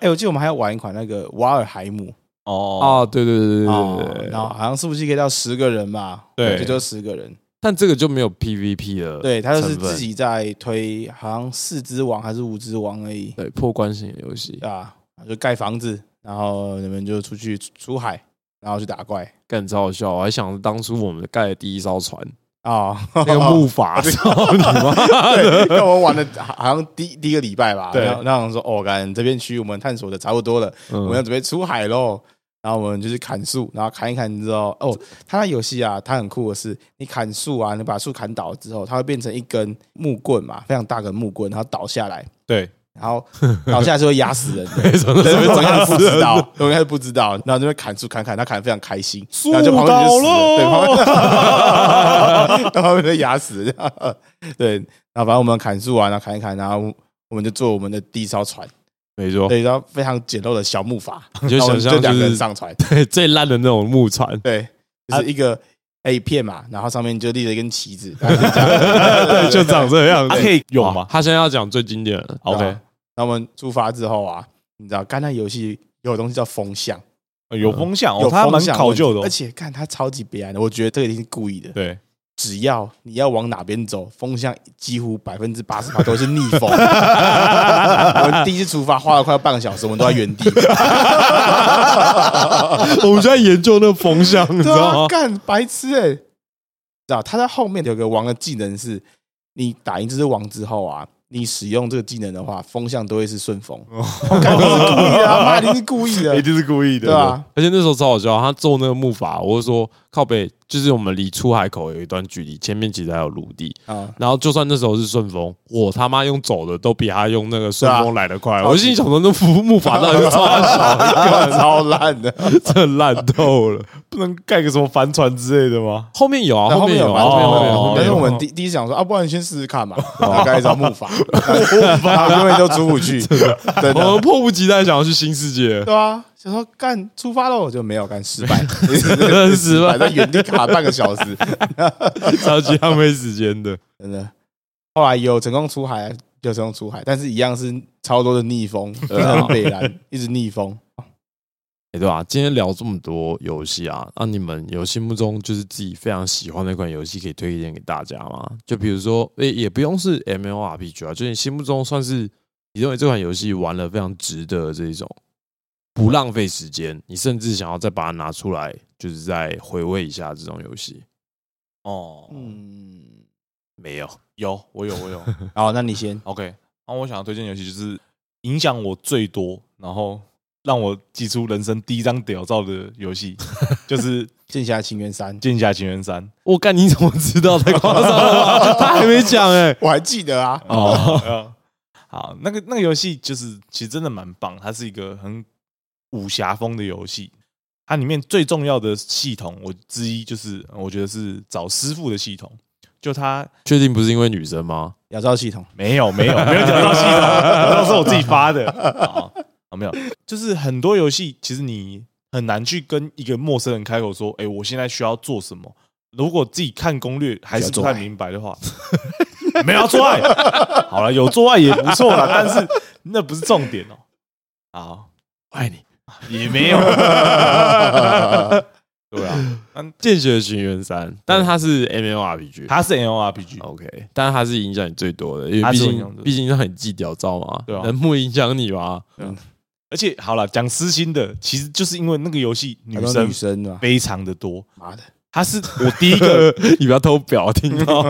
Speaker 2: 哎、我记得我们还要玩一款那个瓦尔海姆哦
Speaker 3: 哦，
Speaker 1: 啊，对对对对对对
Speaker 2: 然
Speaker 1: 对
Speaker 2: 后。好像是不是可以到十个人吧？
Speaker 3: 对
Speaker 2: 最多十个人。
Speaker 1: 但这个就没有 PVP 了，
Speaker 2: 对，他就是
Speaker 1: 成分
Speaker 2: 自己在推，好像四只王还是五只王而已
Speaker 1: 对破关型的游戏，
Speaker 2: 啊，就盖房子，然后你们就出去出出海，然后去打怪
Speaker 1: 干超好笑。啊我还想当初我们盖的第一艘船，
Speaker 2: 啊。
Speaker 1: 那个木筏，操你妈！
Speaker 2: 对，跟我们玩的好像第第一个礼拜吧，
Speaker 3: 对
Speaker 2: 然后然后想说哦，感这片区我们探索的差不多了，我们要
Speaker 1: 嗯，
Speaker 2: 准备出海喽。然后我们就去砍树，然后砍一砍之后，哦，它那游戏啊，它很酷的是，你砍树啊，你把树砍倒之后，它会变成一根木棍嘛，非常大根木棍，然后倒下来，
Speaker 3: 对，
Speaker 2: 然后倒下来是会压死人
Speaker 1: 真的
Speaker 2: 的。人
Speaker 1: 是
Speaker 2: 们
Speaker 1: 被
Speaker 2: 总开
Speaker 1: 炸
Speaker 2: 始不
Speaker 1: 死
Speaker 2: 知
Speaker 1: 了。
Speaker 2: 道， 总开始不知道，然后这边砍树砍砍，他砍得非常开心，
Speaker 3: 树
Speaker 2: 然后就旁边就死
Speaker 3: 倒
Speaker 2: 了，对，旁边，然后旁边被压死，对，然后反正我们砍树完了砍一砍，然后我们就坐我们的第一艘船，
Speaker 1: 没错，
Speaker 2: 对，然后非常简陋的小木筏，
Speaker 1: 你就
Speaker 2: 然后我
Speaker 1: 想象
Speaker 2: 们就两个人
Speaker 1: 是
Speaker 2: 上船，
Speaker 1: 对最烂的那种木 船，
Speaker 2: 对，就是一个 A 片嘛，然后上面就立了一根旗子，
Speaker 3: 对 就长这样，可以
Speaker 2: 啊
Speaker 3: 有
Speaker 1: 好
Speaker 3: 吗
Speaker 1: 他现在要讲最经典 的，
Speaker 2: 对
Speaker 3: ？OK，
Speaker 2: 啊那我们出发之后啊，你知道，刚才游戏有东西叫风向。
Speaker 3: 有风向哦
Speaker 2: 有，
Speaker 3: 他
Speaker 2: 风
Speaker 3: 蛮
Speaker 2: 向
Speaker 3: 考
Speaker 2: 问题
Speaker 3: 究的哦
Speaker 2: 而，且看他超级悲哀的。我觉得这个一定是故意的。
Speaker 3: 对，
Speaker 2: 只要你要往哪边走，风向几乎百分之八十都是逆 风。我们第一次出发花了快要半个小时，我们都在原 地，
Speaker 1: 我们现在研究那个风向，你知
Speaker 2: 对啊，
Speaker 1: 道吗？
Speaker 2: 干白痴哎、欸！知道他在后面有个王的技能是，你打赢这只王之后啊，你使用这个技能的话，风向都会是顺风。
Speaker 1: 哦
Speaker 2: 我感觉是故意的、啊，妈一定是故意 的，
Speaker 3: 定是故意
Speaker 2: 对吧、啊？
Speaker 1: 而且那时候超好笑，他揍那个木筏，啊我就说靠北，就是我们离出海口有一段距离，前面其实还有陆地，
Speaker 2: 啊，
Speaker 1: 然后就算那时候是顺风，我他妈用走的都比他用那个顺
Speaker 2: 对啊
Speaker 1: 风来得快，我心里想说那木木筏到底是超小，
Speaker 2: 超烂的。
Speaker 1: 这烂透了。
Speaker 3: 不能盖个什么帆船之类的吗？
Speaker 1: 后面有啊，
Speaker 2: 然后
Speaker 1: 面
Speaker 2: 面
Speaker 1: 有
Speaker 2: 有
Speaker 1: 啊，
Speaker 2: 啊，
Speaker 1: 后面有后面有
Speaker 2: 有
Speaker 1: 后面有，
Speaker 2: 但是我们第第一想说啊，不然你先试试看嘛，大概一张木筏，然后永远都出不去，真
Speaker 1: 我
Speaker 2: 的
Speaker 1: 们。迫不及待想要去新世界。
Speaker 2: 对啊，想说干出发喽，就没有干失败，
Speaker 1: 失败
Speaker 2: 在原地卡半个小时，
Speaker 1: 超级浪费时间的。
Speaker 2: 真的。后来有成功出海，有成功出海，但是一样是超多的逆风，很北蓝，一直逆风。
Speaker 1: 哎，对啊，今天聊这么多游戏啊，那你们有心目中就是自己非常喜欢的一款游戏，可以推荐给大家吗？就比如说，诶，也不用是 M L R P G 啊，就你心目中算是你认为这款游戏玩了非常值得的这一种，不浪费时间，你甚至想要再把它拿出来，就是再回味一下这种游戏。
Speaker 3: 哦，哎
Speaker 2: 嗯，
Speaker 1: 没有，
Speaker 3: 有，我有，我有。
Speaker 2: 好，那你先
Speaker 3: OK，那我想要推荐的游戏就是影响我最多，然后让我寄出人生第一张屌照的游戏，就是《
Speaker 2: 剑侠情缘 三，
Speaker 3: 剑侠情缘三
Speaker 1: 我干，你怎么知道？太夸张了吧，他还没讲哎、
Speaker 2: 我还记得啊》。，
Speaker 3: 哦， 好，那个那个游戏就是其实真的蛮棒，它是一个很武侠风的游戏。它里面最重要的系统，我之一就是我觉得是找师傅的系统。就它
Speaker 1: 确定不是因为女生吗？
Speaker 2: 雅照系统，
Speaker 3: 没有 没有没有屌照系统，屌照是我自己发的啊啊没有，就是很多游戏其实你很难去跟一个陌生人开口说，哎、我现在需要做什么。如果自己看攻略还是不太明白的话， 没有要做爱，好了，有做爱也不错 啦，但是那不是重点哦、好，
Speaker 1: 我爱你，
Speaker 3: 也没 有，对啊，
Speaker 1: 《见血寻缘三》，但是它是 M L R P G，
Speaker 3: 它是 L R P G，
Speaker 1: OK，但是它是影响你最多的，因为
Speaker 3: 它
Speaker 1: 毕
Speaker 3: 是我影响最
Speaker 1: 竟
Speaker 3: 多
Speaker 1: 毕竟让你记屌照嘛，
Speaker 3: 对啊
Speaker 1: 能不影响你吗？
Speaker 3: 而且好了，讲私心的，其实就是因为那个游戏女
Speaker 2: 很多
Speaker 3: 生
Speaker 2: 女生嘛，
Speaker 3: 非常的多，
Speaker 2: 妈的，
Speaker 3: 他是我第一个
Speaker 1: 你不要偷表啊听
Speaker 3: 嗯
Speaker 1: 到。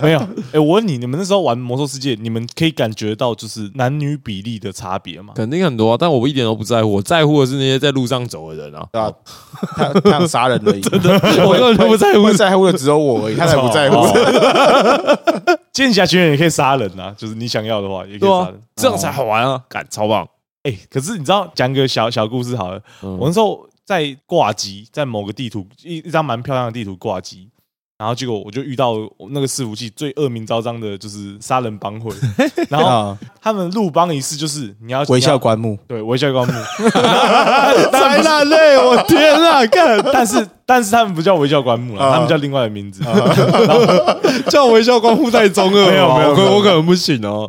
Speaker 3: 没有。哎，我问你，你们那时候玩魔兽世界，你们可以感觉到就是男女比例的差别吗？
Speaker 1: 肯定很多啊，但我一点都不在乎，我在乎的是那些在路上走的人啊。
Speaker 2: 对吧？他他想杀人而已，真的，
Speaker 1: 我根本就不在乎
Speaker 2: 会在乎的只有我而已，他才不在乎。
Speaker 3: 哦。剑侠学院也可以杀人啊，就是你想要的话也可以
Speaker 1: 对
Speaker 3: 杀
Speaker 1: 啊
Speaker 3: 人。，
Speaker 1: 这样才好玩啊，感超棒。
Speaker 3: 哎，可是你知道，讲个小小故事好了。我那
Speaker 1: 我
Speaker 3: 时候在挂机，在某个地图一一张蛮漂亮的地图挂机，然后结果我就遇到我那个伺服器最恶名昭彰的就是杀人帮 会，然后
Speaker 2: 啊，
Speaker 3: 他们入帮仪式就是你要
Speaker 2: 微笑，
Speaker 3: 你
Speaker 2: 棺木，
Speaker 3: 要对微 笑棺木，
Speaker 1: 灾难类，我天 啊，看
Speaker 3: 但是但是他们不叫微笑棺木了，
Speaker 2: 啊
Speaker 3: 他们叫另外的名字。
Speaker 1: 叫微笑光复太中二，
Speaker 3: 没有没有
Speaker 1: 我
Speaker 3: 没
Speaker 1: 可
Speaker 3: 有
Speaker 1: 我可能不行哦。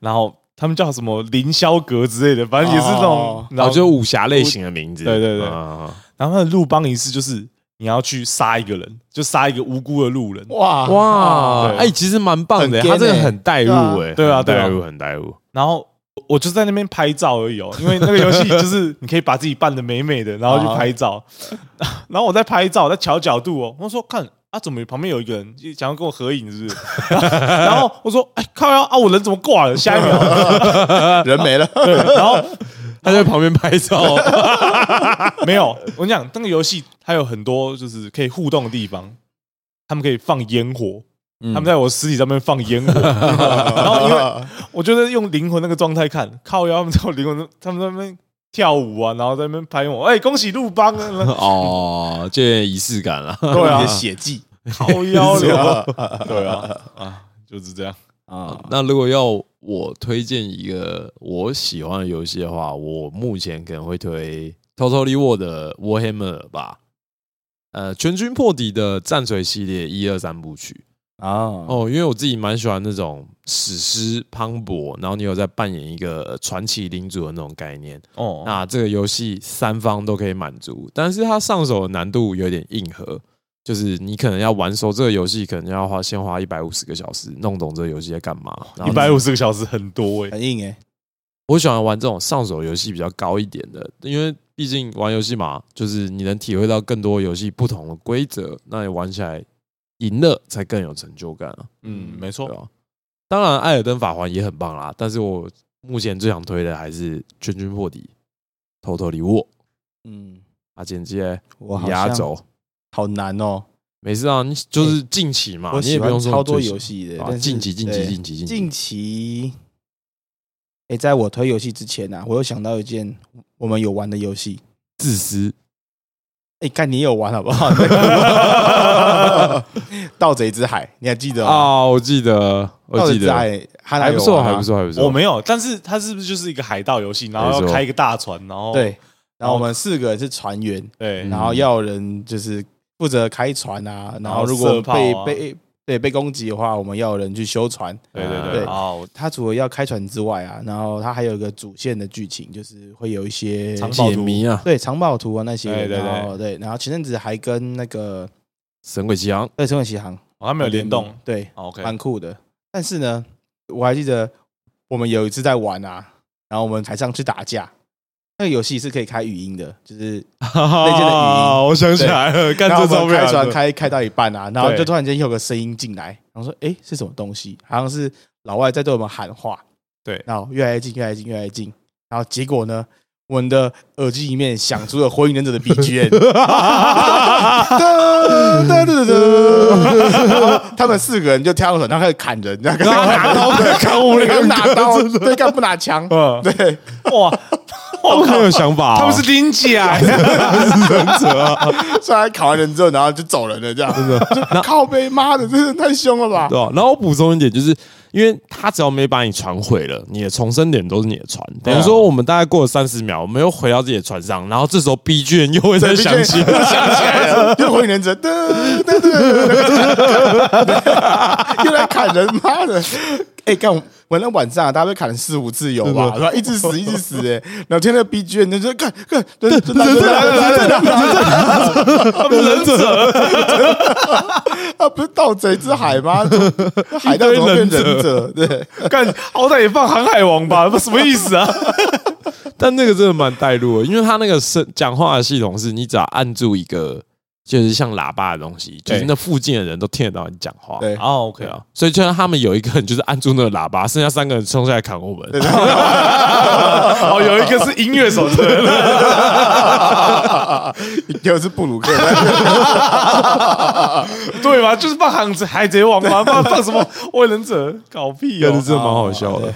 Speaker 3: 然后他们叫什么凌霄阁之类的，反正也是那种
Speaker 2: 哦，
Speaker 1: 然后
Speaker 3: 然后
Speaker 1: 啊就武侠类型的名字，
Speaker 3: 对对对
Speaker 1: 啊
Speaker 3: 然后他的入帮仪式就是你要去杀一个人，就杀一个无辜的路人。
Speaker 2: 哇
Speaker 1: 哇，
Speaker 3: 对欸
Speaker 1: 哎，其实蛮棒的，
Speaker 2: 很 gay
Speaker 1: 他这个很带入
Speaker 2: 对
Speaker 1: 哎，
Speaker 3: 对啊
Speaker 1: 很
Speaker 3: 对啊
Speaker 1: 带入很带入。
Speaker 3: 然后我我就在那边拍照而 已哦，因为那个游戏就是你可以把自己扮的美美的，然后去拍照。 然后我在拍照，我在调角度哦，我说看啊，怎么旁边有一个人想要跟我合影是不是？ 然后我说哎靠呀啊，我人怎么挂了？下一 秒，
Speaker 2: 人没了，
Speaker 3: 对，然后
Speaker 1: 他在旁边拍照，
Speaker 3: 没有，我跟你讲那个游戏它有很多就是可以互动的地方，他们可以放烟火。他
Speaker 2: 嗯
Speaker 3: 们在我尸体上面放烟火，嗯 然后因为我觉得用灵魂那个状态看，靠腰他们在我灵魂，他们在那边跳舞啊，然后在那边拍我，哎、恭喜陆邦 啊，
Speaker 1: 哦，就有点仪式感了。
Speaker 2: 对啊，血迹
Speaker 3: 靠腰
Speaker 2: 是
Speaker 3: 流，
Speaker 2: 吧
Speaker 3: 对啊，啊，就是这样，
Speaker 2: 啊，
Speaker 1: 那如果要我推荐一个我喜欢的游戏的话，我目前可能会推《偷偷 l 我的 Warhammer》吧。呃，全军破敌的战锤系列一二三部曲
Speaker 2: 哦，
Speaker 1: 哦，因为我自己蛮喜欢那种史诗磅礴，然后你有在扮演一个呃传奇领主的那种概念。
Speaker 3: 哦
Speaker 1: 那这个游戏三方都可以满足，但是它上手的难度有点硬核，就是你可能要玩熟这个游戏，可能要花先花一百五十个小时弄懂这个游戏在干嘛。然
Speaker 3: 一
Speaker 1: 后
Speaker 3: 百五十个小时很多哎、
Speaker 2: 很硬哎，
Speaker 1: 我喜欢玩这种上手游戏比较高一点的，因为毕竟玩游戏嘛，就是你能体会到更多游戏不同的规则，那你玩起来赢了才更有成就感啊，
Speaker 3: 嗯，没
Speaker 1: 对
Speaker 3: 错，
Speaker 1: 吧、当然，《艾尔登法环》也很棒啦，但是我目前最想推的还是《全军破敌》《偷偷礼物》
Speaker 2: 嗯，
Speaker 1: 啊，简介
Speaker 2: 我好
Speaker 1: 压
Speaker 2: 像
Speaker 1: 轴。
Speaker 2: 好难哦，
Speaker 1: 没事啊，你就是近期嘛，
Speaker 2: 我
Speaker 1: 啊你也
Speaker 2: 喜
Speaker 1: 不用
Speaker 2: 欢
Speaker 1: 说
Speaker 2: 超多
Speaker 1: 最喜
Speaker 2: 游戏的，
Speaker 1: 啊
Speaker 2: 但是
Speaker 1: 近期近期
Speaker 2: 对
Speaker 1: 近期近期
Speaker 2: 近期。哎，在我推游戏之前啊，我又想到一件我们有玩的游戏。
Speaker 1: 自私，
Speaker 2: 哎，看你也有玩好不 好？那个盗贼之海，你还记得
Speaker 3: 哦
Speaker 2: 吗？
Speaker 1: 啊，我记得，我
Speaker 2: 盗
Speaker 1: 记
Speaker 2: 贼之
Speaker 1: 得，
Speaker 2: 海，还
Speaker 1: 还不错，还不。错，还不错。
Speaker 3: 我没有，但是它是不是就是一个海盗游戏，然后
Speaker 1: 没
Speaker 3: 要
Speaker 1: 错
Speaker 3: 开一个大船，然后
Speaker 2: 对，然后我们
Speaker 3: 哦
Speaker 2: 四个人是船员，
Speaker 3: 对
Speaker 1: 嗯
Speaker 2: 然后要有人就是负责开船啊，然后如
Speaker 3: 然后射
Speaker 2: 果
Speaker 3: 炮
Speaker 2: 被
Speaker 3: 啊
Speaker 2: 被对被攻击的话，我们要有人去修船。
Speaker 3: 对对对
Speaker 2: 对
Speaker 3: 哦，
Speaker 2: 它除了要开船之外啊，然后它还有一个主线的剧情，就是会有一些
Speaker 3: 藏宝
Speaker 1: 解谜啊，
Speaker 2: 对藏宝图啊那些，
Speaker 3: 对对对
Speaker 2: 然后对，然后前阵子还跟那个
Speaker 1: 神鬼奇航
Speaker 2: 对《神鬼奇航》
Speaker 3: 哦它没有联动
Speaker 2: 名，对，
Speaker 3: 哦，OK，
Speaker 2: 蛮酷的。但是呢，我还记得我们有一次在玩啊，然后我们台上去打架，那个游戏是可以开语音的，就是件 的语
Speaker 3: 我想起来了，干
Speaker 2: 然后
Speaker 3: 这
Speaker 2: 我
Speaker 3: 招
Speaker 2: 们开
Speaker 3: 船
Speaker 2: 船开开到一半啊，然后
Speaker 3: 对
Speaker 2: 就突然间有个声音进来，然后说：“哎，是什么东西？”好像是老外在对我们喊话。
Speaker 3: 对
Speaker 2: 然后越来越近，越来越近，越来越近。然后结果呢，我们的耳机里面响出了《火影忍者》的 BGM，噔 噔噔噔噔然后他们四个人就跳上手，然后开始砍人，然后开始拿刀，砍我们两个拿刀，对，干不拿枪，
Speaker 3: 嗯，
Speaker 2: 对，
Speaker 3: 哇，我
Speaker 1: 很有想法哦，
Speaker 3: 他们是林姐 啊，
Speaker 2: 虽然砍完人之后，然后就走人了，这样，真的，靠背，妈的，真的太凶了吧？
Speaker 1: 对啊吧？然后我补充一点，就是因为他只要没把你船毁了，你的重生点都是你的船。
Speaker 2: 啊
Speaker 1: 等于说，我们大概过了三十秒，我们又回到自己的船上，然后这时候 B G M 又会再响起，
Speaker 2: 又想起来了，又火影忍者，噔噔噔，又来砍人，妈的！哎，干我们那晚上啊，大家被砍了四五次有吧？然后一直死，一直死，哎，然后听那 B G，你就看看，人人人
Speaker 3: 他们忍者，
Speaker 2: 啊，不是盗贼之海吗？海盗怎么变忍者？对，
Speaker 3: 干好歹也放航海王吧， 什么意思啊？
Speaker 1: 但那个真的蛮带入的，因为他那个声讲话的系统是你只要按住一个就是像喇叭的东西，就是
Speaker 2: 对
Speaker 1: 那附近的人都听得到你讲话。
Speaker 2: 对
Speaker 3: 啊，OK 啊，
Speaker 1: 所以就像他们有一个人就是按住那个喇叭，剩下三个人冲下来砍我们。
Speaker 3: 哦，有一个是音乐手，对不对
Speaker 2: 又是布鲁克，但
Speaker 3: 对吗？就是放行子海贼王嘛，放放什么火影忍者，搞屁
Speaker 1: 真的
Speaker 3: 哦
Speaker 1: 是蛮好笑的。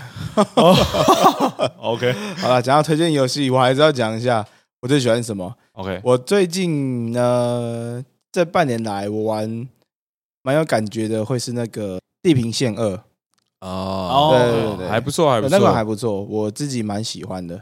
Speaker 3: ！OK，
Speaker 2: 好了，讲到推荐游戏，我还是要讲一下我最喜欢什么。
Speaker 1: OK，
Speaker 2: 我最近呢，这半年来我玩蛮有感觉的，会是那个《地平线二》，
Speaker 1: 哦
Speaker 2: 对对对
Speaker 1: 还不错，还不
Speaker 2: 那款还
Speaker 1: 错。
Speaker 2: 不错，我自己蛮喜欢的。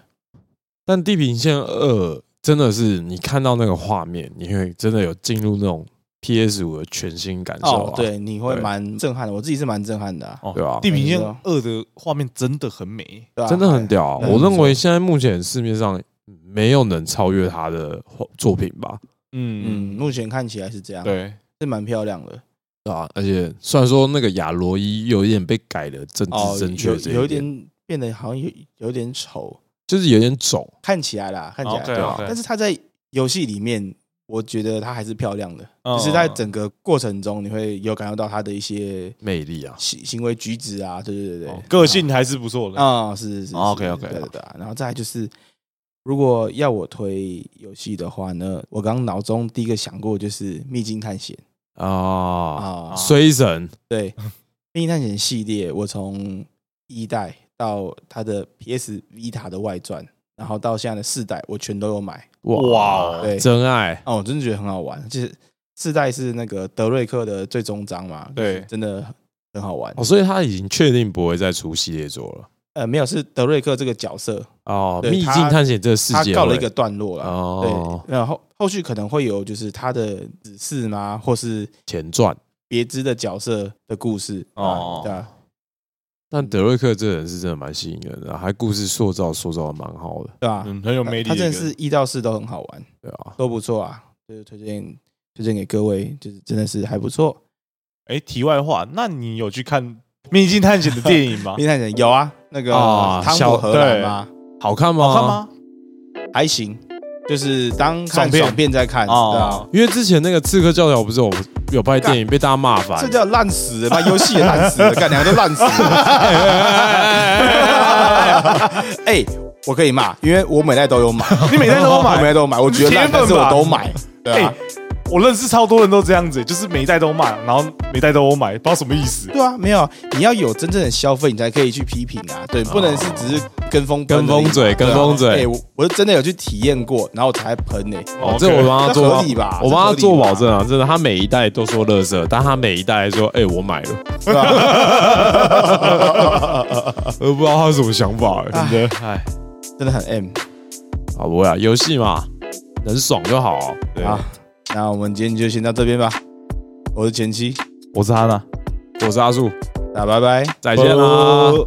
Speaker 1: 但《地平线二》真的是你看到那个画面，你会真的有进入那种 PS 五的全新感受
Speaker 2: 哦
Speaker 1: 啊，，
Speaker 2: 对，你会
Speaker 1: 对
Speaker 2: 蛮震撼的，我自己是蛮震撼的啊、
Speaker 3: 哦
Speaker 1: 对啊
Speaker 3: 地平线二的画面真的很美，
Speaker 2: 对啊
Speaker 1: 真的很屌啊。
Speaker 2: 嗯
Speaker 1: 我认为现在目前市面上没有能超越他的作品吧，
Speaker 3: 嗯
Speaker 2: 嗯，目前看起来是这样，
Speaker 3: 对，
Speaker 2: 是蛮漂亮的。
Speaker 1: 对吧？而且虽然说那个亚罗伊有一点被改了政
Speaker 2: 哦
Speaker 1: 治，正确
Speaker 2: 有
Speaker 1: 这
Speaker 2: 有
Speaker 1: 一
Speaker 2: 一，点变得好像有有点丑，
Speaker 1: 就是有点肿。
Speaker 2: 看起来啦，看起来。
Speaker 3: OK，
Speaker 2: 对啊
Speaker 3: OK
Speaker 2: 但是它在游戏里面，我觉得它还是漂亮的，
Speaker 1: 哦
Speaker 3: 嗯
Speaker 2: 就是在整个过程中，你会有感受到它的一些
Speaker 1: 魅力啊！
Speaker 2: 行行为举止啊，对对对
Speaker 3: 哦
Speaker 2: 对，
Speaker 3: 个性还是不错的。
Speaker 2: 啊，是是是
Speaker 3: 哦，OK，OK，
Speaker 2: 对对对啊。然后再来就是，如果要我推游戏的话呢，我刚脑中第一个想过就是《秘境探险》
Speaker 1: 啊，
Speaker 2: 啊，
Speaker 1: 衰神
Speaker 2: 对，《秘境探险》系列，我从一代到它的 PS Vita 的外传，然后到现在的四代，我全都有买。
Speaker 1: 哇，
Speaker 3: 哇，
Speaker 2: 对，
Speaker 1: 真爱
Speaker 2: 哦，我真的觉得很好玩。就是四代是那个德瑞克的最终章嘛，
Speaker 3: 对
Speaker 2: 真的很好玩
Speaker 1: 哦，。所以他已经确定不会再出系列作了。
Speaker 2: 呃，没有，是德瑞克这个角色，
Speaker 1: 哦，
Speaker 2: 对
Speaker 1: 秘境
Speaker 2: 他
Speaker 1: 探险这个世
Speaker 2: 他
Speaker 1: 界
Speaker 2: 告了
Speaker 1: 会
Speaker 2: 一个段落了。
Speaker 1: 哦
Speaker 2: 对，然后后续可能会有就是他的指示吗，或是
Speaker 1: 前传，
Speaker 2: 别支的角色的故事
Speaker 3: 哦
Speaker 2: 啊对啊，
Speaker 1: 但德瑞克这人是真的蛮吸引人的，还啊故事塑造塑造的蛮好的，
Speaker 2: 对啊，
Speaker 3: 嗯，很有魅力。
Speaker 2: 他真的是，一到四都很好玩，
Speaker 1: 对啊。
Speaker 2: 都不错啊，就是推荐推荐给各位，就是真的是还不错。
Speaker 3: 哎，题外话，那你有去看《秘境探险》的电影 吗
Speaker 2: 冰？探人有啊，那个
Speaker 3: 哦
Speaker 1: 啊
Speaker 2: 汤
Speaker 1: 小
Speaker 2: 姆荷兰吗？
Speaker 1: 好看吗？
Speaker 3: 好看？吗？
Speaker 2: 还行，就是当
Speaker 3: 爽
Speaker 2: 看
Speaker 3: 片
Speaker 2: 爽片在看，对啊
Speaker 3: 哦，，
Speaker 1: 因为之前那个《刺客教条》不是有有拍电影被大家骂翻
Speaker 2: 这，叫烂死了，把游戏也烂死了，干两个都烂 死了。哎，我可以骂，因为我每代都有 买，
Speaker 3: 你每天都
Speaker 2: 我每
Speaker 3: 买。
Speaker 2: 代都有买，我觉得烂，
Speaker 3: 铁
Speaker 2: 但
Speaker 3: 粉吧
Speaker 2: 是我都买。对啊
Speaker 3: 哎，，我认识超多人都这样子，就是每一代都买，然后每一代都买，不知道什么意思。
Speaker 2: 对啊，没有，你要有真正的消费，你才可以去批评啊。对，不能是只是跟风喷而
Speaker 1: 跟
Speaker 2: 已
Speaker 1: 风嘴
Speaker 2: 对啊
Speaker 1: 跟风嘴
Speaker 2: 哎，我我是真的有去体验过，然后我才喷呢。
Speaker 1: 哦这我帮他做
Speaker 2: 这合理吧
Speaker 1: 我帮他做
Speaker 2: 这合理吧
Speaker 1: 保证啊！真的，他每一代都说乐色，但他每一代说：“哎，我买了。”
Speaker 2: 对 吧
Speaker 1: 我不知道他是什么想法，哎真的。哎，
Speaker 2: 真的很 M
Speaker 1: 好不会啊，游戏嘛，能爽就好啊。
Speaker 3: 对
Speaker 2: 啊。那我们今天就先到这边吧。我是前妻，
Speaker 3: 我是他呢。
Speaker 1: 我是阿树，
Speaker 2: 那拜拜。
Speaker 1: 再见啦。
Speaker 3: 啵